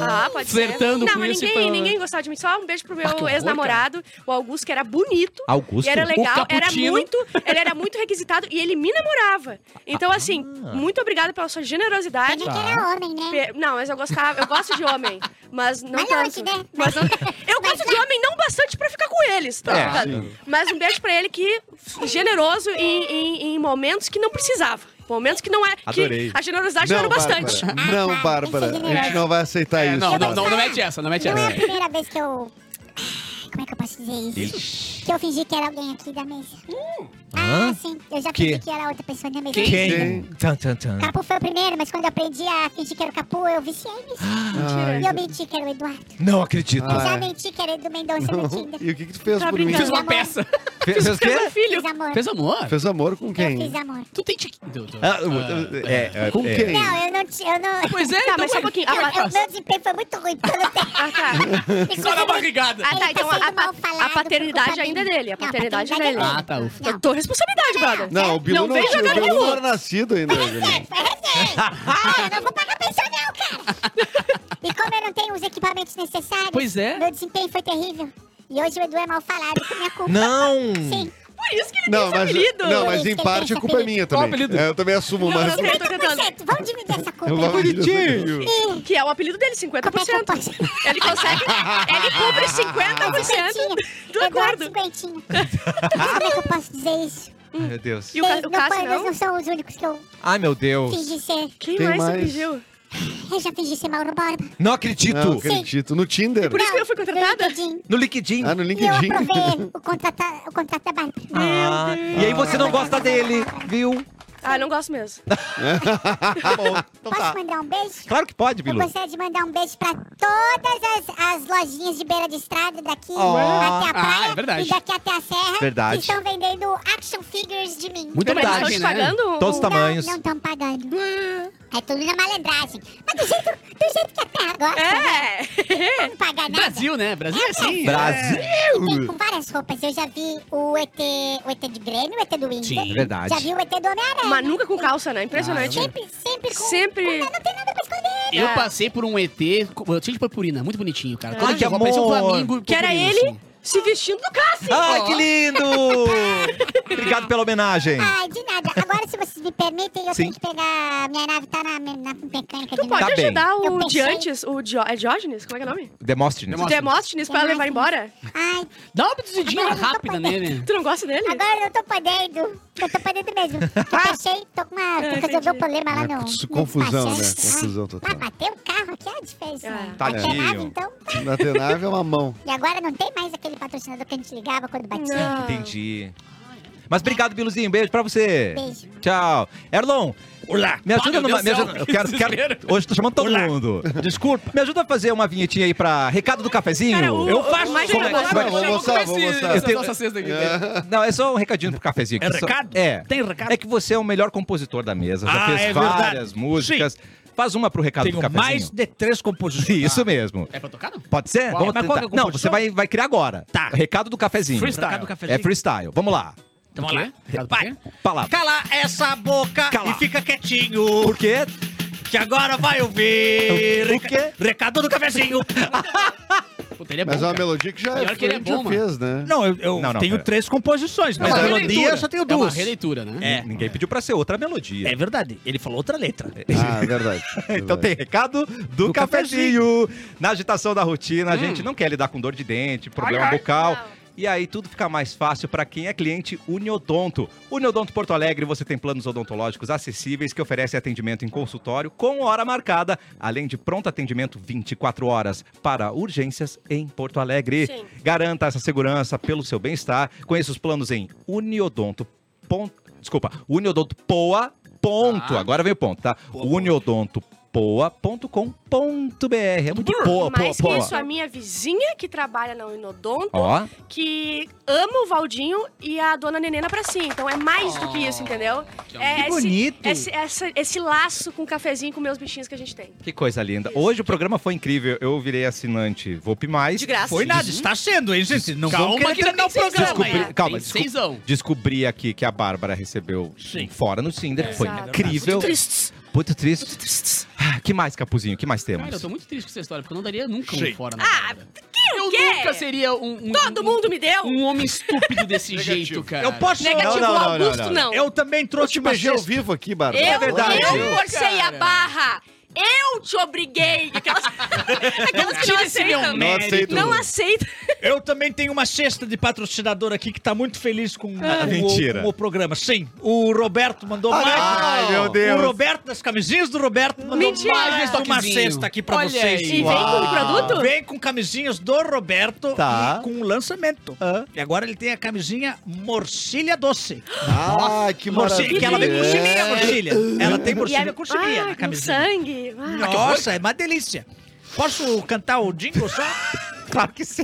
Speaker 5: Ah, pode ser.
Speaker 4: flertando
Speaker 5: Não,
Speaker 4: com
Speaker 5: mas
Speaker 4: isso. e
Speaker 5: ninguém,
Speaker 4: pra-
Speaker 5: ninguém gostava de mim. Só um beijo pro meu
Speaker 4: Ah, que horror,
Speaker 5: ex-namorado, o Augusto, que era bonito.
Speaker 1: Augusto?
Speaker 5: E era legal, era
Speaker 4: Cappuccino.
Speaker 5: muito, ele era muito requisitado e ele me namorava. Então, assim, muito obrigada pela sua generosidade.
Speaker 9: Ele que era homem, né?
Speaker 5: Pe- Não, mas eu gostava, eu gosto de homem, mas não
Speaker 9: Mas
Speaker 5: tanto.
Speaker 9: longe, né?
Speaker 5: Mas não- eu gosto de homem não bastante pra ficar com eles, tá?
Speaker 1: É,
Speaker 5: ligado? mas um beijo pra ele que generoso em, em- em momentos que não precisava. Momentos que não é.
Speaker 1: Adorei.
Speaker 5: Que a generosidade não, era bastante.
Speaker 3: Bárbara. Não, Bárbara. A gente não vai aceitar
Speaker 4: É,
Speaker 3: isso.
Speaker 4: não, não,
Speaker 3: Bárbara.
Speaker 4: não, não mete essa, não mete
Speaker 9: Não é a
Speaker 4: essa.
Speaker 9: primeira vez que eu. Ah, Como é que eu posso dizer isso? Que eu fingi que era alguém aqui da mesa. Ah, sim. Eu já fingi
Speaker 6: Que?
Speaker 9: que era outra pessoa na mesa.
Speaker 6: Quem? Tan, tan, tan.
Speaker 9: Capu foi o primeiro, mas quando eu aprendi a fingir que era o Capu, eu viciei nisso. E eu menti que era o Eduardo.
Speaker 6: Não acredito.
Speaker 3: Ah,
Speaker 9: Já
Speaker 3: é.
Speaker 9: menti que era do Mendonça no Tinder.
Speaker 3: E o que, que tu fez
Speaker 5: Tá
Speaker 3: por mim?
Speaker 5: brincando.
Speaker 4: Fez uma
Speaker 9: Amor.
Speaker 4: peça.
Speaker 1: Fez, fez o quê?
Speaker 9: Fiz amor.
Speaker 4: Fez amor?
Speaker 3: Fez amor com
Speaker 9: Eu fiz
Speaker 3: quem?
Speaker 9: amor.
Speaker 4: Tu tem tique... do- do-
Speaker 1: Ah,
Speaker 4: ah.
Speaker 1: é, é,
Speaker 3: Com
Speaker 1: é.
Speaker 3: quem?
Speaker 9: Não, eu não tinha. Eu não...
Speaker 4: Pois é,
Speaker 5: Tá,
Speaker 4: então
Speaker 5: mas só um
Speaker 4: vai-
Speaker 5: pouquinho.
Speaker 9: Eu,
Speaker 5: A-
Speaker 9: eu- meu desempenho foi muito ruim. porque Eu não tenho...
Speaker 5: Ah, tá.
Speaker 4: Só na barrigada.
Speaker 5: Ah, tá,
Speaker 9: Ele
Speaker 5: então
Speaker 9: tá
Speaker 5: a,
Speaker 9: sendo mal falado
Speaker 5: a, a paternidade
Speaker 9: por culpa
Speaker 5: ainda é
Speaker 9: dele.
Speaker 5: dele. A
Speaker 9: Não, a
Speaker 5: paternidade é
Speaker 9: paternidade
Speaker 5: dele.
Speaker 9: é
Speaker 4: Ah, tá. o-
Speaker 9: Não.
Speaker 5: Tô responsabilidade, brother.
Speaker 3: Não, o Bilu
Speaker 5: Não
Speaker 3: não,
Speaker 5: vem
Speaker 3: tinha-
Speaker 5: jogar é.
Speaker 3: o Bilu
Speaker 5: no
Speaker 3: não
Speaker 5: cu.
Speaker 3: era nascido
Speaker 9: é
Speaker 3: ainda.
Speaker 9: Recebe,
Speaker 5: né?
Speaker 9: recebe. Ah, eu não vou pagar pensão não, cara. E como eu não tenho os equipamentos necessários,
Speaker 4: Pois é.
Speaker 9: meu desempenho foi terrível. E hoje o Edu é mal falado por minha culpa.
Speaker 6: Não!
Speaker 9: Sim.
Speaker 5: Por isso que ele
Speaker 3: Não,
Speaker 5: tem
Speaker 3: mas, é-
Speaker 5: esse apelido.
Speaker 3: não,
Speaker 9: Por
Speaker 3: mas
Speaker 9: isso
Speaker 3: em
Speaker 9: que
Speaker 3: parte
Speaker 9: ele
Speaker 3: a
Speaker 9: tem
Speaker 3: culpa é
Speaker 9: esse
Speaker 3: minha
Speaker 4: Qual o
Speaker 3: também.
Speaker 4: apelido? É
Speaker 3: É, eu também assumo,
Speaker 5: Não, tá
Speaker 3: mas...
Speaker 5: não, não.
Speaker 9: 50%, vamos dividir essa culpa.
Speaker 3: Eu vou- Bonitinho.
Speaker 9: Ih,
Speaker 5: Que é o apelido dele, 50%.
Speaker 9: Como é que eu posso?
Speaker 5: Ele consegue. Ele cubre 50% do
Speaker 9: um cinquentinha. Eduardo
Speaker 5: acordo.
Speaker 9: cinquentinha. Mas como é que eu posso dizer isso?
Speaker 1: Meu Deus.
Speaker 5: E o, Ca-
Speaker 9: Vocês
Speaker 5: o
Speaker 9: não,
Speaker 5: Cássio
Speaker 9: podem,
Speaker 5: não?
Speaker 9: não são os únicos que eu
Speaker 1: Ai, meu Deus.
Speaker 9: fingi ser.
Speaker 5: Quem
Speaker 3: Tem
Speaker 5: mais, você
Speaker 3: mais.
Speaker 5: pediu?
Speaker 9: Eu já fingi ser Mauro Borba.
Speaker 6: Não
Speaker 3: Não
Speaker 6: acredito!
Speaker 3: acredito. No Tinder.
Speaker 5: Por isso que eu fui
Speaker 9: no
Speaker 5: contratada?
Speaker 9: LinkedIn.
Speaker 6: No liquidinho.
Speaker 3: Ah, no
Speaker 9: E eu
Speaker 3: LinkedIn.
Speaker 9: aprovei o contrato, o contrato da Bárbara.
Speaker 6: Ah, e aí você não gosta dele, viu?
Speaker 5: Ah, não gosto
Speaker 3: É
Speaker 5: mesmo.
Speaker 1: Tá bom. Então
Speaker 9: Posso
Speaker 1: tá.
Speaker 9: mandar um beijo?
Speaker 1: Claro que pode,
Speaker 9: Eu
Speaker 1: Bilu.
Speaker 9: gostaria de mandar um beijo pra todas as, as lojinhas de beira de estrada daqui
Speaker 6: Ó.
Speaker 9: até
Speaker 4: Ah,
Speaker 9: a praia
Speaker 4: é verdade.
Speaker 9: e daqui até a serra.
Speaker 1: Verdade.
Speaker 9: Que estão vendendo action figures de mim.
Speaker 6: Muito
Speaker 5: Mas estão
Speaker 6: verdade,
Speaker 5: te
Speaker 4: né?
Speaker 5: pagando? um-
Speaker 1: Todos os tamanhos.
Speaker 9: Não estão pagando. É tudo na malandragem. Mas do jeito, do jeito que a terra gosta,
Speaker 5: É!
Speaker 9: não paga nada.
Speaker 4: Brasil, né? Brasil é assim.
Speaker 1: Brasil.
Speaker 9: E tem com várias roupas. Eu já vi o ET, o ET de Grêmio, o ET do Inter.
Speaker 4: Sim. É
Speaker 1: verdade.
Speaker 9: Já vi o ET do Homem-Aranha.
Speaker 5: Mas nunca com calça, né? Impressionante.
Speaker 3: Ah, é um
Speaker 9: Sempre, sempre com...
Speaker 5: Sempre-
Speaker 9: com- não tem nada pra esconder.
Speaker 4: Eu
Speaker 5: É.
Speaker 4: passei por um ET, com- eu tinha de purpurina, muito bonitinho, cara. Todo
Speaker 6: Ai, que
Speaker 4: dia, parecia um
Speaker 6: amor.
Speaker 4: flamingo.
Speaker 5: Ah. que era
Speaker 4: purpurino,
Speaker 5: ele
Speaker 4: assim.
Speaker 5: se vestindo do Cássio.
Speaker 3: Ah,
Speaker 1: Ai, que lindo! Obrigado pela homenagem.
Speaker 9: Ai, de nada. Agora, se vocês me permitem, eu
Speaker 1: Sim.
Speaker 9: tenho que pegar... Minha nave tá na, na mecânica
Speaker 5: Tu
Speaker 3: Então
Speaker 9: de novo.
Speaker 5: pode
Speaker 1: Tá bem.
Speaker 5: ajudar
Speaker 4: É
Speaker 9: Eu
Speaker 5: o
Speaker 9: pensei.
Speaker 5: Diantes, o Dio- é Diógenes? Como é que é o nome?
Speaker 1: Demóstenes.
Speaker 4: Demóstenes.
Speaker 5: Demóstenes pra
Speaker 4: é
Speaker 5: levar embora?
Speaker 9: Ai,
Speaker 4: Dá uma pedidinha
Speaker 9: Agora eu tô
Speaker 4: rápida nele.
Speaker 5: Tu não gosta dele?
Speaker 9: agora eu não tô podendo. Eu tô podendo mesmo. Eu baixei, tô com uma... Tô
Speaker 5: É, entendi.
Speaker 9: fazendo um problema lá no...
Speaker 3: Isso,
Speaker 9: no
Speaker 3: É, confusão, né?
Speaker 9: despachante. Ai,
Speaker 3: Confusão total.
Speaker 9: Mas bater o carro aqui é a diferença.
Speaker 5: Ah.
Speaker 9: Bater
Speaker 1: Tadinho.
Speaker 9: nave, então...
Speaker 3: Na Tenave é uma mão.
Speaker 9: E agora não tem mais aquele patrocinador que a gente ligava quando
Speaker 4: é
Speaker 9: batia.
Speaker 5: Não.
Speaker 1: Entendi. Mas obrigado, Biluzinho. Beijo pra você.
Speaker 9: Beijo.
Speaker 1: Tchau. Erlon,
Speaker 6: Olá!
Speaker 1: me ajuda
Speaker 4: Ah, meu
Speaker 1: numa.
Speaker 4: Deus
Speaker 1: me
Speaker 4: do céu,
Speaker 1: ajuda- eu quero, quero-
Speaker 4: desespero.
Speaker 1: hoje tô chamando todo
Speaker 6: Olá.
Speaker 1: mundo. Desculpa. Me ajuda a fazer uma vinhetinha aí pra recado do cafezinho.
Speaker 5: Cara, o-
Speaker 6: Eu faço,
Speaker 5: Mas
Speaker 1: como
Speaker 5: ele
Speaker 1: é- como é
Speaker 5: adora-
Speaker 1: que-
Speaker 3: Vamos mostrar, vamos mostrar.
Speaker 1: Eu tenho-
Speaker 4: nossa cesta aqui.
Speaker 1: Não, é só um recadinho pro cafezinho.
Speaker 6: É
Speaker 1: que só-
Speaker 6: recado?
Speaker 1: É.
Speaker 6: Tem recado?
Speaker 1: É que você é o melhor compositor da mesa. Já
Speaker 6: Ah,
Speaker 1: fez
Speaker 6: é verdade.
Speaker 1: várias músicas. Faz uma pro recado
Speaker 6: Tenho
Speaker 1: do cafezinho.
Speaker 6: mais de três composições.
Speaker 1: Isso mesmo.
Speaker 4: É pra tocar, não?
Speaker 1: Pode ser?
Speaker 6: Tá. Qual?
Speaker 1: Vamos
Speaker 6: Mas qual
Speaker 1: tentar.
Speaker 6: que é o
Speaker 1: Não,
Speaker 6: compositor?
Speaker 1: você vai, vai criar agora.
Speaker 6: Tá.
Speaker 1: Recado do cafezinho.
Speaker 4: Freestyle.
Speaker 6: Recado do cafezinho.
Speaker 1: É freestyle. Vamos lá.
Speaker 6: Então, vamos lá.
Speaker 4: Recado pra
Speaker 6: Vai.
Speaker 4: quê?
Speaker 1: Palavra.
Speaker 6: Cala essa boca
Speaker 1: Cala.
Speaker 6: e fica quietinho,
Speaker 1: Por quê?
Speaker 6: que agora vai ouvir...
Speaker 1: O quê?
Speaker 6: Recado do cafezinho.
Speaker 4: Puta, ele é bom,
Speaker 3: Mas é uma
Speaker 4: cara.
Speaker 3: melodia que já,
Speaker 4: Melhor que
Speaker 3: foi,
Speaker 4: ele é bom,
Speaker 3: já fez, né?
Speaker 6: Não, eu, eu
Speaker 1: Não, não,
Speaker 6: tenho
Speaker 1: pera.
Speaker 6: três composições, mas
Speaker 1: Mas
Speaker 6: a
Speaker 1: é uma
Speaker 6: melodia eu só tenho
Speaker 4: É uma
Speaker 6: duas.
Speaker 4: releitura, né?
Speaker 6: É,
Speaker 1: Ninguém pediu pra ser outra melodia.
Speaker 6: é verdade. Ele falou outra letra.
Speaker 3: Ah, verdade.
Speaker 1: Então tem recado do,
Speaker 6: Do
Speaker 1: cafezinho. Hum. Na agitação da rotina, a gente não quer lidar com dor de dente, problema bucal.
Speaker 5: Não.
Speaker 1: E aí tudo fica mais fácil para quem é cliente Uniodonto. Uniodonto Porto Alegre, você tem planos odontológicos acessíveis que oferecem atendimento em consultório com hora marcada, além de pronto atendimento 24 horas para urgências em Porto Alegre.
Speaker 5: Sim.
Speaker 1: Garanta essa segurança pelo seu bem-estar. Conheça os planos em Uniodonto. Desculpa, Uniodonto Poa. Ponto.
Speaker 4: Tá.
Speaker 1: Agora vem o ponto, tá?
Speaker 6: Ah. Boa, boa.
Speaker 1: Uniodonto poa.com.br. É muito poa, poa,
Speaker 5: Mais que isso,
Speaker 1: poa.
Speaker 5: a minha vizinha que trabalha na Inodonto,
Speaker 1: Ó,
Speaker 5: que ama o Valdinho e a dona Nenê na pracinha. Então é mais do que isso, entendeu? É
Speaker 6: que
Speaker 5: esse-
Speaker 6: bonito.
Speaker 5: Esse, essa- esse laço com cafezinho com meus bichinhos que a gente tem.
Speaker 1: que coisa linda. Hoje o programa foi incrível. Eu virei assinante Vop Mais.
Speaker 5: De graça.
Speaker 6: Foi nada, está sendo, hein, gente? Não
Speaker 4: Calma
Speaker 6: vamos querer
Speaker 4: que ainda
Speaker 6: terminar o
Speaker 4: tem seis
Speaker 6: programa.
Speaker 1: Desculpe,
Speaker 6: hein?
Speaker 4: amanhã.
Speaker 1: calma,
Speaker 4: Ah, Tem
Speaker 1: desculpe.
Speaker 4: seisão.
Speaker 1: Descobri aqui que a Bárbara recebeu
Speaker 6: Sim.
Speaker 1: um fora no Cinder. Foi
Speaker 5: Exato.
Speaker 1: incrível.
Speaker 5: Muito tristes.
Speaker 1: Muito triste. Ah, que mais, Capuzinho? que mais temos?
Speaker 4: Cara, eu tô muito triste com essa história, porque eu não daria nunca um
Speaker 10: Sim.
Speaker 4: fora na
Speaker 5: Ah,
Speaker 4: Bárbara.
Speaker 5: que o
Speaker 4: Eu
Speaker 5: quê?
Speaker 4: nunca seria um, um-
Speaker 5: Todo
Speaker 4: um-
Speaker 5: mundo me deu?
Speaker 4: um homem estúpido desse jeito, cara.
Speaker 6: Eu posso...
Speaker 5: Negativo
Speaker 1: Não, não, não,
Speaker 5: Augusto,
Speaker 1: não,
Speaker 5: não.
Speaker 1: não.
Speaker 6: Eu também
Speaker 3: Eu
Speaker 6: trouxe
Speaker 3: te
Speaker 6: uma
Speaker 3: beijei ao
Speaker 6: cesta.
Speaker 3: vivo aqui, Bárbara.
Speaker 5: Eu,
Speaker 1: É verdade.
Speaker 5: eu forcei
Speaker 4: Cara.
Speaker 5: a barra. Eu te obriguei. Aquelas, aquelas que não
Speaker 4: tira esse meu
Speaker 5: aceitam.
Speaker 4: mérito.
Speaker 3: Não aceito.
Speaker 5: Não aceita.
Speaker 6: Eu também tenho uma cesta de patrocinador aqui que tá muito feliz com, com o-
Speaker 1: mentira.
Speaker 6: com o programa. Sim, o Roberto mandou mais.
Speaker 1: Ai, meu
Speaker 6: O
Speaker 1: Deus.
Speaker 6: Roberto, das camisinhas do Roberto, mandou
Speaker 5: Mentira.
Speaker 6: mais uma
Speaker 4: Toquezinho.
Speaker 6: cesta aqui pra
Speaker 4: Olha
Speaker 6: vocês.
Speaker 4: aí.
Speaker 5: E vem com o produto?
Speaker 6: Vem com camisinhas do Roberto
Speaker 1: Tá.
Speaker 6: e com o lançamento. E agora ele tem a camisinha morcilha doce.
Speaker 3: Ah, que
Speaker 6: Morcilha,
Speaker 3: maravilha.
Speaker 6: que ela vem com chiminha, morcilha. Ela tem
Speaker 5: E
Speaker 6: morcilha
Speaker 5: aí-
Speaker 6: com chiminha
Speaker 5: Ai, com
Speaker 6: na camisinha.
Speaker 5: sangue. Ai.
Speaker 6: Nossa, é uma delícia. Posso cantar o jingle só?
Speaker 1: Claro que sim.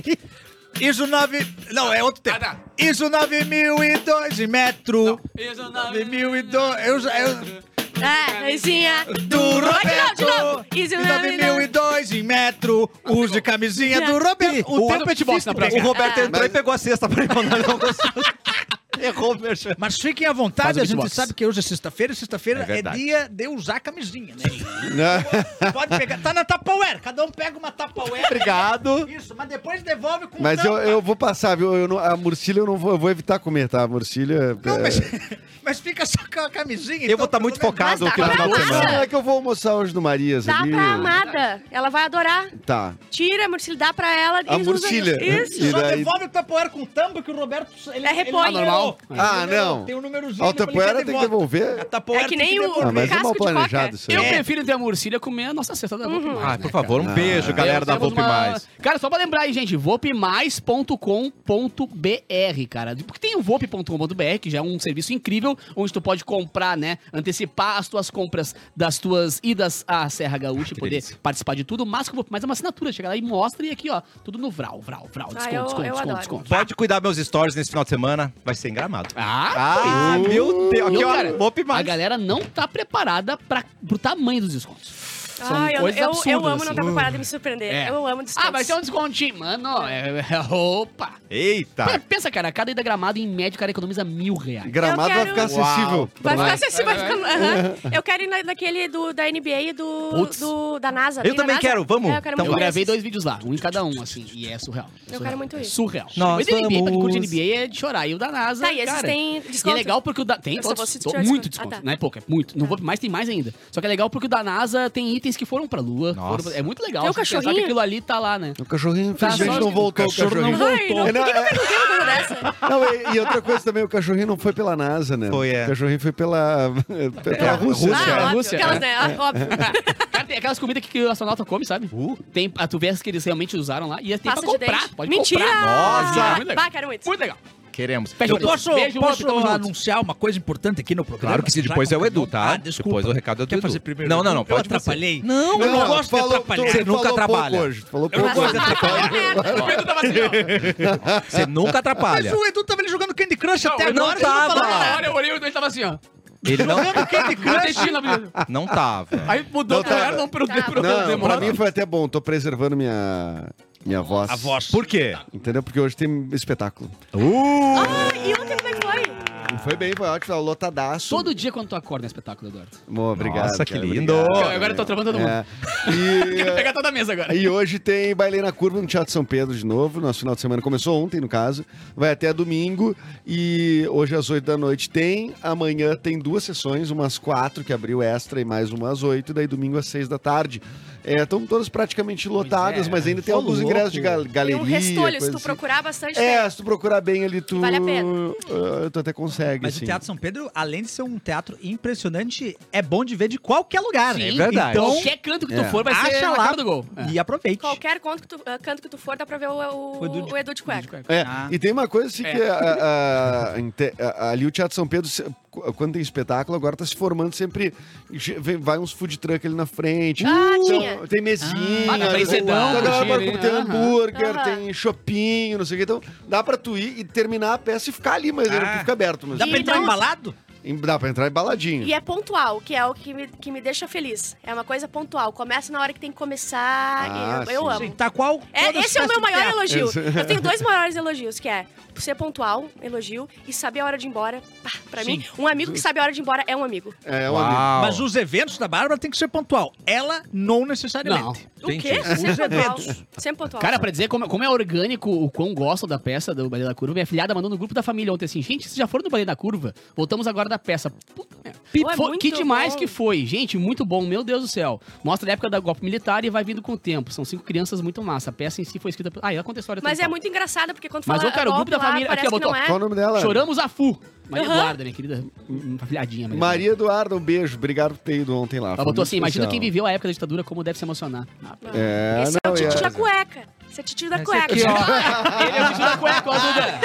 Speaker 6: ISO 9... Não, é outro tempo.
Speaker 4: Ah, tá.
Speaker 6: ISO 9002 em metro.
Speaker 4: Isso não-
Speaker 6: 9002... Eu já... Eu...
Speaker 5: Ah, Rezinha.
Speaker 6: Do
Speaker 5: Vai de novo,
Speaker 6: Roberto!
Speaker 5: de novo. Isso
Speaker 6: ISO
Speaker 5: não, não.
Speaker 6: 9002 em metro. Use camisinha do Roberto.
Speaker 1: o
Speaker 6: tempo é difícil de
Speaker 1: O
Speaker 6: pegar.
Speaker 1: Roberto
Speaker 5: Ah.
Speaker 1: entrou e pegou a cesta pra ele mandar não gostou. Errou o merchan.
Speaker 6: é- Mas fiquem à
Speaker 4: Faz
Speaker 6: vontade,
Speaker 4: o
Speaker 6: a gente
Speaker 4: beatbox.
Speaker 6: sabe que hoje é sexta-feira, e sexta-feira
Speaker 1: É
Speaker 6: é,
Speaker 1: verdade.
Speaker 6: dia de usar camisinha, né? Pode pegar, tá na Tupperware, cada um pega uma Tupperware.
Speaker 1: Obrigado.
Speaker 6: Isso, mas depois devolve com
Speaker 3: Mas eu,
Speaker 6: tampa.
Speaker 3: eu vou passar, viu? Eu não- a murcilha eu não vou, eu vou evitar comer, tá? A murcilha.
Speaker 6: Não,
Speaker 3: é-
Speaker 6: mas, mas fica só com a camisinha. então,
Speaker 1: Eu vou estar muito focado
Speaker 5: Mas
Speaker 6: tá.
Speaker 1: aqui no
Speaker 5: dá
Speaker 1: final de
Speaker 5: pra
Speaker 3: Não,
Speaker 1: semana.
Speaker 5: massa.
Speaker 3: é que eu vou almoçar hoje no Marias
Speaker 5: Dá
Speaker 3: ali.
Speaker 5: pra amada. Ela vai adorar.
Speaker 3: Tá.
Speaker 5: Tira a murcilha, dá pra ela.
Speaker 3: A
Speaker 5: Isso, usa
Speaker 3: murcilha.
Speaker 5: Isso.
Speaker 3: E
Speaker 6: Só
Speaker 3: daí-
Speaker 6: devolve o Tupperware com tampa que o Roberto... Ele,
Speaker 5: É, repõe.
Speaker 6: ele-
Speaker 5: Ah,
Speaker 4: normal?
Speaker 6: Tem um
Speaker 3: Ah,
Speaker 6: número-
Speaker 3: não.
Speaker 6: Tem um númerozinho.
Speaker 3: A
Speaker 6: depois ele
Speaker 3: Tupperware tem que
Speaker 6: devolve.
Speaker 3: devolver.
Speaker 6: A
Speaker 5: É
Speaker 6: Tupperware
Speaker 5: que
Speaker 6: tem
Speaker 5: nem o
Speaker 3: Ah, mas é
Speaker 5: casco
Speaker 3: mal
Speaker 5: de
Speaker 3: planejado
Speaker 5: coca.
Speaker 3: isso aí.
Speaker 4: Eu
Speaker 6: É.
Speaker 4: prefiro ter a murcilha comer a nossa cesta da Vop
Speaker 5: Uhum.
Speaker 4: Mais.
Speaker 1: Ah,
Speaker 4: né,
Speaker 1: por favor, um
Speaker 3: Ah.
Speaker 1: beijo, galera da
Speaker 4: Temos
Speaker 1: Vop
Speaker 4: uma-
Speaker 1: Mais.
Speaker 4: Cara, só pra lembrar aí, gente, vopmais.com.br, cara. Porque tem o vop.com.br, que já é um serviço incrível, onde tu pode comprar, né, antecipar as tuas compras das tuas idas à Serra Gaúcha e
Speaker 1: Ah, que
Speaker 4: poder
Speaker 1: delícia.
Speaker 4: participar de tudo, mas que o Vop Mais é uma assinatura, chega lá e mostra, e aqui, ó, tudo no vral, vral, vral, desconto,
Speaker 5: Ah, eu-
Speaker 4: desconto,
Speaker 5: eu
Speaker 4: desconto,
Speaker 5: adoro.
Speaker 4: desconto.
Speaker 1: Pode cuidar meus stories nesse final de semana, vai ser engramado.
Speaker 4: Ah,
Speaker 1: Ah,
Speaker 8: Uh.
Speaker 4: pois.
Speaker 1: meu Deus. Aqui,
Speaker 4: Viu,
Speaker 1: ó,
Speaker 4: cara?
Speaker 1: Vop
Speaker 4: A
Speaker 1: Mais.
Speaker 4: galera não tá preparada pra, pro tamanho dos descontos. é São
Speaker 5: Ai, Ah, eu,
Speaker 4: coisas
Speaker 5: eu,
Speaker 4: absurdas,
Speaker 5: eu amo
Speaker 4: assim.
Speaker 5: não estar preparada de me surpreender.
Speaker 4: É.
Speaker 5: Eu amo descontos.
Speaker 4: Ah, vai ser um descontinho, mano. É, é- opa! Pe-
Speaker 1: Eita.
Speaker 4: Pensa, cara, cada ida gramado, em média, o cara economiza mil reais.
Speaker 3: Gramado
Speaker 5: Eu
Speaker 3: vai
Speaker 5: quero-
Speaker 3: ficar acessível.
Speaker 5: Vai ficar
Speaker 3: Pra nós.
Speaker 5: acessível. Vai ficar... Aham. Eu quero ir na, naquele do, da NBA e do,
Speaker 4: Putz.
Speaker 5: do, da NASA.
Speaker 1: Eu
Speaker 5: Tem na
Speaker 1: também
Speaker 5: NASA?
Speaker 1: quero, vamos.
Speaker 5: É, eu quero
Speaker 1: Então
Speaker 4: Eu
Speaker 5: muito
Speaker 1: vai.
Speaker 4: gravei
Speaker 5: esses.
Speaker 4: dois vídeos lá, um em cada um, assim, e é surreal. É surreal.
Speaker 5: quero muito
Speaker 4: é
Speaker 5: isso.
Speaker 4: Surreal.
Speaker 1: Nós
Speaker 4: Mas NBA, pra quem curte
Speaker 1: vamos.
Speaker 4: NBA, é de chorar. E o da NASA,
Speaker 5: Tá, e esses
Speaker 4: cara,
Speaker 5: têm
Speaker 4: E é
Speaker 5: desconto?
Speaker 4: legal porque o da... Tem
Speaker 5: Eu só
Speaker 4: todos,
Speaker 5: vou
Speaker 4: to-
Speaker 5: assistir o desconto.
Speaker 4: muito desconto.
Speaker 5: Ah, tá.
Speaker 4: Não é pouco, é muito. Não vou mais, tem mais ainda. Só que é legal porque o da NASA tem itens que foram pra Lua.
Speaker 1: Nossa.
Speaker 4: foram pra- é muito legal.
Speaker 5: Tem o
Speaker 4: você pensar que
Speaker 5: cachorrinho?
Speaker 4: aquilo ali tá lá, né?
Speaker 3: O cachorrinho,
Speaker 4: Tá,
Speaker 3: infelizmente,
Speaker 4: só-
Speaker 3: não voltou. O
Speaker 1: cachorro
Speaker 3: cachorrinho.
Speaker 5: Ai, não,
Speaker 3: É,
Speaker 5: por
Speaker 3: não,
Speaker 5: que que eu
Speaker 3: é-
Speaker 5: perguntei uma coisa dessa?
Speaker 3: Não, e, e outra coisa também, o cachorrinho não foi pela NASA, né?
Speaker 1: Foi, é.
Speaker 3: O cachorrinho foi pela, pela Rússia.
Speaker 1: Rússia.
Speaker 5: Ah, óbvio.
Speaker 4: Rússia.
Speaker 5: Aquelas, né? Ah, Óbvio.
Speaker 4: Cara, tem aquelas comidas que, que o astronauta come, sabe?
Speaker 1: Uh.
Speaker 4: Tem ah, tu vê as que eles realmente usaram lá. E tem
Speaker 5: Pasta de
Speaker 4: pra comprar.
Speaker 5: dente.
Speaker 4: Pode
Speaker 5: Mentira!
Speaker 4: comprar.
Speaker 1: Nossa!
Speaker 4: Muito legal.
Speaker 5: Bah, quero muito.
Speaker 4: Muito legal.
Speaker 1: Queremos.
Speaker 4: Fecha
Speaker 6: Eu
Speaker 4: o olho.
Speaker 6: posso,
Speaker 4: Beijo,
Speaker 6: posso
Speaker 4: Bob, tamo junto.
Speaker 6: anunciar uma coisa importante aqui no programa?
Speaker 1: Claro que sim,
Speaker 6: Já
Speaker 1: depois
Speaker 6: que
Speaker 1: é o Edu,
Speaker 6: acabou.
Speaker 1: tá?
Speaker 6: Ah, desculpa.
Speaker 1: Depois o recado é do
Speaker 6: Quer
Speaker 1: Edu.
Speaker 6: fazer primeiro?
Speaker 1: Não, não, não,
Speaker 6: Eu
Speaker 1: pode fazer.
Speaker 6: atrapalhei?
Speaker 1: Não,
Speaker 6: eu
Speaker 3: Não,
Speaker 6: não gosto
Speaker 3: falou-
Speaker 6: de atrapalhar.
Speaker 1: Você
Speaker 3: tu
Speaker 1: nunca
Speaker 3: falou
Speaker 1: trabalha.
Speaker 3: Pouco hoje, tu falou
Speaker 6: Eu
Speaker 3: pouco
Speaker 6: gosto
Speaker 3: hoje.
Speaker 6: de
Speaker 5: Ah,
Speaker 6: atrapalhar.
Speaker 5: é.
Speaker 4: O Edu tava assim, ó.
Speaker 1: você nunca
Speaker 6: Mas
Speaker 1: atrapalha.
Speaker 6: o Edu tava ali jogando Candy Crush até
Speaker 1: eu não
Speaker 6: agora. ele
Speaker 1: tava.
Speaker 6: falou nada.
Speaker 4: Na hora eu olhei e o Edu tava assim, ó.
Speaker 1: Ele não,
Speaker 6: Jogando Candy Crush.
Speaker 4: Intestino abrindo.
Speaker 1: não tava.
Speaker 4: Aí mudou pro ar, não pro
Speaker 5: Tá.
Speaker 4: pro-
Speaker 3: Não,
Speaker 4: demora.
Speaker 3: pra mim foi até bom, tô preservando minha, minha voz.
Speaker 6: A voz.
Speaker 1: Por quê?
Speaker 3: Entendeu? Porque hoje tem espetáculo.
Speaker 5: Ah, e ontem como é que foi?
Speaker 3: Foi bem, foi ótimo, tá lotadaço.
Speaker 4: Todo dia quando tu acorda é espetáculo, Eduardo.
Speaker 3: Bom, obrigado.
Speaker 1: Nossa, que
Speaker 3: cara,
Speaker 1: lindo.
Speaker 3: obrigado.
Speaker 4: Agora eu tô trampando todo mundo.
Speaker 3: É.
Speaker 4: Quero
Speaker 3: E,
Speaker 4: pegar toda a mesa agora.
Speaker 3: E hoje tem Bailei na Curva no Teatro São Pedro de novo. Nosso final de semana começou ontem, no caso. Vai até domingo. E hoje às 8 da noite tem. Amanhã tem duas sessões, umas quatro que abriu extra e mais uma às 8. Daí domingo às 6 da tarde. É, Estão todas praticamente lotadas, mas ainda tem
Speaker 1: Ô,
Speaker 3: alguns
Speaker 1: louco.
Speaker 3: ingressos de gal
Speaker 5: é. Tem
Speaker 3: galeria.
Speaker 5: um restolho, se
Speaker 3: coisa
Speaker 5: tu
Speaker 3: assim.
Speaker 5: procurar bastante
Speaker 3: É,
Speaker 5: tem.
Speaker 3: se tu procurar bem ali, tu.
Speaker 5: Vale a pena.
Speaker 3: Ah, tu até consegue.
Speaker 6: Mas
Speaker 3: assim.
Speaker 6: o Teatro São Pedro, além de ser um teatro impressionante, é bom de ver de qualquer lugar.
Speaker 4: Sim,
Speaker 6: né?
Speaker 1: É verdade.
Speaker 6: Então,
Speaker 4: Qualquer canto que tu
Speaker 3: É.
Speaker 4: for vai ser
Speaker 6: acha
Speaker 4: na
Speaker 6: lá
Speaker 4: cara do gol. É.
Speaker 6: e aproveite.
Speaker 5: Qualquer canto que, tu, ah, canto que tu for, dá pra ver o, o,
Speaker 6: Foi do-
Speaker 5: o Edu de cueca.
Speaker 3: É,
Speaker 6: Ah.
Speaker 3: e tem uma coisa assim que a- a- a- inte- a- ali o Teatro São Pedro se-
Speaker 8: qu- quando tem espetáculo, agora tá se formando sempre. ge- vem- Vai uns food truck ali na frente.
Speaker 5: Ah,
Speaker 8: Então,
Speaker 5: tinha.
Speaker 8: tem mesinha.
Speaker 4: Ah, na Freecedão,
Speaker 8: tem,
Speaker 4: tinha
Speaker 8: tem,
Speaker 4: ali,
Speaker 8: tem
Speaker 4: né? aham.
Speaker 8: hambúrguer,
Speaker 5: Aham.
Speaker 8: tem shopping, não sei o que. Então, dá pra tu ir e terminar a peça e ficar ali, mas ele
Speaker 6: Ah.
Speaker 8: fica aberto. Mas
Speaker 6: Dá pra entrar
Speaker 5: Então-
Speaker 6: embalado?
Speaker 8: em- dá pra entrar embaladinho.
Speaker 5: E é pontual, que é o que me, que me deixa feliz. É uma coisa pontual. Começa na hora que tem que começar.
Speaker 8: Ah,
Speaker 5: eu, eu
Speaker 8: sim.
Speaker 5: amo.
Speaker 6: Sim, tá qual?
Speaker 5: É,
Speaker 6: todas as
Speaker 5: esse é o meu
Speaker 6: festas
Speaker 5: maior
Speaker 6: que tem.
Speaker 5: elogio. Eu tenho dois maiores elogios, que é ser pontual, elogio, e saber a hora de ir embora. Pá, Pra
Speaker 6: Sim.
Speaker 5: mim, um amigo que sabe a hora de ir embora é um amigo.
Speaker 8: É, um amigo.
Speaker 1: Uau.
Speaker 6: Mas os eventos da Bárbara tem que ser pontual. Ela, não
Speaker 4: Não.
Speaker 6: necessariamente.
Speaker 5: O quê? Sempre pontual. Sempre pontual.
Speaker 4: Cara, pra dizer como, como é orgânico o quão gostam da peça do Balé da Curva, minha filhada mandou no grupo da família ontem assim, gente, vocês já foram do Balé da Curva? Voltamos agora da peça. Puta merda.
Speaker 5: Pô, é
Speaker 4: Foi-
Speaker 5: muito
Speaker 4: que demais
Speaker 5: bom.
Speaker 4: que foi. Gente, muito bom, meu Deus do céu. Mostra a época da golpe militar e vai vindo com o tempo. São cinco crianças muito massa. A peça em si foi escrita... por- Ah, ela conta a história
Speaker 5: Mas
Speaker 4: total.
Speaker 5: é muito engraçado, porque quando
Speaker 4: Mas,
Speaker 5: fala
Speaker 4: ô, cara, o
Speaker 5: golpe
Speaker 4: grupo da
Speaker 5: lá,
Speaker 4: família-
Speaker 5: parece
Speaker 4: aqui, ó,
Speaker 5: que não
Speaker 4: botou-
Speaker 5: é.
Speaker 8: Qual o nome dela?
Speaker 4: Choramos a fu. Maria
Speaker 5: Aham.
Speaker 4: Eduarda, minha querida hum, afilhadinha.
Speaker 8: Maria Eduarda, um beijo. Obrigado por ter ido ontem lá.
Speaker 4: Ela
Speaker 8: Foi
Speaker 4: botou
Speaker 8: muito
Speaker 4: assim, imagina
Speaker 8: especial.
Speaker 4: quem viveu a época da ditadura, como deve se emocionar. Ah, pô.
Speaker 8: É,
Speaker 5: Esse é o
Speaker 8: não,
Speaker 5: titio
Speaker 8: é-
Speaker 5: da cueca. Esse é o titio da
Speaker 6: Esse
Speaker 5: cueca.
Speaker 6: aqui,
Speaker 4: Ele é o bicho da cueca, ó, Duda.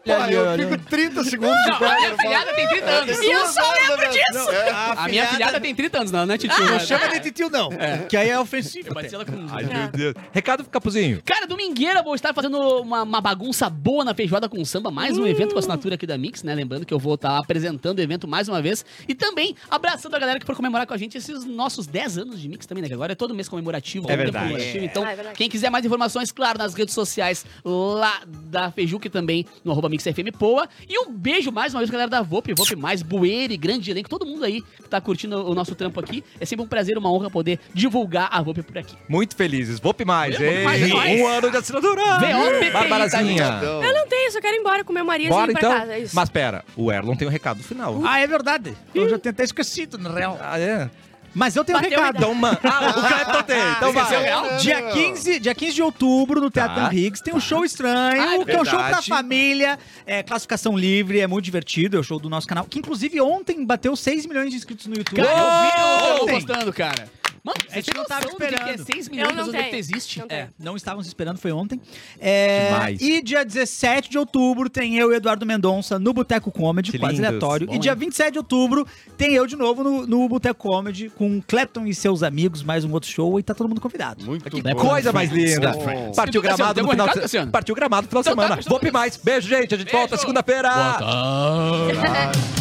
Speaker 8: Pô, eu fico 30 segundos de
Speaker 4: né? Não, a minha
Speaker 8: pé.
Speaker 4: filhada tem 30 anos.
Speaker 5: E eu só lembro disso.
Speaker 4: A minha filhada tem 30 anos, não, né, Titio?
Speaker 6: Não chama de titio, não. Que aí é ofensivo.
Speaker 4: Eu bati ela com...
Speaker 1: Ai, meu Deus. Recado pro Capuzinho.
Speaker 4: Cara, domingueira vou estar fazendo uma, uma bagunça boa na feijoada com samba, mais um evento com assinatura aqui da Mix, né? Lembrando que eu vou estar apresentando o evento mais uma vez e também abraçando a galera que for comemorar com a gente esses nossos 10 anos de Mix também, né? Que agora é todo mês comemorativo,
Speaker 1: É
Speaker 4: todo tempo
Speaker 1: verdade.
Speaker 4: comemorativo. Então,
Speaker 5: Ah, é verdade.
Speaker 4: quem quiser mais informações, claro, nas redes sociais lá da Feijuque também, no arroba Mix FM Poa. E um beijo mais uma vez pra galera da VOP, VOP mais, Bueri, grande elenco, todo mundo aí que tá curtindo o nosso trampo aqui. É sempre um prazer, uma honra poder divulgar a VOP por aqui.
Speaker 1: Muito felizes. Vou mais,
Speaker 4: Vou
Speaker 1: hein?
Speaker 4: mais, mais.
Speaker 1: Um ano de assinatura.
Speaker 4: VOPPI, tá,
Speaker 8: Então,
Speaker 1: Barbarazinha.
Speaker 5: Eu não tenho isso, eu quero ir embora com meu marido e
Speaker 1: Bora
Speaker 5: ir pra
Speaker 1: então.
Speaker 5: casa. É isso.
Speaker 1: Mas pera, o Erlon tem um recado final.
Speaker 6: Ah, é verdade. Eu já tinha até esquecido, na real.
Speaker 1: Ah, é?
Speaker 6: Mas eu tenho um
Speaker 5: Bateu a
Speaker 6: recado.
Speaker 1: Então, mano. Ah, o Clepton tem. Então
Speaker 4: Esqueceu
Speaker 1: vai.
Speaker 4: real?
Speaker 6: Dia 15, dia 15 de outubro, no Teatro
Speaker 1: Tá.
Speaker 6: Henriques, tem um show estranho,
Speaker 4: Ah, é
Speaker 6: que é um show pra
Speaker 1: verdade.
Speaker 6: família, é classificação livre, é muito divertido, é o show do nosso canal, que inclusive ontem bateu 6 milhões de inscritos no YouTube.
Speaker 4: Cara, eu vi, eu tô
Speaker 6: Ontem.
Speaker 4: gostando, cara. Mano,
Speaker 6: A gente
Speaker 4: você
Speaker 6: não
Speaker 4: não
Speaker 6: tava
Speaker 4: sabe esperando.
Speaker 6: esperando.
Speaker 4: Que é 6 milhões
Speaker 5: Eu não
Speaker 4: de pessoas que
Speaker 5: tenho.
Speaker 4: existe.
Speaker 5: Não
Speaker 6: É,
Speaker 5: tenho.
Speaker 6: não estávamos esperando, foi ontem. É,
Speaker 1: Demais.
Speaker 6: E dia 17 de outubro tem eu e Eduardo Mendonça no Boteco Comedy,
Speaker 1: Que
Speaker 6: quase
Speaker 1: lindos.
Speaker 6: aleatório.
Speaker 4: Bom,
Speaker 6: e dia
Speaker 4: hein?
Speaker 6: 27 de outubro tem eu de novo no, no Boteco Comedy com o Clapton e seus amigos, mais um outro show, e tá todo mundo convidado.
Speaker 8: Muito
Speaker 1: Que
Speaker 8: bom.
Speaker 1: coisa mais linda.
Speaker 8: Bom.
Speaker 1: Partiu
Speaker 4: E tu, Cassiano,
Speaker 1: gramado
Speaker 4: tem
Speaker 1: no
Speaker 4: algum
Speaker 1: final
Speaker 4: recado,
Speaker 1: de
Speaker 4: Cassiano?
Speaker 1: semana. Partiu gramado no final de
Speaker 4: Então tá,
Speaker 1: semana.
Speaker 4: pessoal.
Speaker 1: Vou mais. Beijo, gente. A gente
Speaker 4: Beijo.
Speaker 1: volta segunda-feira.
Speaker 4: Boa tarde.